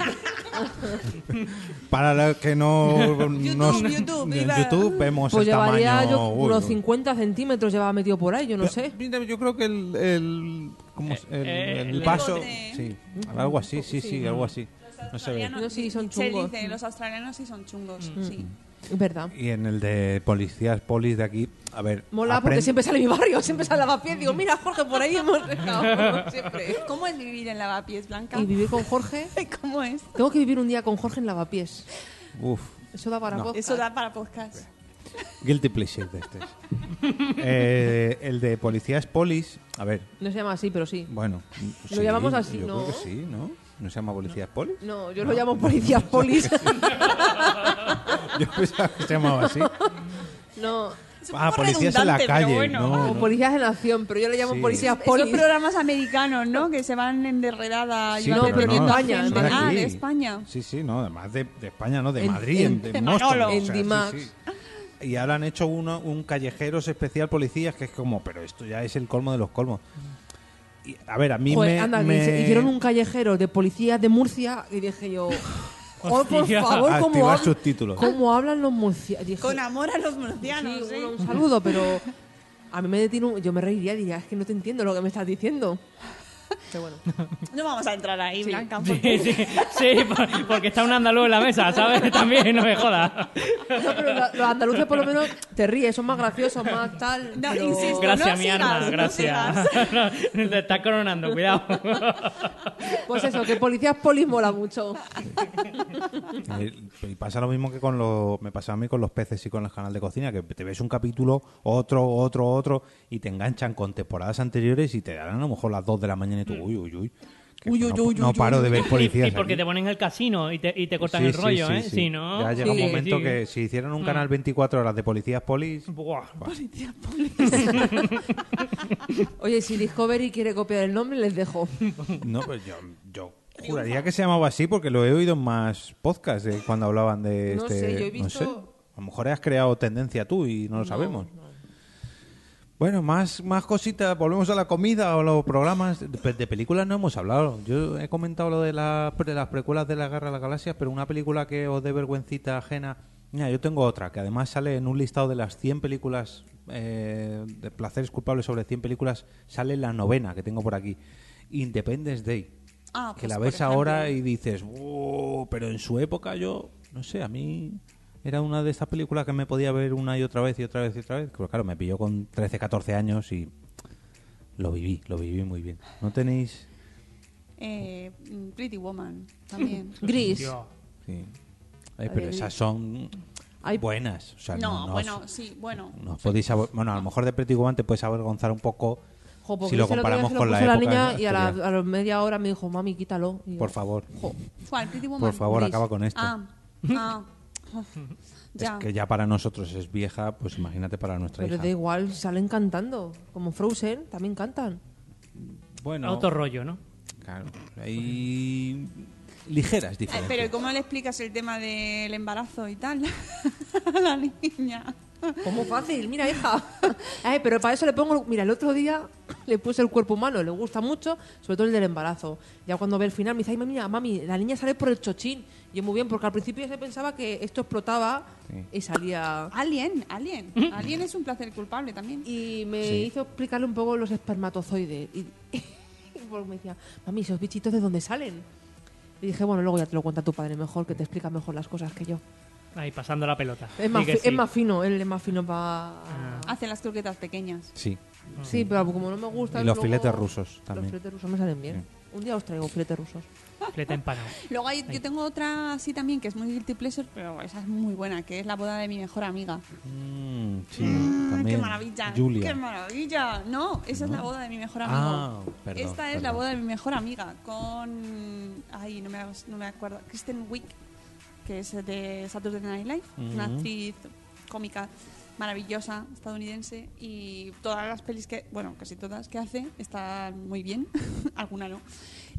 S2: Para los que no. nos-
S4: YouTube,
S2: en
S4: iba-
S2: YouTube vemos
S3: pues
S2: el
S3: llevaría
S2: tamaño.
S3: yo
S2: uy,
S3: unos
S2: uy.
S3: 50 centímetros llevaba metido por ahí, yo no
S2: Pero,
S3: sé.
S2: mira, yo creo que el. el ¿Cómo es? El,
S7: eh,
S2: el
S7: el
S2: vaso.
S4: bigote.
S2: Sí, algo así, sí, sí, algo así. No se ve.
S4: Australianos-
S3: No, sí, son
S4: se
S3: chungos. Mm.
S4: dice, los australianos sí son chungos, sí.
S3: Es verdad.
S2: Y en el de policías, polis de aquí, a ver.
S3: Mola porque
S2: aprend-
S3: siempre sale mi barrio, siempre sale Lavapiés. Digo, mira, Jorge, por ahí hemos dejado. Siempre.
S4: ¿Cómo es vivir en lavapiés blanca?
S3: Y vivir con Jorge.
S4: ¿Cómo es?
S3: Tengo que vivir un día con Jorge en Lavapiés.
S2: Uf,
S3: Eso da para
S2: No.
S3: podcast.
S4: Eso da para podcast.
S2: guilty pleasure de este. Eh, el de policías, polis, a ver,
S3: No se llama así, pero sí.
S2: bueno.
S3: Lo llamamos así,
S2: yo
S3: ¿no?
S2: creo que sí, ¿no? ¿No se llama policías, polis?
S3: No, yo lo llamo policías polis.
S2: Yo pensaba que se llamaba así.
S3: no,
S4: Es un
S2: Ah,
S4: poco
S2: policías en la
S4: redundante, pero
S2: calle,
S4: bueno.
S2: ¿no?
S3: o
S2: no.
S3: policías en acción, pero yo le llamo
S2: Sí.
S3: policías
S4: Esos
S3: polis.
S4: programas americanos, ¿no? Que se van en derredada. y
S2: Sí,
S4: van
S3: no,
S2: pero
S3: porque en
S2: no,
S3: España,
S2: son
S3: en
S2: de
S4: Ah,
S2: aquí.
S4: de España.
S2: Sí, sí, no, además de, de España, no, de
S3: En-
S2: Madrid, en, de,
S4: de
S2: Móstoles,
S4: Manolo.
S2: o
S3: En
S2: sea,
S3: Dimax.
S2: sí, sí. Y ahora han hecho uno, un callejeros especial policías que es como, pero esto ya es el colmo de los colmos. Y, a ver, a mí
S3: Joder,
S2: me,
S3: anda, que
S2: me-
S3: hice- hicieron un callejero de policías de Murcia y dije yo, oh, por
S7: Hostia.
S3: favor, ¿cómo,
S2: Activar
S3: hablan-
S2: subtítulos.
S3: cómo hablan los murcianos?
S4: Con amor a los
S3: Sí,
S4: murcianos, ¿eh?
S3: bueno, un saludo, pero a mí me detiene un- Yo me reiría y diría, es que no te entiendo lo que me estás diciendo. Pero bueno.
S4: No vamos a entrar ahí, Blanca.
S7: Sí,
S4: porque-
S7: sí, sí, por- porque está un andaluz en la mesa, ¿sabes? También, no me jodas.
S3: No, pero la- los andaluces por lo menos te ríes, son más graciosos, más tal.
S4: No,
S3: pero-
S4: insisto.
S7: Gracias,
S4: no
S7: mi
S4: sigas,
S7: arma,
S4: no
S7: gracias. No, te estás coronando, cuidado.
S3: Pues eso, que policías polis mola mucho.
S2: Eh, Y pasa lo mismo que con los. Me pasaba a mí con los peces y con los canales de cocina, que te ves un capítulo, otro, otro, otro, y te enganchan con temporadas anteriores y te darán a lo mejor las 2 de la mañana y tú, uy, uy, uy. que
S3: Mm. Uy,
S2: no,
S3: uy, uy,
S2: no
S3: uy,
S2: paro
S3: uy.
S2: de ver
S7: Y,
S2: policías.
S7: y porque
S2: aquí.
S7: te ponen el casino y te, y te cortan
S2: Sí,
S7: el
S2: sí,
S7: rollo,
S2: sí,
S7: ¿eh?
S2: sí.
S7: Si no.
S2: Ya llega
S3: Sí,
S2: un momento
S7: sí. Mm.
S2: que si hicieran un canal 24 horas de policías polis.
S7: Buah.
S4: Policías, policías.
S3: Oye, si Discovery quiere copiar el nombre, les dejo.
S2: No, pues yo, yo juraría que se llamaba así porque lo he oído en más podcasts de cuando hablaban de
S3: No
S2: este.
S3: sé, yo he
S2: no
S3: visto-
S2: sé. A lo mejor has creado tendencia tú y no lo sabemos. Bueno, más, más cositas. Volvemos a la comida o los programas. De, de películas no hemos hablado. Yo he comentado lo de, las pre- las precuelas de la Guerra de las Galaxias, pero una película que os dé vergüencita ajena. Mira, yo tengo otra que además sale en un listado de las 100 películas eh, de placeres culpables sobre 100 películas. Sale la novena que tengo por aquí: Independence Day.
S4: Ah,
S2: que
S4: pues,
S2: la
S4: por
S2: ves ahora
S4: ejemplo.
S2: y dices, "Wow", pero en su época yo, no sé, a mí era una de estas películas que me podía ver una y otra vez y otra vez y otra vez. Pero claro, me pilló con 13, 14 años y lo viví, lo viví muy bien. ¿No tenéis...?
S4: Eh, mm, Pretty Woman también.
S3: Gris.
S2: Sí. Ay, pero esas son
S3: Ay.
S2: buenas. O sea, no,
S4: No,
S2: no
S4: bueno,
S2: os-
S4: sí, bueno.
S2: no os podéis aver- Bueno, a lo mejor de Pretty Woman te puedes avergonzar un poco
S3: Jo, porque
S2: si lo
S3: ese el otro día
S2: comparamos
S3: se lo
S2: con la
S3: puse a
S2: época.
S3: niña y a la,
S2: actual.
S3: a la media hora me dijo, mami, quítalo. Y yo,
S2: Por favor.
S3: jo.
S4: ¿Cuál? Pretty Woman.
S2: Por favor,
S4: Gris.
S2: acaba con esto.
S4: Ah, ah. ya. Eh,
S2: Es que ya para nosotros es vieja, pues imagínate para nuestra
S3: Pero
S2: hija.
S3: da igual, salen cantando. Como Frozen, también cantan.
S2: Bueno,
S7: Otro rollo, ¿no?
S2: Claro. Ahí ligeras
S4: Ay,
S2: diferencias.
S4: Pero ¿y ¿cómo le explicas el tema del embarazo y tal a la niña?
S3: ¿Cómo fácil? Mira, hija. Eh, pero para eso le pongo. Mira, el otro día le puse el cuerpo humano, le gusta mucho, sobre todo el del embarazo. Ya cuando ve el final me dice, ay, mami, mira, mami, la niña sale por el chochín. Y yo muy bien, porque al principio se pensaba que esto explotaba y salía.
S4: Alien, Alien. Alien es un placer culpable también.
S3: Y me hizo explicarle un poco los espermatozoides. Y, y porque me decía, mami, ¿esos bichitos de dónde salen? Y dije, bueno, luego ya te lo cuenta tu padre mejor, que te explica mejor las cosas que yo.
S7: Ahí, pasando la pelota.
S3: Es más,
S7: Di que
S3: fi-
S7: sí. Ah.
S3: es más fino, él es más fino para...
S4: Hace las croquetas pequeñas.
S2: Sí.
S3: Sí, pero como no me gusta...
S2: Y los filetes rusos también.
S3: Los filetes rusos me salen bien. Un día os traigo filetes rusos.
S7: Fleta empanado.
S4: Luego hay- yo tengo otra así también que es muy guilty pleasure, pero esa es muy buena, que es la boda de mi mejor amiga.
S2: Mm, sí,
S4: Ah,
S2: también.
S4: ¡Qué maravilla!
S2: Julia.
S4: ¡Qué maravilla! No, esa es la boda de mi mejor amigo.
S2: Ah, perdón,
S4: Esta es la
S2: perdón.
S4: boda de mi mejor amiga con... Ay, no me, no me acuerdo. Kristen Wiig, que es de Saturday Night Live, una actriz cómica maravillosa estadounidense y todas las pelis que, bueno, casi todas que hace están muy bien, alguna no.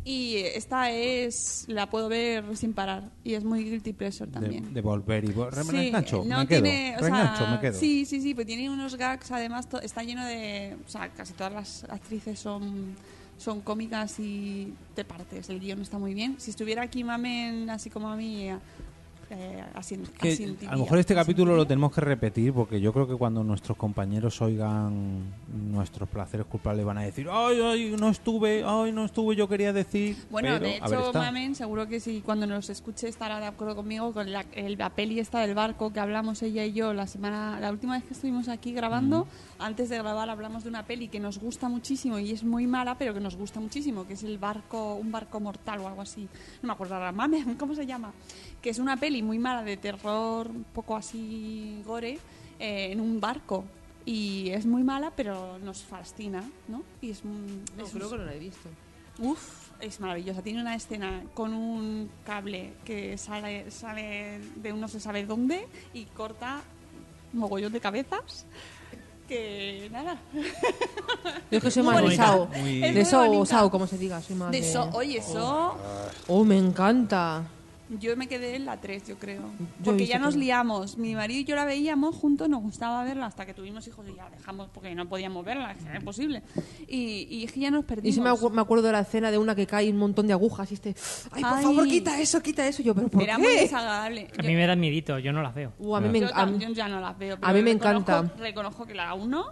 S4: Y esta es, la puedo ver sin parar y es muy guilty pleasure
S2: de,
S4: también.
S2: de volver y vol-
S4: Sí,
S2: Reengancho,
S4: no
S2: me quedo.
S4: tiene- o sea,
S2: Reengancho, me quedo.
S4: Sí, sí, sí, pues tiene unos gags, además to- está lleno de... O sea, casi todas las actrices son, son cómicas y te partes, el guión está muy bien. Si estuviera aquí Mamen, así como a mí, eh, asien-
S2: Que
S4: asentiría,
S2: a lo mejor este capítulo lo
S4: asentiría.
S2: tenemos que repetir porque yo creo que cuando nuestros compañeros oigan nuestros placeres culpables van a decir ay ay no estuve ay no estuve yo quería decir
S4: Bueno,
S2: pero,
S4: de
S2: a ver,
S4: hecho,
S2: está.
S4: Mamen, seguro que si cuando nos escuche estará de acuerdo conmigo con la, el- la peli esta del barco que hablamos ella y yo la semana, la última vez que estuvimos aquí grabando. Antes de grabar hablamos de una peli que nos gusta muchísimo y es muy mala, pero que nos gusta muchísimo, que es el barco, un barco mortal o algo así. No me acuerdo ahora, Mamen, ¿cómo se llama? Que es una peli muy mala de terror, un poco así gore, eh, en un barco. Y es muy mala, pero nos fascina, ¿no? Y es, un-
S3: No,
S4: es un
S3: creo que no la he visto.
S4: Uf, es maravillosa. Tiene una escena con un cable que sale, sale de uno se sabe dónde y corta mogollón de cabezas. Que nada.
S3: Yo es que soy
S4: Muy
S3: más de
S4: bonita.
S3: Sao.
S4: Muy- Es
S3: De
S4: muy
S3: Sao o
S4: bonita.
S3: Sao, como se diga. Soy más
S4: De
S3: de...
S4: eso, oye, eso.
S3: Oh, me encanta.
S4: Yo me quedé en la 3, yo creo.
S3: he
S4: Porque
S3: visto
S4: ya nos
S3: todo.
S4: liamos. Mi marido y yo la veíamos juntos, nos gustaba verla hasta que tuvimos hijos y ya la dejamos porque no podíamos verla, es que era imposible. Y, y es que ya nos
S3: Y
S4: perdimos.
S3: sí me, acu- me acuerdo de la escena de una que cae un montón de agujas y este... Ay, por
S4: Ay.
S3: favor, quita eso, quita eso. Yo, pero ¿por
S4: Era
S3: qué?
S4: muy desagradable.
S7: A
S4: Yo-
S7: mí me dan miedito, yo no las veo.
S3: Uh, a mí me
S4: yo
S3: encanta.
S4: también ya no las veo.
S3: a mí me
S4: reconozco-
S3: encanta.
S4: Reconozco que la 1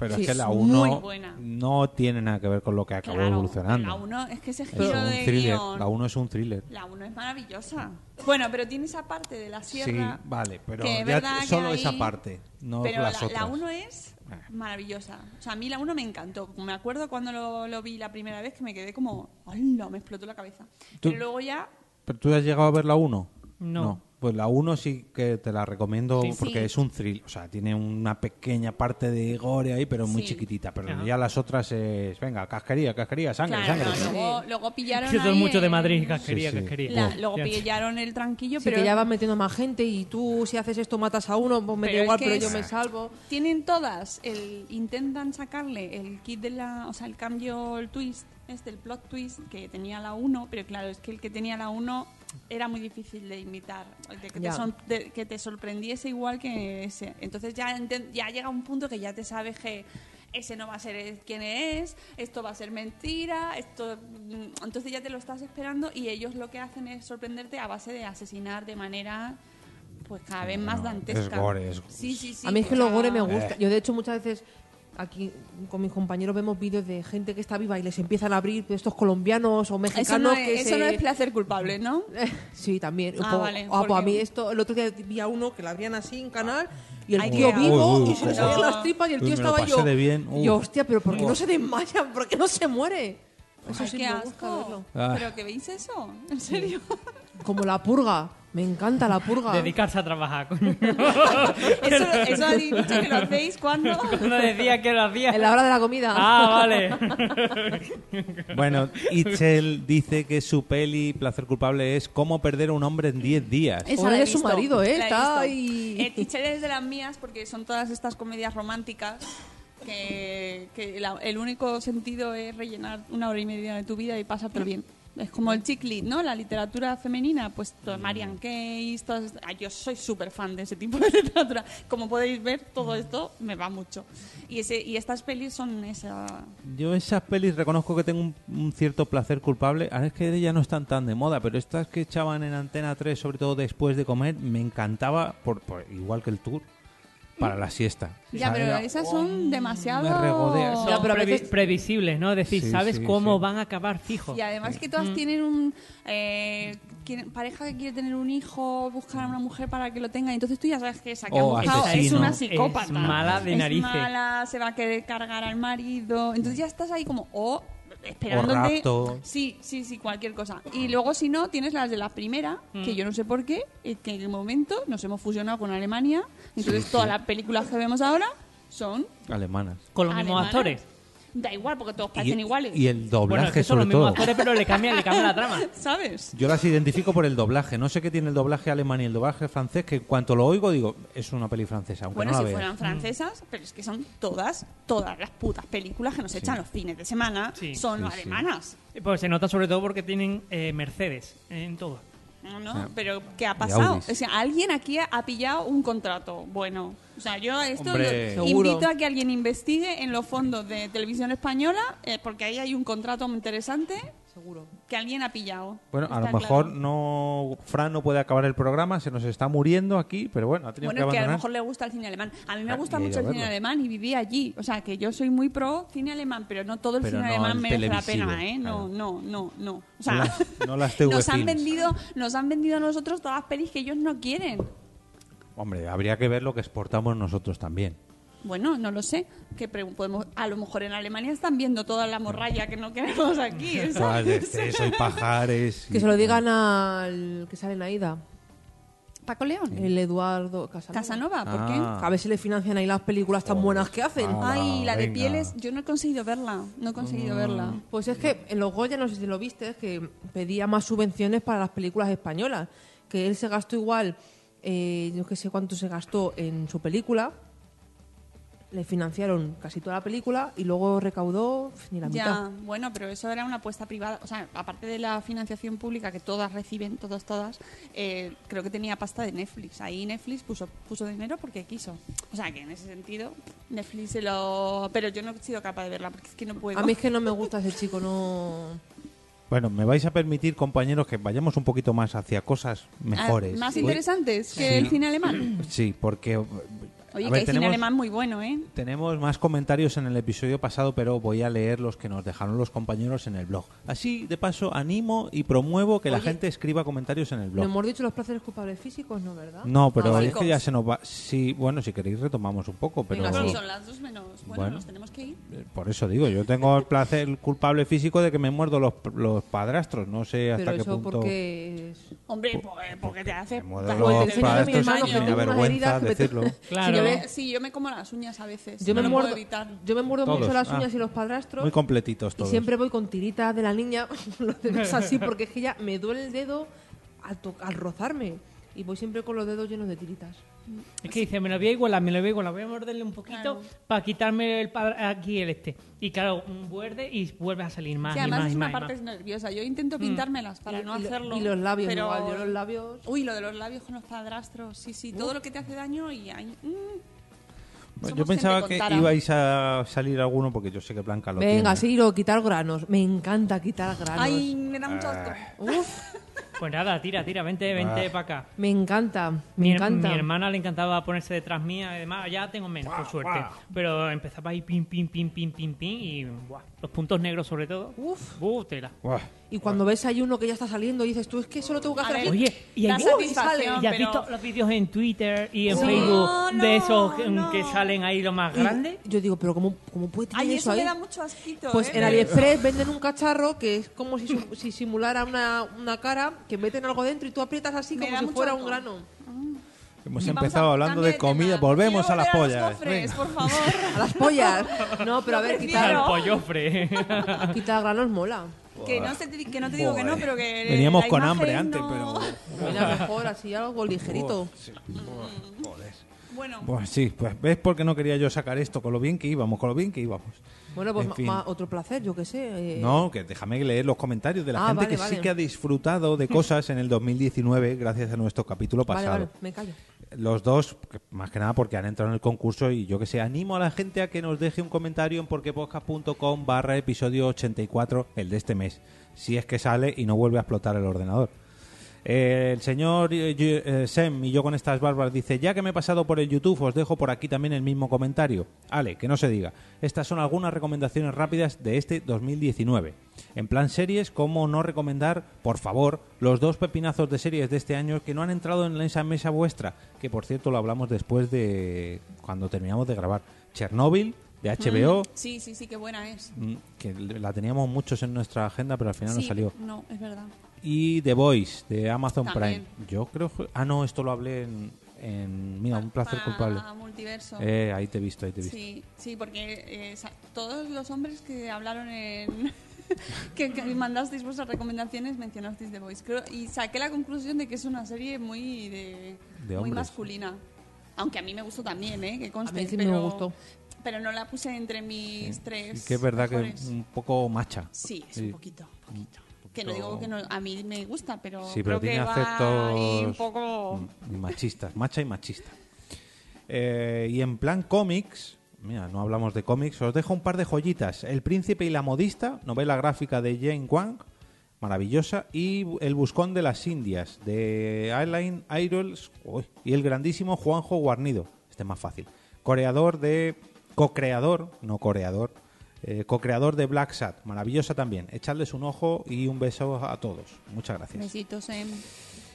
S2: pero
S3: Sí,
S2: es que la
S4: es muy
S2: 1
S4: buena.
S2: no tiene nada que ver con lo que acabó
S4: Claro,
S2: evolucionando
S4: La 1 es que ese
S2: es
S4: giro
S2: un
S4: de
S2: thriller
S4: guión.
S2: la 1 es un thriller
S4: La 1 es maravillosa. Bueno, pero tiene esa parte de la sierra.
S2: sí vale pero
S4: que es
S2: ya
S4: verdad que
S2: solo
S4: ahí-
S2: esa parte no
S4: pero
S2: las
S4: la-
S2: otras Ah.
S4: la 1 es maravillosa. O sea, a mí la 1 me encantó. Me acuerdo cuando lo, lo vi la primera vez que me quedé como, ¡hola! Me explotó la cabeza.
S2: Tú-
S4: Pero luego ya.
S2: pero tú has llegado a ver la 1
S7: No.
S2: Pues la 1 sí que te la recomiendo porque
S4: Sí.
S2: es un thrill. O sea, tiene una pequeña parte de gore ahí, pero muy
S4: Sí.
S2: chiquitita. Pero
S7: Ajá.
S2: ya las otras es, venga, casquería, casquería, sangre,
S4: Claro,
S2: sangre.
S4: no, luego, luego pillaron.
S7: Yo soy
S4: ahí
S7: mucho de
S4: el-
S7: Madrid, casquería,
S2: Sí, sí.
S7: casquería.
S4: la- luego
S7: Ya.
S4: pillaron el tranquillo,
S3: Sí,
S4: pero
S3: que ya vas metiendo más gente y tú si haces esto matas a uno, pues me da
S4: Pero es
S3: igual,
S4: que
S3: pero
S4: es-
S3: yo me salvo.
S4: tienen todas el intentan sacarle el kit de la o sea el cambio el twist este el plot twist que tenía la 1 pero claro es que el que tenía la 1 era muy difícil de imitar de que, te
S3: Ya.
S4: son- de que te sorprendiese igual que ese entonces ya enten- ya llega un punto que ya te sabes que ese no va a ser el- quién es, esto va a ser mentira, esto mm, entonces ya te lo estás esperando y ellos lo que hacen es sorprenderte a base de asesinar de manera pues cada vez más
S2: no, es
S4: dantesca.
S2: gore, es-
S4: Sí, sí, sí.
S3: a mí es que
S4: o
S3: los
S4: sea,
S3: gore me
S2: Eh.
S3: gusta. Yo de hecho muchas veces aquí con mis compañeros vemos vídeos de gente que está viva y les empiezan a abrir de estos colombianos o mexicanos
S4: Eso no, es,
S3: que
S4: eso
S3: se-
S4: no es placer culpable, ¿no?
S3: Sí, también.
S4: Ah,
S3: Po-
S4: vale,
S3: ah, pues a
S4: porque-
S3: mí esto, el otro día vi a uno que la abrían así en canal y el
S4: Ay,
S3: tío
S4: qué
S3: vivo
S2: asco.
S3: y se le salían
S4: No.
S3: las tripas y el
S2: Uy,
S3: tío
S2: me lo
S3: estaba
S2: pasé
S3: yo.
S2: de bien. Uf.
S3: Y yo, hostia, pero ¿por qué no
S2: Uf.
S3: se desmayan? ¿Por qué no se muere? Eso
S4: Ay,
S3: sí
S4: qué
S3: me gusta
S4: asco.
S3: verlo.
S2: Ah.
S4: ¿Pero que veis eso? ¿En serio?
S3: Como la purga. Me encanta la purga.
S7: Dedicarse a trabajar, coño.
S4: eso, eso habéis dicho que lo hacéis cuando...
S7: No decía que lo hacía.
S3: En la hora de la comida.
S7: Ah, vale.
S2: Bueno, Itchel dice que su peli placer culpable es cómo perder a un hombre en 10 días.
S3: Eso la he visto.
S4: ¿eh?
S3: La he visto.
S4: El es Eh, de las mías porque son todas estas comedias románticas que, que la- el único sentido es rellenar una hora y media de tu vida y pasártelo bien. Es como el chick lit, ¿no? La literatura femenina, pues todo Marian Case, todas- ah, yo soy súper fan de ese tipo de literatura. Como podéis ver, todo esto me va mucho. Y, ese, y estas pelis son esa...
S2: Yo esas pelis reconozco que tengo un, un cierto placer culpable. Ahora es que ya no están tan de moda, pero estas que echaban en Antena 3, sobre todo después de comer, me encantaba, por, por- igual que el tour, para la siesta.
S4: Ya,
S2: O sea,
S4: pero
S2: era-
S4: esas son demasiado...
S2: regodea eso.
S1: Son
S3: Ya, pero a
S1: previ-
S3: veces-
S7: Previsibles, ¿no? Es decir,
S2: Sí,
S7: sabes
S2: sí,
S7: cómo
S2: sí.
S7: van a acabar fijo.
S4: Y además que
S7: Mm.
S4: todas tienen un... eh, quieren- pareja que quiere tener un hijo, buscar a una mujer para que lo tenga, y entonces tú ya sabes que esa que ha
S2: O
S4: buscado es
S2: asesino.
S4: una psicópata.
S7: Es mala de
S4: Es
S7: narices.
S4: mala, se va a querer cargar al marido. Entonces ya estás ahí como, o esperándote.
S2: O rapto.
S4: Sí, sí, sí, cualquier cosa. Y luego, si no, tienes las de la primera,
S7: Mm.
S4: que yo no sé por qué, eh, que en el momento nos hemos fusionado con Alemania. Entonces, todas las películas que vemos ahora son.
S2: Alemanas.
S7: Con los mismos
S4: alemanas.
S7: actores.
S4: Da igual, porque todos parecen iguales.
S2: y el doblaje,
S7: Bueno, es que son
S2: sobre
S7: los mismos
S2: todo.
S7: actores, pero le cambian, le cambian la trama.
S4: ¿Sabes?
S2: Yo las identifico por el doblaje. No sé qué tiene el doblaje alemán y el doblaje francés, que en cuanto lo oigo digo, es una peli francesa, aunque
S4: Bueno,
S2: no la
S4: si
S2: vea.
S4: fueran francesas, pero es que son todas, todas las putas películas que nos echan los fines de semana,
S7: Sí.
S4: son
S2: Sí, sí.
S4: alemanas.
S7: Pues se nota sobre todo porque tienen eh, Mercedes en todo.
S4: No,
S2: Ah.
S4: no, pero ¿qué ha
S2: Y
S4: pasado?
S2: Audis.
S4: O sea, alguien aquí ha- ha pillado un contrato. Bueno, o sea, yo esto
S2: Hombre.
S4: lo-
S1: Seguro.
S4: invito a que alguien investigue en los fondos de televisión española, eh, porque ahí hay un contrato muy interesante
S3: Seguro.
S4: que alguien ha pillado.
S2: Bueno, a
S4: Está
S2: lo mejor
S4: claro.
S2: no Fran no puede acabar el programa, se nos está muriendo aquí, pero bueno, ha tenido
S4: Bueno, es
S2: que
S4: que a lo
S2: abandonar.
S4: mejor le gusta el cine alemán. A mí me
S2: Ah,
S4: gusta
S2: y he ido
S4: mucho
S2: a
S4: el cine
S2: verlo.
S4: alemán y viví allí. O sea, que yo soy muy pro cine alemán, pero no todo el
S2: Pero
S4: cine
S2: no
S4: alemán
S2: el
S4: merece la pena,
S2: televisivo,
S4: ¿eh? No,
S2: claro.
S4: no, no, no. O
S2: No
S4: sea,
S2: las- no las TV
S4: nos, han
S2: films.
S4: vendido, nos han vendido a nosotros todas las pelis que ellos no quieren.
S2: Hombre, habría que ver lo que exportamos nosotros también.
S4: Bueno, no lo sé. Que pre- podemos, a lo mejor en Alemania están viendo toda la morralla que no queremos aquí.
S2: Todas de
S4: ¿sabes?
S2: exceso y pajares. y-
S3: Que se lo digan al que sale en Aida,
S4: Paco León,
S3: el Eduardo Casanova.
S4: Casanova, ¿por qué?
S2: Mm. Ah.
S3: A ver si le financian ahí las películas tan
S2: Joder.
S3: buenas que hacen.
S2: Ah.
S4: Ay, la de
S2: venga. Mm.
S4: pieles, yo no he conseguido verla. No he conseguido verla.
S3: Pues es que en los Goya, no sé si lo viste, es que pedía más subvenciones para las películas españolas. Que él se gastó igual, eh, yo qué sé cuánto se gastó en su película. Le financiaron casi toda la película y luego recaudó pf, ni la
S4: Ya,
S3: mitad.
S4: bueno, pero eso era una apuesta privada. O sea, aparte de la financiación pública que todas reciben, todas, todas, eh, creo que tenía pasta de Netflix. Ahí Netflix puso, puso dinero porque quiso. O sea, que en ese sentido, Netflix se lo... Pero yo no he sido capaz de verla porque es que pues no puedo.
S3: A mí es que no me gusta ese chico, no.
S2: Bueno, me vais a permitir, compañeros, que vayamos un poquito más hacia cosas
S4: Ah,
S2: mejores.
S4: Más
S2: Voy-
S4: interesantes que
S2: Sí.
S4: el cine alemán.
S2: Sí, porque... eh,
S4: Oye,
S2: a
S4: que
S2: ver,
S4: hay cine
S2: tenemos-
S4: alemán muy bueno, ¿eh?
S2: Tenemos más comentarios en el episodio pasado, pero voy a leer los que nos dejaron los compañeros en el blog. Así, de paso, animo y promuevo que la gente escriba comentarios en el
S3: No
S2: blog.
S3: hemos dicho los placeres culpables físicos, ¿no, verdad?
S2: No, pero
S3: Ah,
S2: es que
S3: vale.
S2: ya se nos va. Sí, bueno, si queréis retomamos un poco, pero
S4: Venga, sí, son las dos menos. Bueno,
S2: Bueno.
S4: nos tenemos que ir.
S2: eh, por eso digo, yo tengo el placer el culpable físico de que me muerdo los, los padrastros, no sé hasta
S3: Pero
S2: qué
S3: eso
S2: punto.
S3: porque. es-
S4: Hombre, pues, porque te hace...
S2: Me muerdo
S4: bastante
S2: los
S3: Pues decirlo a mi
S2: padrastros
S3: hermano,
S2: y
S3: que
S2: me
S3: tengo
S2: da
S3: unas
S2: vergüenza
S3: heridas que me-
S2: decirlo.
S7: Claro.
S4: Yo me- sí, yo me como las uñas a veces.
S3: Yo me,
S4: no lo
S3: muerdo,
S4: puedo evitar.
S3: yo me muerdo mucho
S2: Todos.
S3: las
S2: Ah.
S3: uñas y los padrastros.
S2: Muy completitos todos.
S3: Y siempre voy con tiritas de la niña, los dedos así, porque es que ya me duele el dedo al, to- al rozarme. Y voy siempre con los dedos llenos de tiritas.
S7: Es que dice, me lo voy a igualar, me lo voy a igualar, voy a morderle un poquito
S4: Claro.
S7: para quitarme el padra- aquí el este. Y claro, muerde y vuelve a salir más
S4: Sí,
S7: y
S4: además
S7: más
S4: es
S7: y
S4: una
S7: más. y
S4: parte
S7: más.
S4: nerviosa. Yo intento pintármelas para no
S3: Mm. y lo-
S4: hacerlo.
S3: y los labios
S4: pero...
S3: igual, yo los labios-
S4: Uy, lo de los labios con los padrastros. Sí, sí, todo lo que te hace daño y ahí. mm. Somos
S2: yo
S4: gente
S2: pensaba
S4: con
S2: que
S4: tara.
S2: ibais a salir alguno porque yo sé que Blanca lo
S3: Venga,
S2: tiene.
S3: sí, lo quitar granos. Me encanta quitar granos.
S4: Ay, me da mucho asco.
S2: Ah.
S3: Uf,
S7: Pues nada, tira, tira, vente, vente para acá.
S3: me encanta, me
S7: Mi, her-
S3: encanta.
S7: mi hermana le encantaba ponerse detrás mía, además ya tengo menos, por suerte. Pero empezaba ahí pim, pim, pim, pim, pim, pim y buah, los puntos negros sobre todo.
S3: Uf.
S7: Buh, tela.
S2: Buah.
S3: Y cuando ves ahí uno que ya está saliendo y dices, tú es que solo tengo que
S4: A
S3: hacer
S4: ver,
S3: aquí.
S7: Oye, y
S4: da
S7: hay-
S4: satisfacción,
S7: ¿Y has
S4: pero-
S7: visto los vídeos en Twitter y en
S3: Sí.
S7: Facebook
S4: No, no,
S7: de esos que-
S4: no.
S7: que salen ahí los más
S3: Y
S7: grandes?
S3: Yo digo, pero ¿cómo, cómo puede tener
S4: Ay,
S3: eso
S4: eso
S3: ahí?
S4: me da mucho asquito.
S3: Pues
S4: ¿eh?
S3: en AliExpress venden un cacharro que es como si, su- si simulara una, una cara, que meten algo dentro y tú aprietas así
S4: Me
S3: como
S4: da
S3: si
S4: mucho
S3: fuera un
S4: asco.
S3: grano.
S2: Hemos
S4: Vamos a-
S2: empezado hablando
S4: cambia
S2: de comida,
S4: tema.
S2: volvemos
S4: Quiero
S2: a las
S4: volver a
S2: pollas.
S4: los cofres,
S2: Venga.
S4: por favor.
S3: A las pollas. No, pero a ver,
S7: Al
S4: Claro.
S3: quitar,
S7: pollofre.
S3: quitar granos mola.
S4: que, no se te- que no te digo que no, pero que.
S2: Veníamos
S4: la
S2: con
S4: imagen
S2: hambre antes,
S4: no-
S2: pero.
S3: Mira, mejor así algo ligerito.
S4: Bueno,
S2: Pues sí, pues ves por qué no quería yo sacar esto, con lo bien que íbamos, con lo bien que íbamos.
S3: Bueno, pues
S2: En
S3: ma-
S2: fin.
S3: ma- otro placer, yo qué sé. eh,
S2: No, que déjame leer los comentarios de la
S3: Ah,
S2: gente
S3: vale,
S2: que
S3: vale.
S2: sí que ha disfrutado de cosas en el 2019 gracias a nuestro capítulo
S3: Vale,
S2: pasado.
S3: vale, me callo.
S2: Los dos, que- más que nada porque han entrado en el concurso y yo que sé, animo a la gente a que nos deje un comentario en porquepodcast.com barra episodio 84, el de este mes, si es que sale y no vuelve a explotar el ordenador. Eh, el señor eh, yo- eh, Sem y yo con estas barbas dice, ya que me he pasado por el YouTube, os dejo por aquí también el mismo comentario. Ale, que no se diga. Estas son algunas recomendaciones rápidas de este 2019. En plan series, ¿cómo no recomendar, por favor, los dos pepinazos de series de este año que no han entrado en esa mesa vuestra? Que por cierto lo hablamos después de cuando terminamos de grabar. Chernobyl, de HBO,
S4: Sí, sí, sí, qué buena es.
S2: mm, que la teníamos muchos en nuestra agenda, pero al final no
S4: Sí,
S2: salió
S4: No, es verdad.
S2: y The Voice de Amazon
S4: También.
S2: Prime. Yo creo que... Ah, no, esto lo hablé en... en- mira, un placer
S4: Pa-
S2: culpable.
S4: multiverso.
S2: Eh, ahí te he visto, ahí te he visto.
S4: Ah, Sí, sí, porque eh, sa- todos los hombres que hablaron en... que, que mandasteis vuestras recomendaciones mencionasteis The Voice. Creo, y saqué la conclusión de que es una serie muy, de,
S2: De
S4: muy
S2: hombres.
S4: masculina. Aunque a mí me gustó también, ¿eh? Que conste,
S3: A mí sí me
S4: pero,
S3: gustó.
S4: Pero no la puse entre mis tres
S2: Sí que es verdad
S4: mejores.
S2: que un poco macha.
S4: Sí, es
S2: Sí.
S4: un poquito, un poquito. Que no digo que no, a mí me gusta, pero,
S2: Sí, pero
S4: creo que
S2: tiene Mm.
S4: va ahí un
S2: aceptos
S4: poco...
S2: m- machistas, macha y machista. Eh, y en plan cómics, mira, no hablamos de cómics, os dejo un par de joyitas. El príncipe y la modista, novela gráfica de Jane Wang, maravillosa, y El buscón de las Indias, de Airline Idols, uy, y el grandísimo Juanjo Guarnido, este es más fácil, coreador de, co-creador, no coreador, eh, co-creador de Black Sat, maravillosa también. Echadles un ojo y un beso a todos. Muchas gracias.
S4: Besitos em. en...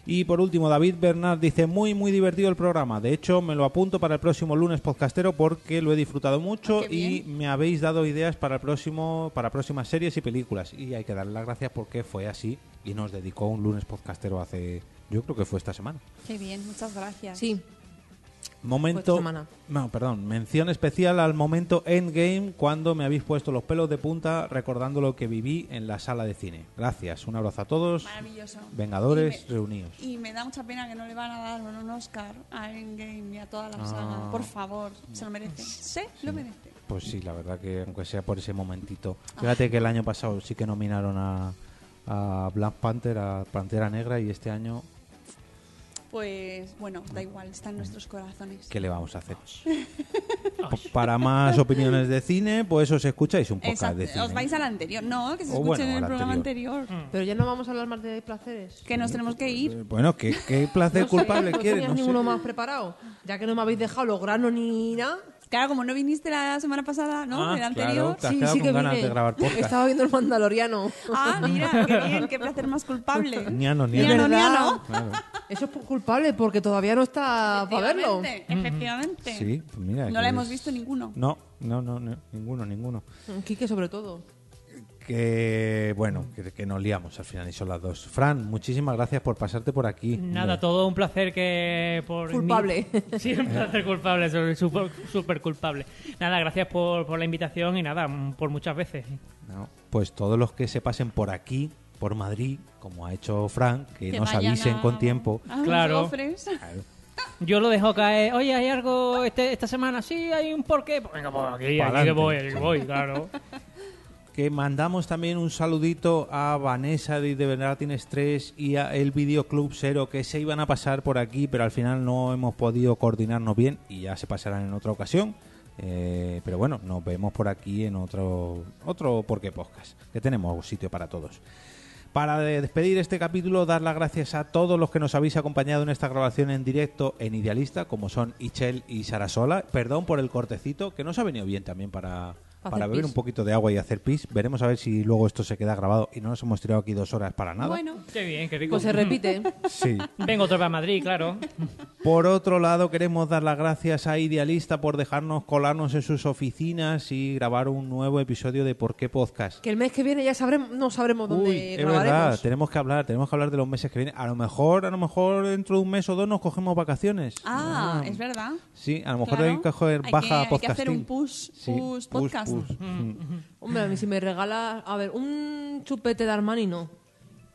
S2: Y por último, David Bernard dice, muy, muy divertido el programa. De hecho, me lo apunto para el próximo lunes podcastero porque lo he disfrutado mucho
S4: Ah, qué
S2: y me habéis dado ideas para, el próximo, para próximas series y películas. Y hay que darle las gracias porque fue así y nos dedicó un lunes podcastero hace, yo creo que fue esta semana.
S4: Qué bien, muchas gracias.
S3: Sí,
S2: Momento...
S3: Fue esta semana.
S2: No, perdón, mención especial al momento Endgame cuando me habéis puesto los pelos de punta recordando lo que viví en la sala de cine. Gracias, un abrazo a todos.
S4: Maravilloso.
S2: Vengadores
S4: Y me-
S2: reunidos.
S4: Y me da mucha pena que no le van a dar un Oscar a Endgame y a toda la saga. Por favor, se lo merece. Se lo merece.
S2: Pues Ah. sí, la verdad que aunque sea por ese momentito.
S4: Ah.
S2: Fíjate que el año pasado sí que nominaron a, a Black Panther, a Pantera Negra, y este año,
S4: Pues bueno, da igual, está en nuestros corazones.
S2: ¿qué le vamos a hacer? P- Para más opiniones de cine, pues os escucháis un poco
S4: Exacto,
S2: de cine. ¿eh?
S4: Os vais al anterior. No, que se
S2: O
S4: escuchen
S2: bueno,
S4: en el
S2: al
S4: programa
S2: anterior.
S4: anterior.
S3: pero ya no vamos a hablar más de placeres.
S4: Que nos tenemos que ir.
S2: Eh, Bueno, ¿qué, qué placer
S3: No sé,
S2: culpable
S3: no
S2: quieres?
S3: tenías
S2: No sé.
S3: ninguno más preparado. Ya que no me habéis dejado los granos ni nada.
S4: Claro, como no viniste la semana pasada, ¿no?
S2: Ah,
S4: el
S2: claro,
S4: anterior.
S2: te has quedado con ganas de grabar podcast.
S3: Estaba viendo el Mandaloriano.
S4: Ah, mira, qué bien, qué placer más culpable.
S2: Niano, niano.
S4: Niano, niano.
S2: Claro.
S3: Eso es por culpable porque todavía no está para verlo.
S4: Efectivamente, efectivamente.
S2: Mm, Sí, pues mira.
S4: No la
S2: que
S4: hemos
S2: es-
S4: visto ninguno.
S2: No, no, no, no, ninguno, ninguno.
S3: Quique sobre todo.
S2: Que bueno, que, que nos liamos al final y son las dos. Fran, muchísimas gracias por pasarte por aquí.
S7: Nada, todo un placer que por...
S3: Culpable.
S7: mi- Sí, un placer culpable, sobre- super, super culpable. Nada, gracias por, por la invitación y nada, mm, por muchas veces.
S2: No, Pues todos los que se pasen por aquí, por Madrid, como ha hecho Frank, que, nos
S4: vayan
S2: avisen
S4: a- Ah,
S2: con tiempo.
S4: a unos
S7: Claro.
S4: gofres.
S7: Yo lo dejo caer, oye, hay algo este- esta semana, sí, hay un porqué. Pues venga, por aquí, aquí
S2: Pa'lante.
S7: que voy, aquí que voy, claro.
S2: Que mandamos también un saludito a Vanessa de Iberatin Stress y a el Videoclub Cero, que se iban a pasar por aquí, pero al final no hemos podido coordinarnos bien y ya se pasarán en otra ocasión. Eh, pero bueno, nos vemos por aquí en otro, otro Porque Podcast, que tenemos sitio para todos. Para de- despedir este capítulo, dar las gracias a todos los que nos habéis acompañado en esta grabación en directo en Idealista, como son Ichel y Sarasola. Perdón por el cortecito, que nos ha venido bien también para,
S3: Hacer
S2: para beber
S3: pis.
S2: un poquito de agua y hacer pis. Veremos a ver si luego esto se queda grabado y no nos hemos tirado aquí dos horas para nada.
S4: Bueno,
S7: Qué bien, qué rico.
S3: Pues se repite.
S2: Sí.
S7: Vengo otra vez a Madrid, claro.
S2: Por otro lado, queremos dar las gracias a Idealista por dejarnos colarnos en sus oficinas y grabar un nuevo episodio de Por qué Podcast.
S3: Que el mes que viene ya sabremos, no sabremos dónde
S2: Uy, es verdad,
S3: grabaremos.
S2: tenemos que hablar, tenemos que hablar de los meses que vienen. A lo mejor, a lo mejor dentro de un mes o dos nos cogemos vacaciones.
S4: ah, es verdad.
S2: Sí, a lo mejor
S4: Claro.
S2: hay que coger
S4: Hay que-
S2: baja
S4: hay que hacer
S2: podcasting.
S4: un push-
S2: Sí,
S4: push podcast. Mm.
S3: Hombre, a mí si me regala, a ver, un chupete de Armani no.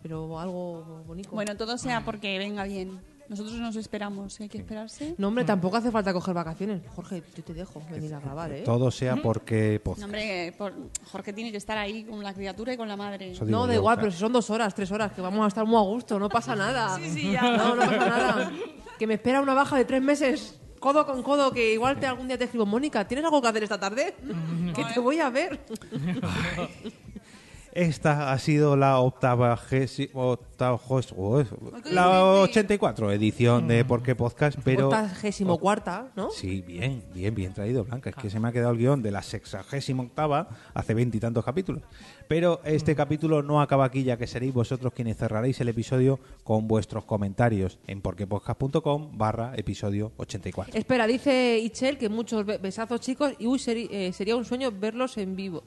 S3: Pero algo bonito.
S4: Bueno, todo sea porque venga bien. Nosotros nos esperamos, ¿eh? hay que esperarse.
S3: No, pues hombre, tampoco hace falta coger vacaciones. Jorge, yo te dejo venir a grabar, ¿eh?
S2: Todo sea porque podcast.
S4: No, hombre, por- Jorge tiene que estar ahí con la criatura y con la madre.
S2: Eso digo
S3: No, da
S2: yo,
S3: igual,
S2: claro.
S3: pero si son dos horas, tres horas, que vamos a estar muy a gusto, no pasa nada. Sí, sí, ya. No, no pasa nada. Que me espera una baja de tres meses, codo con codo, que igual te, algún día te escribo, Mónica, ¿tienes algo que hacer esta tarde? que te voy a ver.
S2: Esta ha sido la octava la 84 edición
S7: Mm.
S2: de Por qué Podcast, pero
S3: Octagésimo cuarta, ¿no?
S2: sí, bien, bien, bien traído, Blanca. Es que se me ha quedado el guión de la sexagésima octava hace veintitantos capítulos. Pero
S7: Mm.
S2: este capítulo no acaba aquí, ya que seréis vosotros quienes cerraréis el episodio con vuestros comentarios en porquepodcast.com barra episodio 84.
S3: Espera, dice Ichel que muchos be- besazos chicos y uy, seri- eh, sería un sueño verlos en vivo.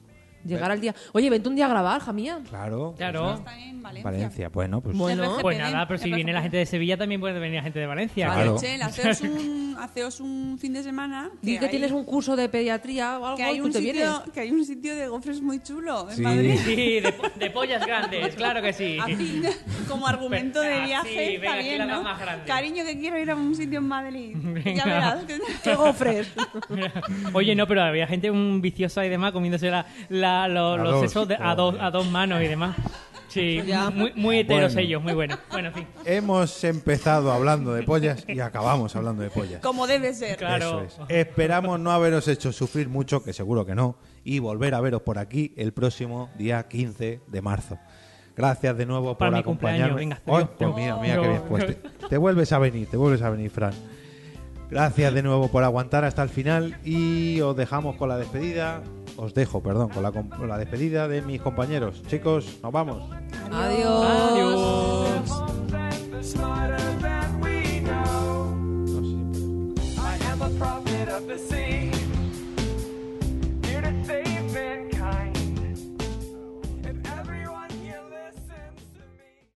S3: Llegar al día. Oye, vente un día a grabar, Jamía.
S2: Claro.
S7: Claro.
S4: Está en
S2: pues,
S4: Valencia.
S2: Valencia, bueno, pues
S3: Bueno,
S7: Pues nada, pero si viene la gente de Sevilla también puede venir la gente de Valencia.
S4: Vale,
S2: Claro.
S4: Chel, haceos un, haceos un fin de semana.
S3: di que
S4: hay-
S3: tienes un curso de pediatría o algo,
S4: que hay
S3: y tú
S4: un
S3: te vienes.
S4: sitio, que hay un sitio de gofres muy chulo en
S2: Sí.
S4: Madrid.
S7: Sí, de, de pollas grandes, claro que sí.
S4: A fin, como argumento
S7: Venga,
S4: de
S7: sí,
S4: viaje,
S7: venga,
S4: está
S7: aquí
S4: bien,
S7: la
S4: ¿no?
S7: más grande.
S4: Cariño, que quiero ir a un sitio en Madrid.
S7: Venga.
S4: Ya verás.
S3: ¡Qué gofres!
S7: Oye, no, pero había gente un viciosa y demás comiéndose la, la- lo-
S2: A
S7: los
S2: dos.
S7: sesos de- a, dos, a dos manos y demás. Sí, muy, muy heteros
S2: Bueno.
S7: ellos, muy bueno. Bueno, en fin.
S2: Hemos empezado hablando de pollas y acabamos hablando de pollas.
S4: como debe ser.
S7: Claro.
S2: Eso es. Esperamos no haberos hecho sufrir mucho, que seguro que no, y volver a veros por aquí el próximo día 15 de marzo. Gracias de nuevo
S7: Pues Para
S2: por
S7: mi
S2: acompañarnos.
S7: cumpleaños, venga, te
S2: Ay,
S7: digo.
S2: pues mira, mira qué bien
S7: No.
S2: puesto. Te vuelves a venir, te vuelves a venir, Fran. Gracias de nuevo por aguantar hasta el final y os dejamos con la despedida. Os dejo, perdón, con la, com- con la despedida de mis compañeros. Chicos, nos vamos.
S7: Adiós.
S5: smarter than we know. I am a prophet of the sea.